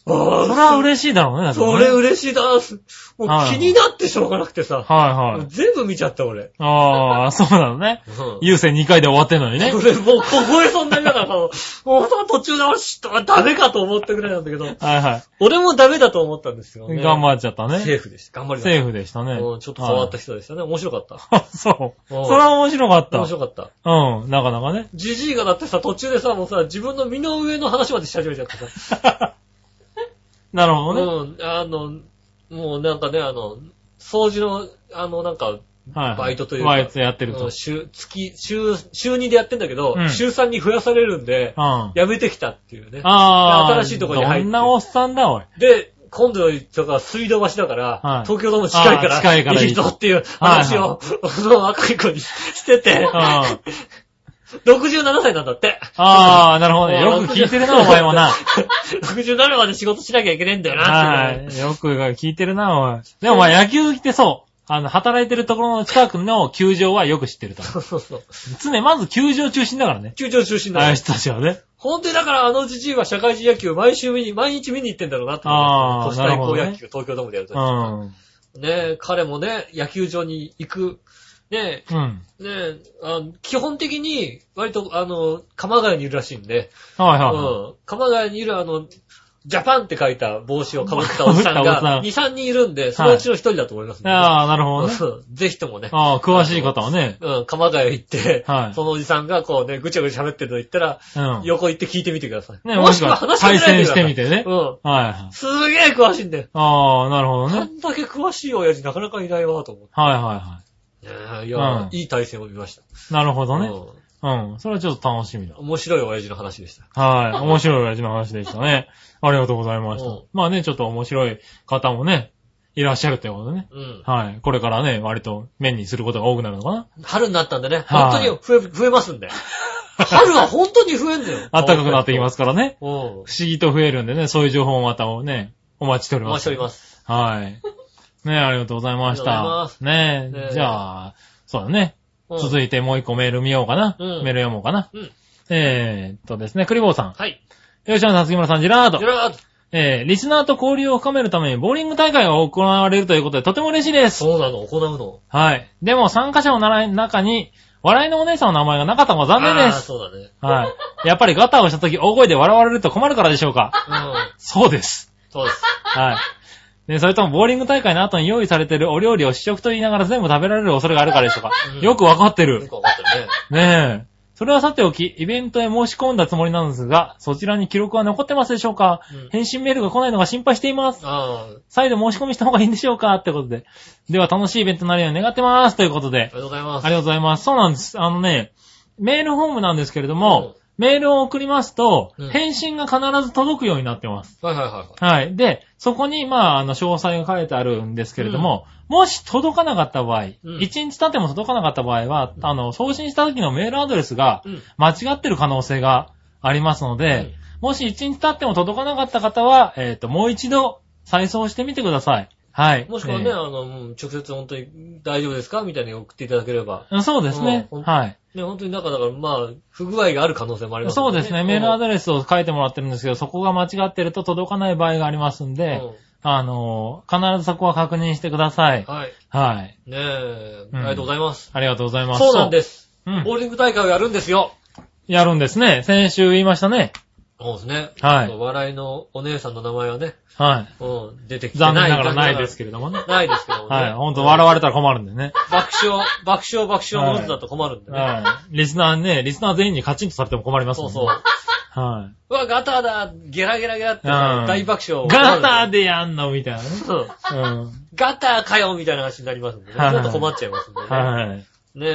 Speaker 2: あ
Speaker 3: そ
Speaker 2: あ、
Speaker 3: れは嬉しいだろうね。だってね
Speaker 2: それ嬉しいな。すもう
Speaker 3: はい
Speaker 2: 気になってしょうがなくてさ、
Speaker 3: はいはい。
Speaker 2: 全部見ちゃった俺。
Speaker 3: あ あ、そうなのね。
Speaker 2: うん
Speaker 3: 優勢2回で終わってんのにね。
Speaker 2: 俺もう凍えそうになりながらさ、もう さ途中で私ダメかと思ったぐらいなんだけど、
Speaker 3: はいは
Speaker 2: 俺もダメだと思ったんですよ、
Speaker 3: い。
Speaker 2: ね。
Speaker 3: 頑張っちゃった
Speaker 2: セー
Speaker 3: ね。
Speaker 2: フでした。頑張りまし
Speaker 3: セーフでした
Speaker 2: た。
Speaker 3: ね。
Speaker 2: うんちょっと変わった
Speaker 3: 人。
Speaker 2: 人でしたね。面白かった。
Speaker 3: あ そう。
Speaker 2: うん
Speaker 3: それは面白かった。
Speaker 2: 面白かった。
Speaker 3: うん、なかなかね。
Speaker 2: ジジイがだってさ、途中でさ、もうさ、自分の身の上の話までし始めちゃってさ。
Speaker 3: なるほ
Speaker 2: う
Speaker 3: どね。
Speaker 2: ん、あの、もうなんかね、あの、掃除の、あの、なんか、
Speaker 3: はい。
Speaker 2: バイトというか
Speaker 3: バイトやってる
Speaker 2: う
Speaker 3: と
Speaker 2: ん。週、月、週、週2でやってんだけど、
Speaker 3: うん
Speaker 2: 週3に増やされるんで、
Speaker 3: うん。
Speaker 2: やめてきたっていうね。
Speaker 3: ああ。
Speaker 2: 新しいとこに入って
Speaker 3: どんなおっさん だ、おい。
Speaker 2: で、今度とか水道橋だから、
Speaker 3: はい
Speaker 2: 東京ドーム近いから、
Speaker 3: あー近いからいい
Speaker 2: いぞっていう話を、その若い子にしてて、
Speaker 3: あ
Speaker 2: 67歳なんだって。
Speaker 3: あー、なるほどね。よく聞いてるな、お前 もな。
Speaker 2: 67まで仕事しなきゃいけねえんだよな、
Speaker 3: は
Speaker 2: っていうね
Speaker 3: い。よく聞いてる な、おい。でもまあ野球ってそう。あの、働いてるところの近くの球場はよく知ってると。
Speaker 2: そうそうそう。
Speaker 3: 常にまず球場中心だからね。
Speaker 2: 球場中心
Speaker 3: ああ
Speaker 2: だ
Speaker 3: いう
Speaker 2: よ。
Speaker 3: 人たちはね。
Speaker 2: 本当にだからあのじじいは社会人野球毎週見に、毎日見に行ってんだろうなって思う。
Speaker 3: あー
Speaker 2: 都市対抗
Speaker 3: なるほど
Speaker 2: 野
Speaker 3: ね
Speaker 2: 球、東京ドームでやる
Speaker 3: う
Speaker 2: と。
Speaker 3: ん。
Speaker 2: ねえ、彼もね、野球場に行く。ね
Speaker 3: うん。
Speaker 2: え、ねえ、あ基本的に、割と、あの、鎌ヶ谷にいるらしいんで、
Speaker 3: はいはいはい。
Speaker 2: うん。鎌ヶ谷にいるあの、ジャパンって書いた帽子をかぶったおっさん
Speaker 3: 被っ
Speaker 2: が、
Speaker 3: た
Speaker 2: 2、
Speaker 3: おっ
Speaker 2: 3人いるんで、そのうちの1人だと思いますね。
Speaker 3: ああ、なるほどね。
Speaker 2: うんぜひともね、
Speaker 3: ああ、詳しい方はね。
Speaker 2: うん、鎌ヶ谷行って、
Speaker 3: はい
Speaker 2: そのおじさんがこうね、ぐちゃぐちゃ喋ってるの言ったら、
Speaker 3: うん。
Speaker 2: 横行って聞いてみてください。
Speaker 3: ね、
Speaker 2: も
Speaker 3: も
Speaker 2: し
Speaker 3: し
Speaker 2: く
Speaker 3: く
Speaker 2: は
Speaker 3: は
Speaker 2: 話
Speaker 3: 対戦してみ
Speaker 2: て
Speaker 3: てね。
Speaker 2: ください。うん。
Speaker 3: はいはい。
Speaker 2: すげえ詳しいんだよ。
Speaker 3: ああ、なるほど
Speaker 2: あ
Speaker 3: ね。
Speaker 2: んだけ詳しい親父なかなかいないわ、と思って。
Speaker 3: はいはいは
Speaker 2: ねえいや、
Speaker 3: うん
Speaker 2: いい対戦を見ました。
Speaker 3: い。なるほどね。
Speaker 2: うん
Speaker 3: うん。それはちょっと楽しみだ。
Speaker 2: 面白い親父の話でした。
Speaker 3: はい。面白い親父の話でした ね。ありがとうございまし
Speaker 2: うん
Speaker 3: た。まあね、ちょっと面白い方もね、いらっしゃるということでね。
Speaker 2: うん。
Speaker 3: はい。これからね、割と面にすることが多くなるのかな。
Speaker 2: 春になったんでね、本当
Speaker 3: はい
Speaker 2: に増え、増えますん で。春は本当に増えんだよ。。
Speaker 3: 暖かくなってきますすからね。
Speaker 2: うん。
Speaker 3: 不思議と増えるんでね、そういう情報もまたをね、お待ちしており
Speaker 2: お
Speaker 3: ま
Speaker 2: 待ちし
Speaker 3: す。
Speaker 2: ております。
Speaker 3: はい。ねありがとうございまし
Speaker 2: ありがとうございま
Speaker 3: た。
Speaker 2: す
Speaker 3: ね
Speaker 2: ね
Speaker 3: じゃあ、そうだね。続
Speaker 2: いて。
Speaker 3: いてもう一個メール見ようかな。
Speaker 2: うん
Speaker 3: メール読もうかな。
Speaker 2: うん
Speaker 3: えーっとですね、クリボーさん。
Speaker 2: はい。
Speaker 3: よしさん、さつきむらさん、ジェラード
Speaker 2: ジェ。ラー
Speaker 3: えー、リスナーと交流を深めるためにボーリング大会が行われるということで、とても嬉しいです。
Speaker 2: そうなの、行うの。
Speaker 3: はい。でも参加者のな中に、笑いのお姉さんの名前がなかったのが残念で
Speaker 2: あー
Speaker 3: す。
Speaker 2: そうだね。
Speaker 3: はい。やっぱりガターをした時、大声で笑われると困るからでしょうか。
Speaker 2: うん。
Speaker 3: そうです。
Speaker 2: そうです。
Speaker 3: はい。で、それとも、ボーリング大会の後に用意されてるお料理を試食と言いながら全部食べられる恐れがあるからでしょうか
Speaker 2: うん。
Speaker 3: よくわかって
Speaker 2: よ
Speaker 3: る。
Speaker 2: くわかったよね。
Speaker 3: ねえ。それはさておき、イベントへ申し込んだつもりなんですが、そちらに記録は残ってますでしょうか
Speaker 2: うん
Speaker 3: 返信メールが来ないのが心配しています。
Speaker 2: ああ、
Speaker 3: 再度申し込みした方がいいんでしょうかってことで。では、楽しいイベントになるように願ってます。ということ
Speaker 2: あり
Speaker 3: で
Speaker 2: が。とうござい
Speaker 3: あ
Speaker 2: ます。
Speaker 3: りがとうございます。そうなんです。あのね、メールフォームなんですけれども、メールを送りますと
Speaker 2: うん、
Speaker 3: 返信が必ず届くようになってます。
Speaker 2: はいはいはいはい。
Speaker 3: はい。で、そこに、まあ、あの、詳細が書いてあるんですけれども、もし届かなかった場合、
Speaker 2: うん
Speaker 3: 1日経っても届かなかった場合は、あの、送信した時のメールアドレスが
Speaker 2: うん。
Speaker 3: 間違ってる可能性がありますので、
Speaker 2: うん
Speaker 3: もし1日経っても届かなかった方は、えっ、と、もう一度再送してみてください。はい。
Speaker 2: もしくはね、
Speaker 3: え
Speaker 2: あの、もう直接本当に大丈夫ですかみたいに送っていただければ。
Speaker 3: ーそうですね。
Speaker 2: うん
Speaker 3: はい。
Speaker 2: ね、本当になんかだから、まあ、不具合がある可能性もあります
Speaker 3: そうですね。メールア
Speaker 2: レ
Speaker 3: ドレスを書いてもらってるんですけど、そこが間違ってると届かない場合がありますんで、あのー、必ずそこは確認してください。
Speaker 2: はい。
Speaker 3: はい。
Speaker 2: ねえ、
Speaker 3: うん
Speaker 2: ありがとうございます。
Speaker 3: ありがとうございます。
Speaker 2: そうなんです。
Speaker 3: そう。うん。
Speaker 2: ボーリング大会をやるんですよ。
Speaker 3: やるんですね。先週言いましたね。
Speaker 2: そうですね。
Speaker 3: はい
Speaker 2: そう笑いのお姉さんの名前はね、
Speaker 3: は
Speaker 2: うん、出て
Speaker 3: い。
Speaker 2: きてない。
Speaker 3: 残念ながらないですけれどもね。
Speaker 2: ないですけどもね。
Speaker 3: はい。ほんと笑われたら困るんでね。
Speaker 2: 爆笑、爆笑、爆笑の渦だと困るんでね。
Speaker 3: はい。リスナーね、リスナー全員にカチンとされても困ります
Speaker 2: そ
Speaker 3: も
Speaker 2: うん
Speaker 3: ね。
Speaker 2: そう。
Speaker 3: は
Speaker 2: うわ、ガターだゲラゲラゲラって
Speaker 3: うん
Speaker 2: 大爆笑。
Speaker 3: い。ガターでやんのみたいなね。
Speaker 2: うん
Speaker 3: うん。
Speaker 2: ガターかよみたいな話になりますんでね。ち
Speaker 3: はい
Speaker 2: ょっと困っちゃいますんでね。
Speaker 3: はい。
Speaker 2: ね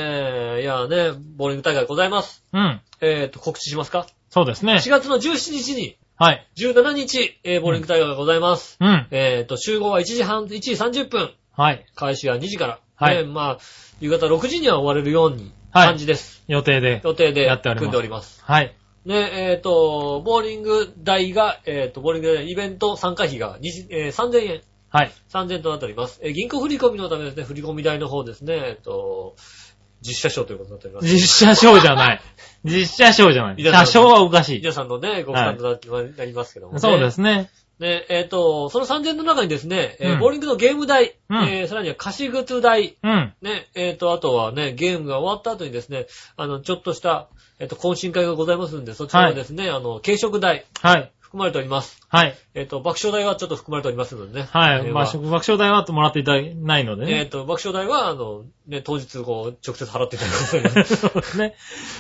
Speaker 2: え、いやね、ボーリング大会ございます。
Speaker 3: うん。
Speaker 2: えっ、と、告知しますか
Speaker 3: そうですね
Speaker 2: ?4。月の17日に、
Speaker 3: はい。
Speaker 2: 17日、えーボーリング大会がございます。
Speaker 3: うん。
Speaker 2: えっ、と、集合は1時半、1時30分、
Speaker 3: はい。
Speaker 2: 開始は2時から。
Speaker 3: はい
Speaker 2: ねまあ、夕方6時には終われるように、
Speaker 3: はい
Speaker 2: 感じです。
Speaker 3: 予定で。
Speaker 2: 予定で
Speaker 3: やっております
Speaker 2: 組んでおります。
Speaker 3: はい。
Speaker 2: ねえ、っ、と、ボーリング代が、えっ、と、ボーリング代イベント参加費が20、えー3000円。
Speaker 3: はい。
Speaker 2: 3000円となっております。えー銀行振込のためですね、振込代の方ですね、えっと、実写賞ということになっております。
Speaker 3: 実写賞じゃない。実写賞じゃない。
Speaker 2: 皆さん
Speaker 3: 写賞はおかしい。
Speaker 2: 皆さんのね、ご負担となってなりますけども、ね
Speaker 3: そうですね。
Speaker 2: ね、えっ、と、その3000円の中にですね、えー
Speaker 3: うん
Speaker 2: ボーリングのゲーム代、
Speaker 3: うん
Speaker 2: えーさらには貸し靴代、
Speaker 3: うん。
Speaker 2: ね、えっ、と、あとはね、ゲームが終わった後にですね、あの、ちょっとした、えっ、と、懇親会がございますんで、そちらはですね、あの、軽食代、
Speaker 3: はい。
Speaker 2: 含まれております。
Speaker 3: はい。
Speaker 2: えっ、と、爆笑代はちょっと含まれておりますのでね。
Speaker 3: は
Speaker 2: こ
Speaker 3: い。
Speaker 2: れ
Speaker 3: まあ、食爆笑代はもらっていただけないので
Speaker 2: えっ、
Speaker 3: ね。
Speaker 2: と、爆笑代は、あの、ね、当日、こう、直接払っていただくことに
Speaker 3: そうですね。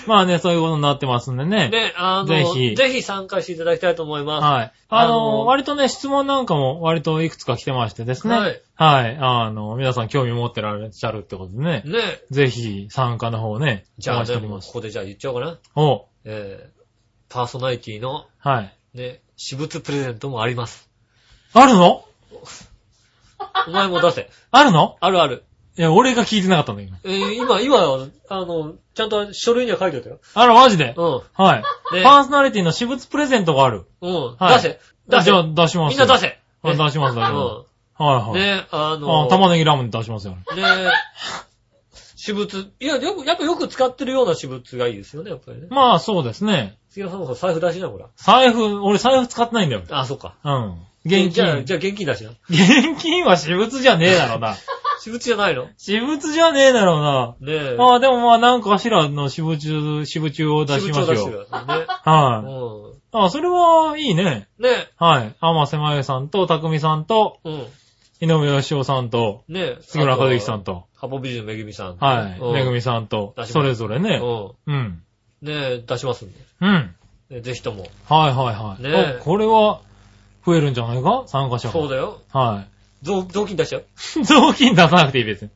Speaker 3: まあね、そういうことになってますんでね。
Speaker 2: で、あの、ぜ
Speaker 3: ぜ
Speaker 2: ひ
Speaker 3: ひ
Speaker 2: 参加していただきたいと思います。
Speaker 3: はい。あ
Speaker 2: あの
Speaker 3: の、割とね、質問なんかも割といくつか来てましてです
Speaker 2: は
Speaker 3: ね
Speaker 2: い。
Speaker 3: はい。あの、皆さん興味持ってらっしゃるってことでね。
Speaker 2: ねえ。
Speaker 3: ぜひ参加の方をね、
Speaker 2: じゃあ
Speaker 3: お待ち
Speaker 2: ね、
Speaker 3: しており
Speaker 2: もう
Speaker 3: ま
Speaker 2: こ
Speaker 3: す。
Speaker 2: こでじゃあ言っちゃおうかな。
Speaker 3: お
Speaker 2: えー、パーソナリティの、
Speaker 3: はい。
Speaker 2: ね、私物プレゼントもあります。
Speaker 3: あるの
Speaker 2: お前も出せ。
Speaker 3: あるの
Speaker 2: あるある。
Speaker 3: いや、俺が聞いてなかったんだけど。
Speaker 2: えー、今、今、あの、ちゃんと書類には書いておいたよ。
Speaker 3: あら、マジで
Speaker 2: うん。
Speaker 3: はい。
Speaker 2: ね
Speaker 3: パーソナリティの私物プレゼントがある。
Speaker 2: うん。
Speaker 3: はい
Speaker 2: 出せ。出
Speaker 3: じゃあ
Speaker 2: せ。
Speaker 3: 出しま
Speaker 2: み
Speaker 3: す
Speaker 2: ん
Speaker 3: よ。
Speaker 2: な出せ。
Speaker 3: あ
Speaker 2: ね
Speaker 3: 出します、出しま
Speaker 2: う
Speaker 3: す。はい
Speaker 2: ん。
Speaker 3: はい。
Speaker 2: ね、あの
Speaker 3: あ、玉ねぎラーメン出しますよ。
Speaker 2: ね、私物。いや、よく、やっぱよく使ってるような私物がいいですよね、やっぱりね。
Speaker 3: まあ、そうですね。
Speaker 2: 杉野さんも財布出しな、ほら。
Speaker 3: 財布、俺財布使ってないんだよ。
Speaker 2: あ、そうか。
Speaker 3: うん。現
Speaker 2: じゃあ、
Speaker 3: 金。
Speaker 2: じゃあ現金出しな。
Speaker 3: 現金は私物じゃねえだろうな。
Speaker 2: 私物じゃないのね
Speaker 3: 私物じゃねえだろうな。
Speaker 2: え。
Speaker 3: ああ、でもまあ、なんかしらの私物、私物を出します
Speaker 2: 私物を出してく
Speaker 3: よ。
Speaker 2: ださいね。
Speaker 3: はい。
Speaker 2: う
Speaker 3: ああ、それはいいね。
Speaker 2: ん。ね
Speaker 3: はい。天瀬まゆさんと、たくみさんと、
Speaker 2: え。うん。
Speaker 3: 井上義雄さんと、
Speaker 2: ねえ。
Speaker 3: 杉村和之さんと、
Speaker 2: ハポ美人のめぐみさん。
Speaker 3: はい。
Speaker 2: うん
Speaker 3: めぐみさんと
Speaker 2: 出しま、す
Speaker 3: それぞれね。
Speaker 2: う
Speaker 3: うん。
Speaker 2: ん。ねえ、出しますんで。
Speaker 3: うん。はい
Speaker 2: ねぜひとも。
Speaker 3: はいはい。
Speaker 2: ねえ
Speaker 3: おこれは、増えるんじゃないか参加者が。
Speaker 2: そうだよ。
Speaker 3: は
Speaker 2: 雑雑巾出しちゃう
Speaker 3: い。 雑巾出さなくていい別に。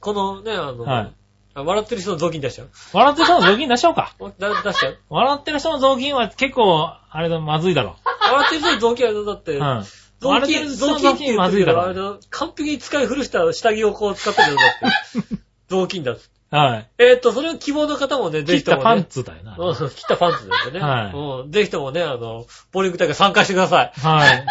Speaker 2: このね、あの、
Speaker 3: はい
Speaker 2: あ笑ってる人の雑巾出しちゃう
Speaker 3: 笑ってる人の雑巾出しようか。
Speaker 2: おだ出しちゃう
Speaker 3: 笑ってる人の雑巾は結構、あれだ、まずいだろ。
Speaker 2: 笑ってる人の雑巾はだって、
Speaker 3: うん。
Speaker 2: 雑
Speaker 3: 笑って
Speaker 2: 巾、
Speaker 3: る
Speaker 2: 雑
Speaker 3: 人の
Speaker 2: 巾っ
Speaker 3: 雑
Speaker 2: て言
Speaker 3: 巾
Speaker 2: っ
Speaker 3: ま
Speaker 2: て
Speaker 3: ず
Speaker 2: る
Speaker 3: い
Speaker 2: け
Speaker 3: だ
Speaker 2: ど、あれ
Speaker 3: ろ。
Speaker 2: だ、完璧に使い古した下着をこう使ってるんだ って。雑巾だっつって。
Speaker 3: はい。
Speaker 2: えーっと、それを希望の方もね、ぜ
Speaker 3: 切っ
Speaker 2: ひとも
Speaker 3: た
Speaker 2: ね。
Speaker 3: パンツだよな。
Speaker 2: うん、切ったパンツですよね。
Speaker 3: はい
Speaker 2: うん。ぜひともね、あの、ボーリング大会参加してくださ
Speaker 3: はい。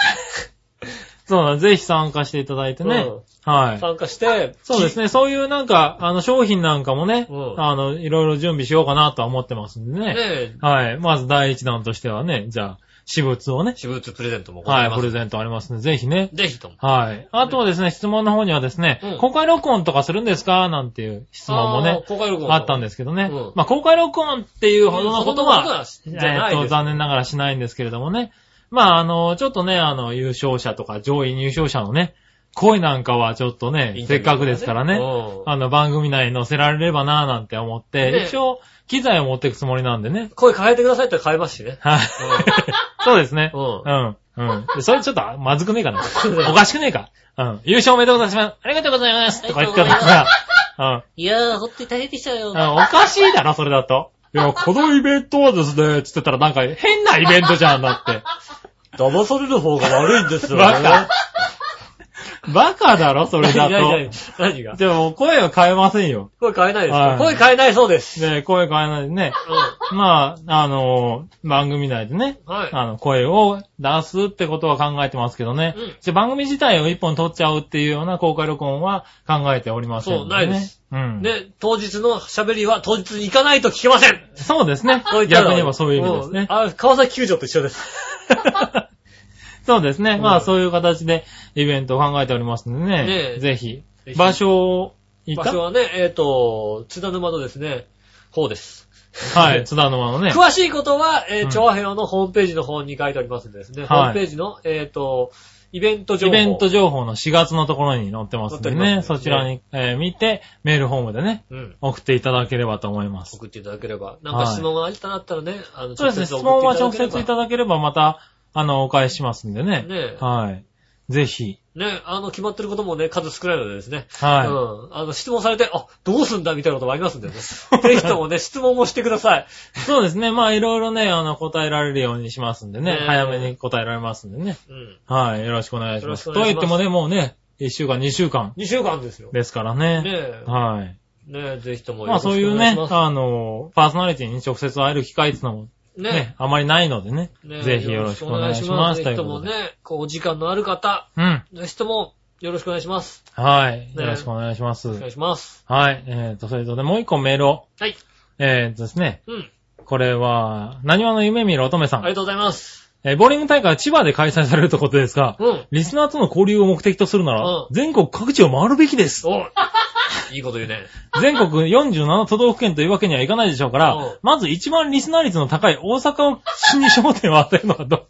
Speaker 3: そうだ、ぜひ参加していただいて
Speaker 2: い。
Speaker 3: ね。
Speaker 2: うん
Speaker 3: はい。
Speaker 2: 参加して、
Speaker 3: そうですね、そういうなんか、あの、商品なんかもね
Speaker 2: うん、
Speaker 3: あの、いろいろ準備しようかなとは思ってますんで
Speaker 2: き。ねえ、
Speaker 3: はい。まず第一弾としてはね、じゃあ、私物をね、
Speaker 2: 私物プレゼントもござ
Speaker 3: はいい、
Speaker 2: ます。
Speaker 3: プレゼントありますね。ぜひね。
Speaker 2: ぜひとも。
Speaker 3: はい。あとはですね、質問の方にはですね、
Speaker 2: うん
Speaker 3: 公開録音とかするんですかなんていう質問もね
Speaker 2: ー、、公開録音。
Speaker 3: あったん
Speaker 2: で。
Speaker 3: ですけどね。
Speaker 2: うん
Speaker 3: まあ、公開録音っていうほどのことは、
Speaker 2: じ
Speaker 3: え
Speaker 2: ゃない
Speaker 3: ーっ
Speaker 2: で
Speaker 3: と、
Speaker 2: す。
Speaker 3: 残念ながらしないんですけれどもね。まあ、あの、ちょっとね、あの、優勝者とか上位入賞者のね、声なんかはちょっとね、せっかくですからね、
Speaker 2: うん
Speaker 3: あの、番組内に載せられればなぁなんて思って、
Speaker 2: ね
Speaker 3: 一応、機材を持っていくつもりなんでね。
Speaker 2: 声変えてくださいって変えますしね。
Speaker 3: はい。 そうですね。
Speaker 2: うん
Speaker 3: うん。うん。でそれちょっとまずくねえか な。おかしくねえか。うん。優勝おめでとうございます。ありがとうございます。とか言ってたから。うん。
Speaker 2: いやー、ほんとに大変でしたよ
Speaker 3: うんおかしいだろ、それだと。いや、このイベントはですね、つってたらなんか変なイベントじゃん、だって。
Speaker 2: 騙される方が悪いんですよ。
Speaker 3: バカ。バカだろ、それ
Speaker 2: いや
Speaker 3: だ
Speaker 2: いやいや
Speaker 3: と。
Speaker 2: 何が
Speaker 3: でも、声は変えませんよ。
Speaker 2: 声変えないです
Speaker 3: は
Speaker 2: か
Speaker 3: い
Speaker 2: 声変えないそうです。
Speaker 3: で、声変えないでね。まあ、あの番組内でね、
Speaker 2: はい
Speaker 3: あの、声を出すってことは考えてますけどね。
Speaker 2: うん
Speaker 3: じゃあ番組自体を一本取っちゃうっていうような公開録音は考えておりません、ね。
Speaker 2: そうないです。
Speaker 3: うん。
Speaker 2: で、当日の喋りは当日に行かないと聞けません
Speaker 3: そうです ね
Speaker 2: こうい。ったの
Speaker 3: 逆に言えばそういう意味です
Speaker 2: うん
Speaker 3: ね。
Speaker 2: あ、川崎球場と一緒です。
Speaker 3: そうですね。
Speaker 2: ん
Speaker 3: まあ、そういう形でイベントを考えておりますのでね。
Speaker 2: ねえ
Speaker 3: ぜひ
Speaker 2: ぜ。ひ
Speaker 3: 場所を言っ
Speaker 2: 場
Speaker 3: た
Speaker 2: 所はね、えっと、津田沼のですね、方です。
Speaker 3: はい、津田沼のね。
Speaker 2: 詳しいことは、え
Speaker 3: う
Speaker 2: ー、
Speaker 3: ん
Speaker 2: 調和平和のホームページの方に書いてありますんでですね、ホ
Speaker 3: はい
Speaker 2: ームページの、えっと、イベント情
Speaker 3: イ
Speaker 2: 報。
Speaker 3: ベント情報の4月のところに載ってますんで
Speaker 2: 載っており
Speaker 3: ね。
Speaker 2: ますね
Speaker 3: そちらに、えー見て、メールフォームでね、
Speaker 2: うん。
Speaker 3: 送っていただければと思います。
Speaker 2: 送っていただければ。なんか質問があったらあったらね、あの、
Speaker 3: そうですね、質問は直接いただければまた、あの、お返ししますんでね。
Speaker 2: ねえ
Speaker 3: はい。ぜひ。
Speaker 2: ね、あの、決まってることもね、数少ないのでですね。
Speaker 3: はい
Speaker 2: うん。あの、質問されて、あ、どうすんだみたいなこともありますんでね。 ぜひともね、質問もしてください。
Speaker 3: そうですね、まあいろいろね、あの、答えられるようにしますんでね
Speaker 2: ね。え
Speaker 3: 早めに答えられますんでね。
Speaker 2: うん。
Speaker 3: はい、よろしくお願いします。
Speaker 2: よ
Speaker 3: と
Speaker 2: ろしくお願い
Speaker 3: 言
Speaker 2: し
Speaker 3: っ
Speaker 2: ます
Speaker 3: てもね、もうね、1週間、2週間
Speaker 2: 2週間ですよ。ね
Speaker 3: ですからね。
Speaker 2: え。
Speaker 3: はい。
Speaker 2: ねえ、ぜひともよ
Speaker 3: ま
Speaker 2: ろ
Speaker 3: あ
Speaker 2: しくお
Speaker 3: そういう
Speaker 2: 願い
Speaker 3: ね
Speaker 2: し、ます。
Speaker 3: あの、パーソナリティに直接会える機会っていうのも
Speaker 2: ね
Speaker 3: ね、あまりないのでね
Speaker 2: ね。
Speaker 3: ぜひよろしくお願いします。と
Speaker 2: ぜ
Speaker 3: い
Speaker 2: ひと
Speaker 3: うこ
Speaker 2: も
Speaker 3: とで。
Speaker 2: ね、こう、お時間のある方、
Speaker 3: うん。
Speaker 2: ぜひとも、よろしくお願いします。
Speaker 3: はい。
Speaker 2: え
Speaker 3: よろしくお願いしま
Speaker 2: お願
Speaker 3: す。
Speaker 2: いします。
Speaker 3: はい。えっと、それとね、もう一個メールを。
Speaker 2: はい。
Speaker 3: えーとですね、
Speaker 2: うん。
Speaker 3: これは、何話の夢見る乙女さ
Speaker 2: ありが
Speaker 3: ん。
Speaker 2: とうございます。
Speaker 3: えーボーリング大会は千葉で開催されるということですが、
Speaker 2: うん。
Speaker 3: リスナーとの交流を目的とするな
Speaker 2: うん
Speaker 3: ら、全国各地を回るべきです。
Speaker 2: おいいこと言うね。
Speaker 3: 全国47都道府県というわけにはいかないでしょうか
Speaker 2: うん
Speaker 3: ら、まず一番リスナー率の高い大阪をに焦点を当てるのはど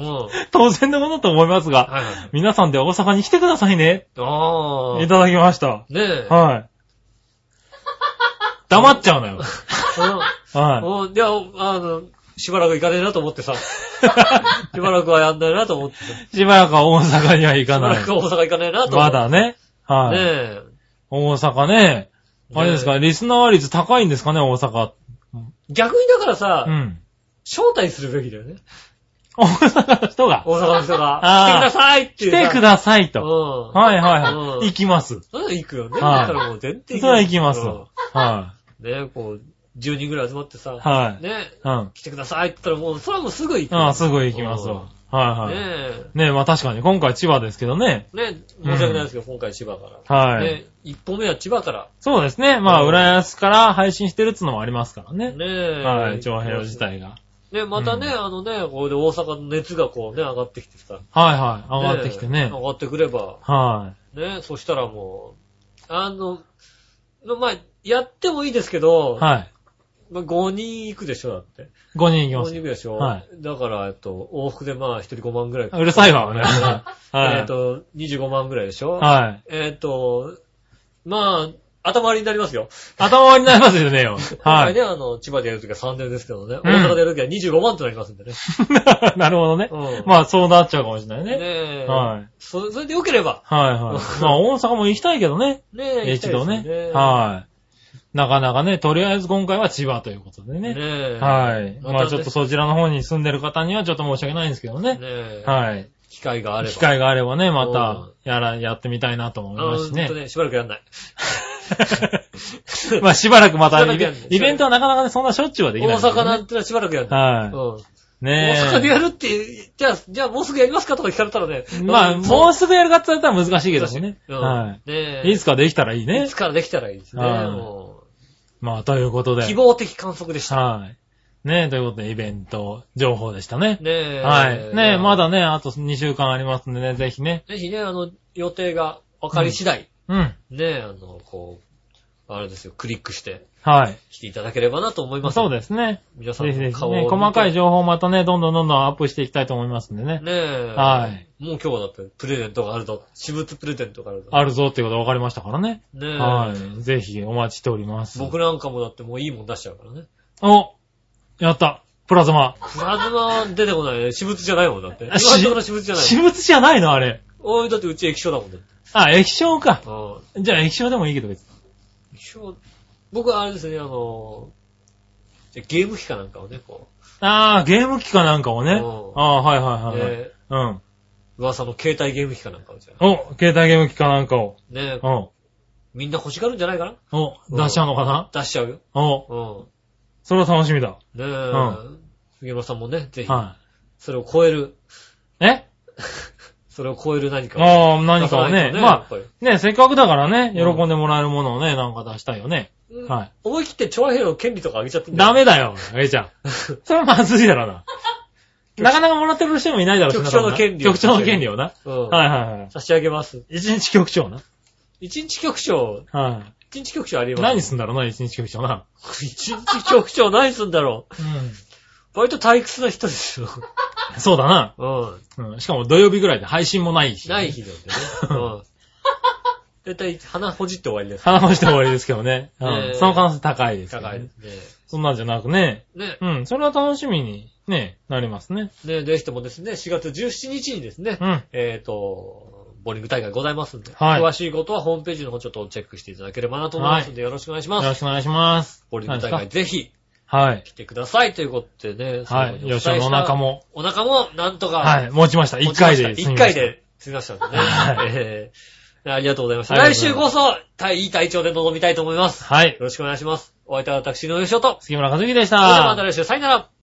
Speaker 2: うん。はい
Speaker 3: 当然のことだと思いますが、
Speaker 2: はい。
Speaker 3: 皆さんで大阪に来てくださいね。
Speaker 2: あ
Speaker 3: い
Speaker 2: あ。
Speaker 3: ただきました。
Speaker 2: ねえ。
Speaker 3: はい。 黙っちゃうのよ。はい。
Speaker 2: うん。うん。いや、あの、しばらく行かねえなと思ってさ。しばらくはやんないなと思ってさ。し
Speaker 3: しばらくは大阪には行か
Speaker 2: ば
Speaker 3: な
Speaker 2: ら
Speaker 3: い
Speaker 2: く。は大阪行かねえなと思
Speaker 3: ま
Speaker 2: って。
Speaker 3: だね。は
Speaker 2: ね
Speaker 3: い。
Speaker 2: え。
Speaker 3: 大阪ね。あれですか、リスナー率高いんですかね、大阪。
Speaker 2: 逆にだからさ、
Speaker 3: うん。
Speaker 2: 招待するべきだよね。
Speaker 3: 大阪の人が、
Speaker 2: 大阪の人が。来て
Speaker 3: あ
Speaker 2: く
Speaker 3: ー
Speaker 2: ださいっていう
Speaker 3: 来
Speaker 2: さ。
Speaker 3: てくださいと。
Speaker 2: うん。
Speaker 3: はいはい
Speaker 2: うん
Speaker 3: はい。行きます。
Speaker 2: それは行くよね。
Speaker 3: はい
Speaker 2: だからもう全然
Speaker 3: それは行きます。
Speaker 2: うん
Speaker 3: は
Speaker 2: ね、こう、10人ぐらい集まってさ、
Speaker 3: い。はい。
Speaker 2: ね、
Speaker 3: うん。
Speaker 2: 来てくださいって言ったらもう、それはもうすぐ行くよ。
Speaker 3: ああ、すぐ行きます
Speaker 2: うん
Speaker 3: わ。はいはい。
Speaker 2: ね
Speaker 3: ねえ、まあ確かに、今回千葉ですけどね。
Speaker 2: え、ねえ、申し訳ないですけど、今回千葉から。
Speaker 3: はい。
Speaker 2: ね、一歩目は千葉から。
Speaker 3: そうですね。まあ、
Speaker 2: うん
Speaker 3: 浦安から配信してるっつのもありますからね。
Speaker 2: ねえ。
Speaker 3: はい、長平自。体が。
Speaker 2: ね、またね、あのね、これで大阪の熱がこうね、上がってきてさ。
Speaker 3: はいはい、上がってきてね。
Speaker 2: 上がってくれば、
Speaker 3: は
Speaker 2: ね、そしたらもう、あの、のまあ、やってもいいですけど、
Speaker 3: い。はい。
Speaker 2: まあ、5人行くでしょ、だって。
Speaker 3: 5人行
Speaker 2: 5
Speaker 3: き
Speaker 2: 人行
Speaker 3: ま
Speaker 2: くでしょ。
Speaker 3: はい
Speaker 2: だから、えっと、往復でまあ、1人5万ぐらい
Speaker 3: す。。うるさいわ、俺。
Speaker 2: え
Speaker 3: は
Speaker 2: っ
Speaker 3: い。
Speaker 2: と、25万ぐらいでしょ
Speaker 3: はい。
Speaker 2: えっと、まあ、頭割りになりますよ。
Speaker 3: 頭割りになりますよねよ。は
Speaker 2: 今回
Speaker 3: い。
Speaker 2: ね、あの、千葉でやるときは3000ですけどね、
Speaker 3: うん
Speaker 2: 大阪でやるときは25万となりますんでね。
Speaker 3: なるほどね
Speaker 2: うん。
Speaker 3: まあ、そうなっちゃうかもしれないね。
Speaker 2: ねえ。
Speaker 3: はい。
Speaker 2: そそれで良ければ。
Speaker 3: はい はい。まあ、大阪も行きたいけどね。
Speaker 2: ねえ。
Speaker 3: 一度
Speaker 2: 行きたいです
Speaker 3: ね。
Speaker 2: よ
Speaker 3: はい。なかなかね、とりあえず今回は千葉ということで
Speaker 2: ね
Speaker 3: ね。
Speaker 2: え。
Speaker 3: はい。まあ、ちょっと
Speaker 2: そ
Speaker 3: そちらの方に住んでる方にはちょっと申し訳ないんですけど
Speaker 2: う。
Speaker 3: ね。
Speaker 2: ねえ。
Speaker 3: はい。
Speaker 2: 機会があれば。
Speaker 3: 機会があればね、ま
Speaker 2: う
Speaker 3: た、やら、やってみたいなと思い
Speaker 2: あの、
Speaker 3: ます
Speaker 2: ほ
Speaker 3: し
Speaker 2: ん
Speaker 3: ね
Speaker 2: と。ね、しばらくやんない。
Speaker 3: まあ、しばらくまた
Speaker 2: しばら
Speaker 3: イ
Speaker 2: くや
Speaker 3: ベ
Speaker 2: んない、
Speaker 3: イベントはなかなかね、そんなしょっちゅうはできない
Speaker 2: 大
Speaker 3: ですよね。
Speaker 2: 阪なんてのはしばらくやんない。う
Speaker 3: は
Speaker 2: ん。
Speaker 3: い。ね
Speaker 2: 大阪で
Speaker 3: え。
Speaker 2: やるって、じゃあ、じゃあもうすぐやりますかとか聞かれたらね。
Speaker 3: まあ、
Speaker 2: ん
Speaker 3: もうすぐやるかって言ったら難しいけどもね。
Speaker 2: うん
Speaker 3: は
Speaker 2: ねえ。
Speaker 3: い。いつかできたらいい
Speaker 2: い
Speaker 3: ね
Speaker 2: つ。からできたらいいですね。
Speaker 3: はい
Speaker 2: も
Speaker 3: まあ、ということ
Speaker 2: う
Speaker 3: で。
Speaker 2: 希望的観測でした。
Speaker 3: はい。ねえ、ということで、イベント情報でしたね。
Speaker 2: ねえ。
Speaker 3: はい。ねえ、ま
Speaker 2: だ。
Speaker 3: だね、あと2週間ありますんでね、ぜひね。
Speaker 2: ぜひね、あの、予定が分かり次第、
Speaker 3: うん。
Speaker 2: ねえ、あの、こう、あれですよ、クリックして
Speaker 3: はい。
Speaker 2: 来ていただければなと思います。
Speaker 3: そうですね。
Speaker 2: 皆さ
Speaker 3: ぜひ
Speaker 2: ん
Speaker 3: ぜ
Speaker 2: の
Speaker 3: ひ
Speaker 2: 顔を見
Speaker 3: ね、
Speaker 2: て。
Speaker 3: 細かい情報をまたね、どんどんどんどんアップしていきたいと思いますんでね。
Speaker 2: ねえ。
Speaker 3: はい。
Speaker 2: もう今日はだって、プレゼントがあると。私物プレゼントがあると。
Speaker 3: あるぞっていうことが分かりましたからね。
Speaker 2: ねえ。
Speaker 3: はい。ぜひお待ちしております。
Speaker 2: 僕なんかもだってもういいもん出しちゃうからね。
Speaker 3: おやったプラズマ。
Speaker 2: プラズマは出てこないね。私物じゃないもんだって。今
Speaker 3: あ
Speaker 2: の
Speaker 3: し
Speaker 2: ところ私物じゃない
Speaker 3: 私
Speaker 2: もん。
Speaker 3: 物じゃないのあれ。
Speaker 2: おい、だってうち液晶だもんだって。
Speaker 3: あ、液晶か。
Speaker 2: うん。
Speaker 3: じゃあ液晶でもいいけど別に。
Speaker 2: 液晶、僕はあれですね、あの、じゃあゲーム機かなんかをね、こ
Speaker 3: あー、ゲーム機かなんかをね。あ
Speaker 2: おう
Speaker 3: ー、はいは
Speaker 2: う、
Speaker 3: いはいはい。
Speaker 2: ね、
Speaker 3: うん。
Speaker 2: 噂の携帯ゲーム機かなんかをじゃあ。
Speaker 3: お、携帯ゲーム機かなんかを。
Speaker 2: ね
Speaker 3: うん。
Speaker 2: みんな欲しがるんじゃないかな
Speaker 3: お、
Speaker 2: うん
Speaker 3: 出しちゃうのかな
Speaker 2: 出しちゃうよ。
Speaker 3: お、
Speaker 2: う
Speaker 3: それは楽しみだ。
Speaker 2: ん。ねえ、
Speaker 3: ん
Speaker 2: 杉村さんもね、ぜひ、
Speaker 3: は
Speaker 2: それを超える、
Speaker 3: い。え
Speaker 2: それを超える何かを
Speaker 3: ああ、何かを
Speaker 2: 出さない
Speaker 3: ね。
Speaker 2: とねや
Speaker 3: ま
Speaker 2: っぱり
Speaker 3: あ、ね、せっかくだからね、
Speaker 2: うん
Speaker 3: 喜んでもらえるものをね、なんか出したいよね。
Speaker 2: うん
Speaker 3: は
Speaker 2: 思い切って長編の権利とかあげちゃっていいんだよ
Speaker 3: ダメだよ、あげちゃん。それはまずいだろうな。なかなかもらってる人もいないだろうしな
Speaker 2: 局長の権利を
Speaker 3: 局長の権利をな。
Speaker 2: うん。
Speaker 3: はいはいはい。
Speaker 2: 差し上げます。
Speaker 3: 一日局長な。
Speaker 2: 一日局長、
Speaker 3: は
Speaker 2: 一日局長あり
Speaker 3: い。
Speaker 2: ます。
Speaker 3: 何すんだろうな、一日局長な。
Speaker 2: 一日局長何すんだろ
Speaker 3: う
Speaker 2: う。割と退屈な人ですよ。
Speaker 3: ん。そうだな。
Speaker 2: うん。
Speaker 3: うん。しかも土曜日ぐらいで配信もない日。
Speaker 2: ない。日なんでね。うん。絶対鼻ほじって終わりです。
Speaker 3: 話して終わりですけどね。う
Speaker 2: ね
Speaker 3: ん。
Speaker 2: え
Speaker 3: その可能性高いですけどね。
Speaker 2: 高いですね。
Speaker 3: そんなんじゃなくね。
Speaker 2: ね、
Speaker 3: うん。それは楽しみに、ね、なりますね。
Speaker 2: ね、ぜひともですね、4月17日にですね、
Speaker 3: うん。
Speaker 2: えっ、と、ボーリング大会ございますんで、
Speaker 3: はい
Speaker 2: 詳しいことはホームページの方ちょっとチェックしていただければなと思いますんで、よろしくお願いしま
Speaker 3: よ
Speaker 2: す。
Speaker 3: ろしくお願いします。
Speaker 2: ボーリング大
Speaker 3: 何
Speaker 2: 会
Speaker 3: です
Speaker 2: ぜひ
Speaker 3: かはい
Speaker 2: 来。てくださいということでね、
Speaker 3: は
Speaker 2: 最後
Speaker 3: い。
Speaker 2: にお伝え
Speaker 3: よ
Speaker 2: し
Speaker 3: したお腹。も。
Speaker 2: お腹もなんとか、
Speaker 3: はい。持ちました。1回で。
Speaker 2: 1回。で済みましたんでね。
Speaker 3: はい
Speaker 2: えーありがとうございました。
Speaker 3: ありがと
Speaker 2: 来
Speaker 3: うござい
Speaker 2: 週
Speaker 3: ま
Speaker 2: こそ、たいい体調で臨みたいと思います。
Speaker 3: はい
Speaker 2: よ。ろしくお願いします。お相手は私、井上翔と。
Speaker 3: 杉村和樹でし
Speaker 2: それではま
Speaker 3: た
Speaker 2: た。来週、さよなら。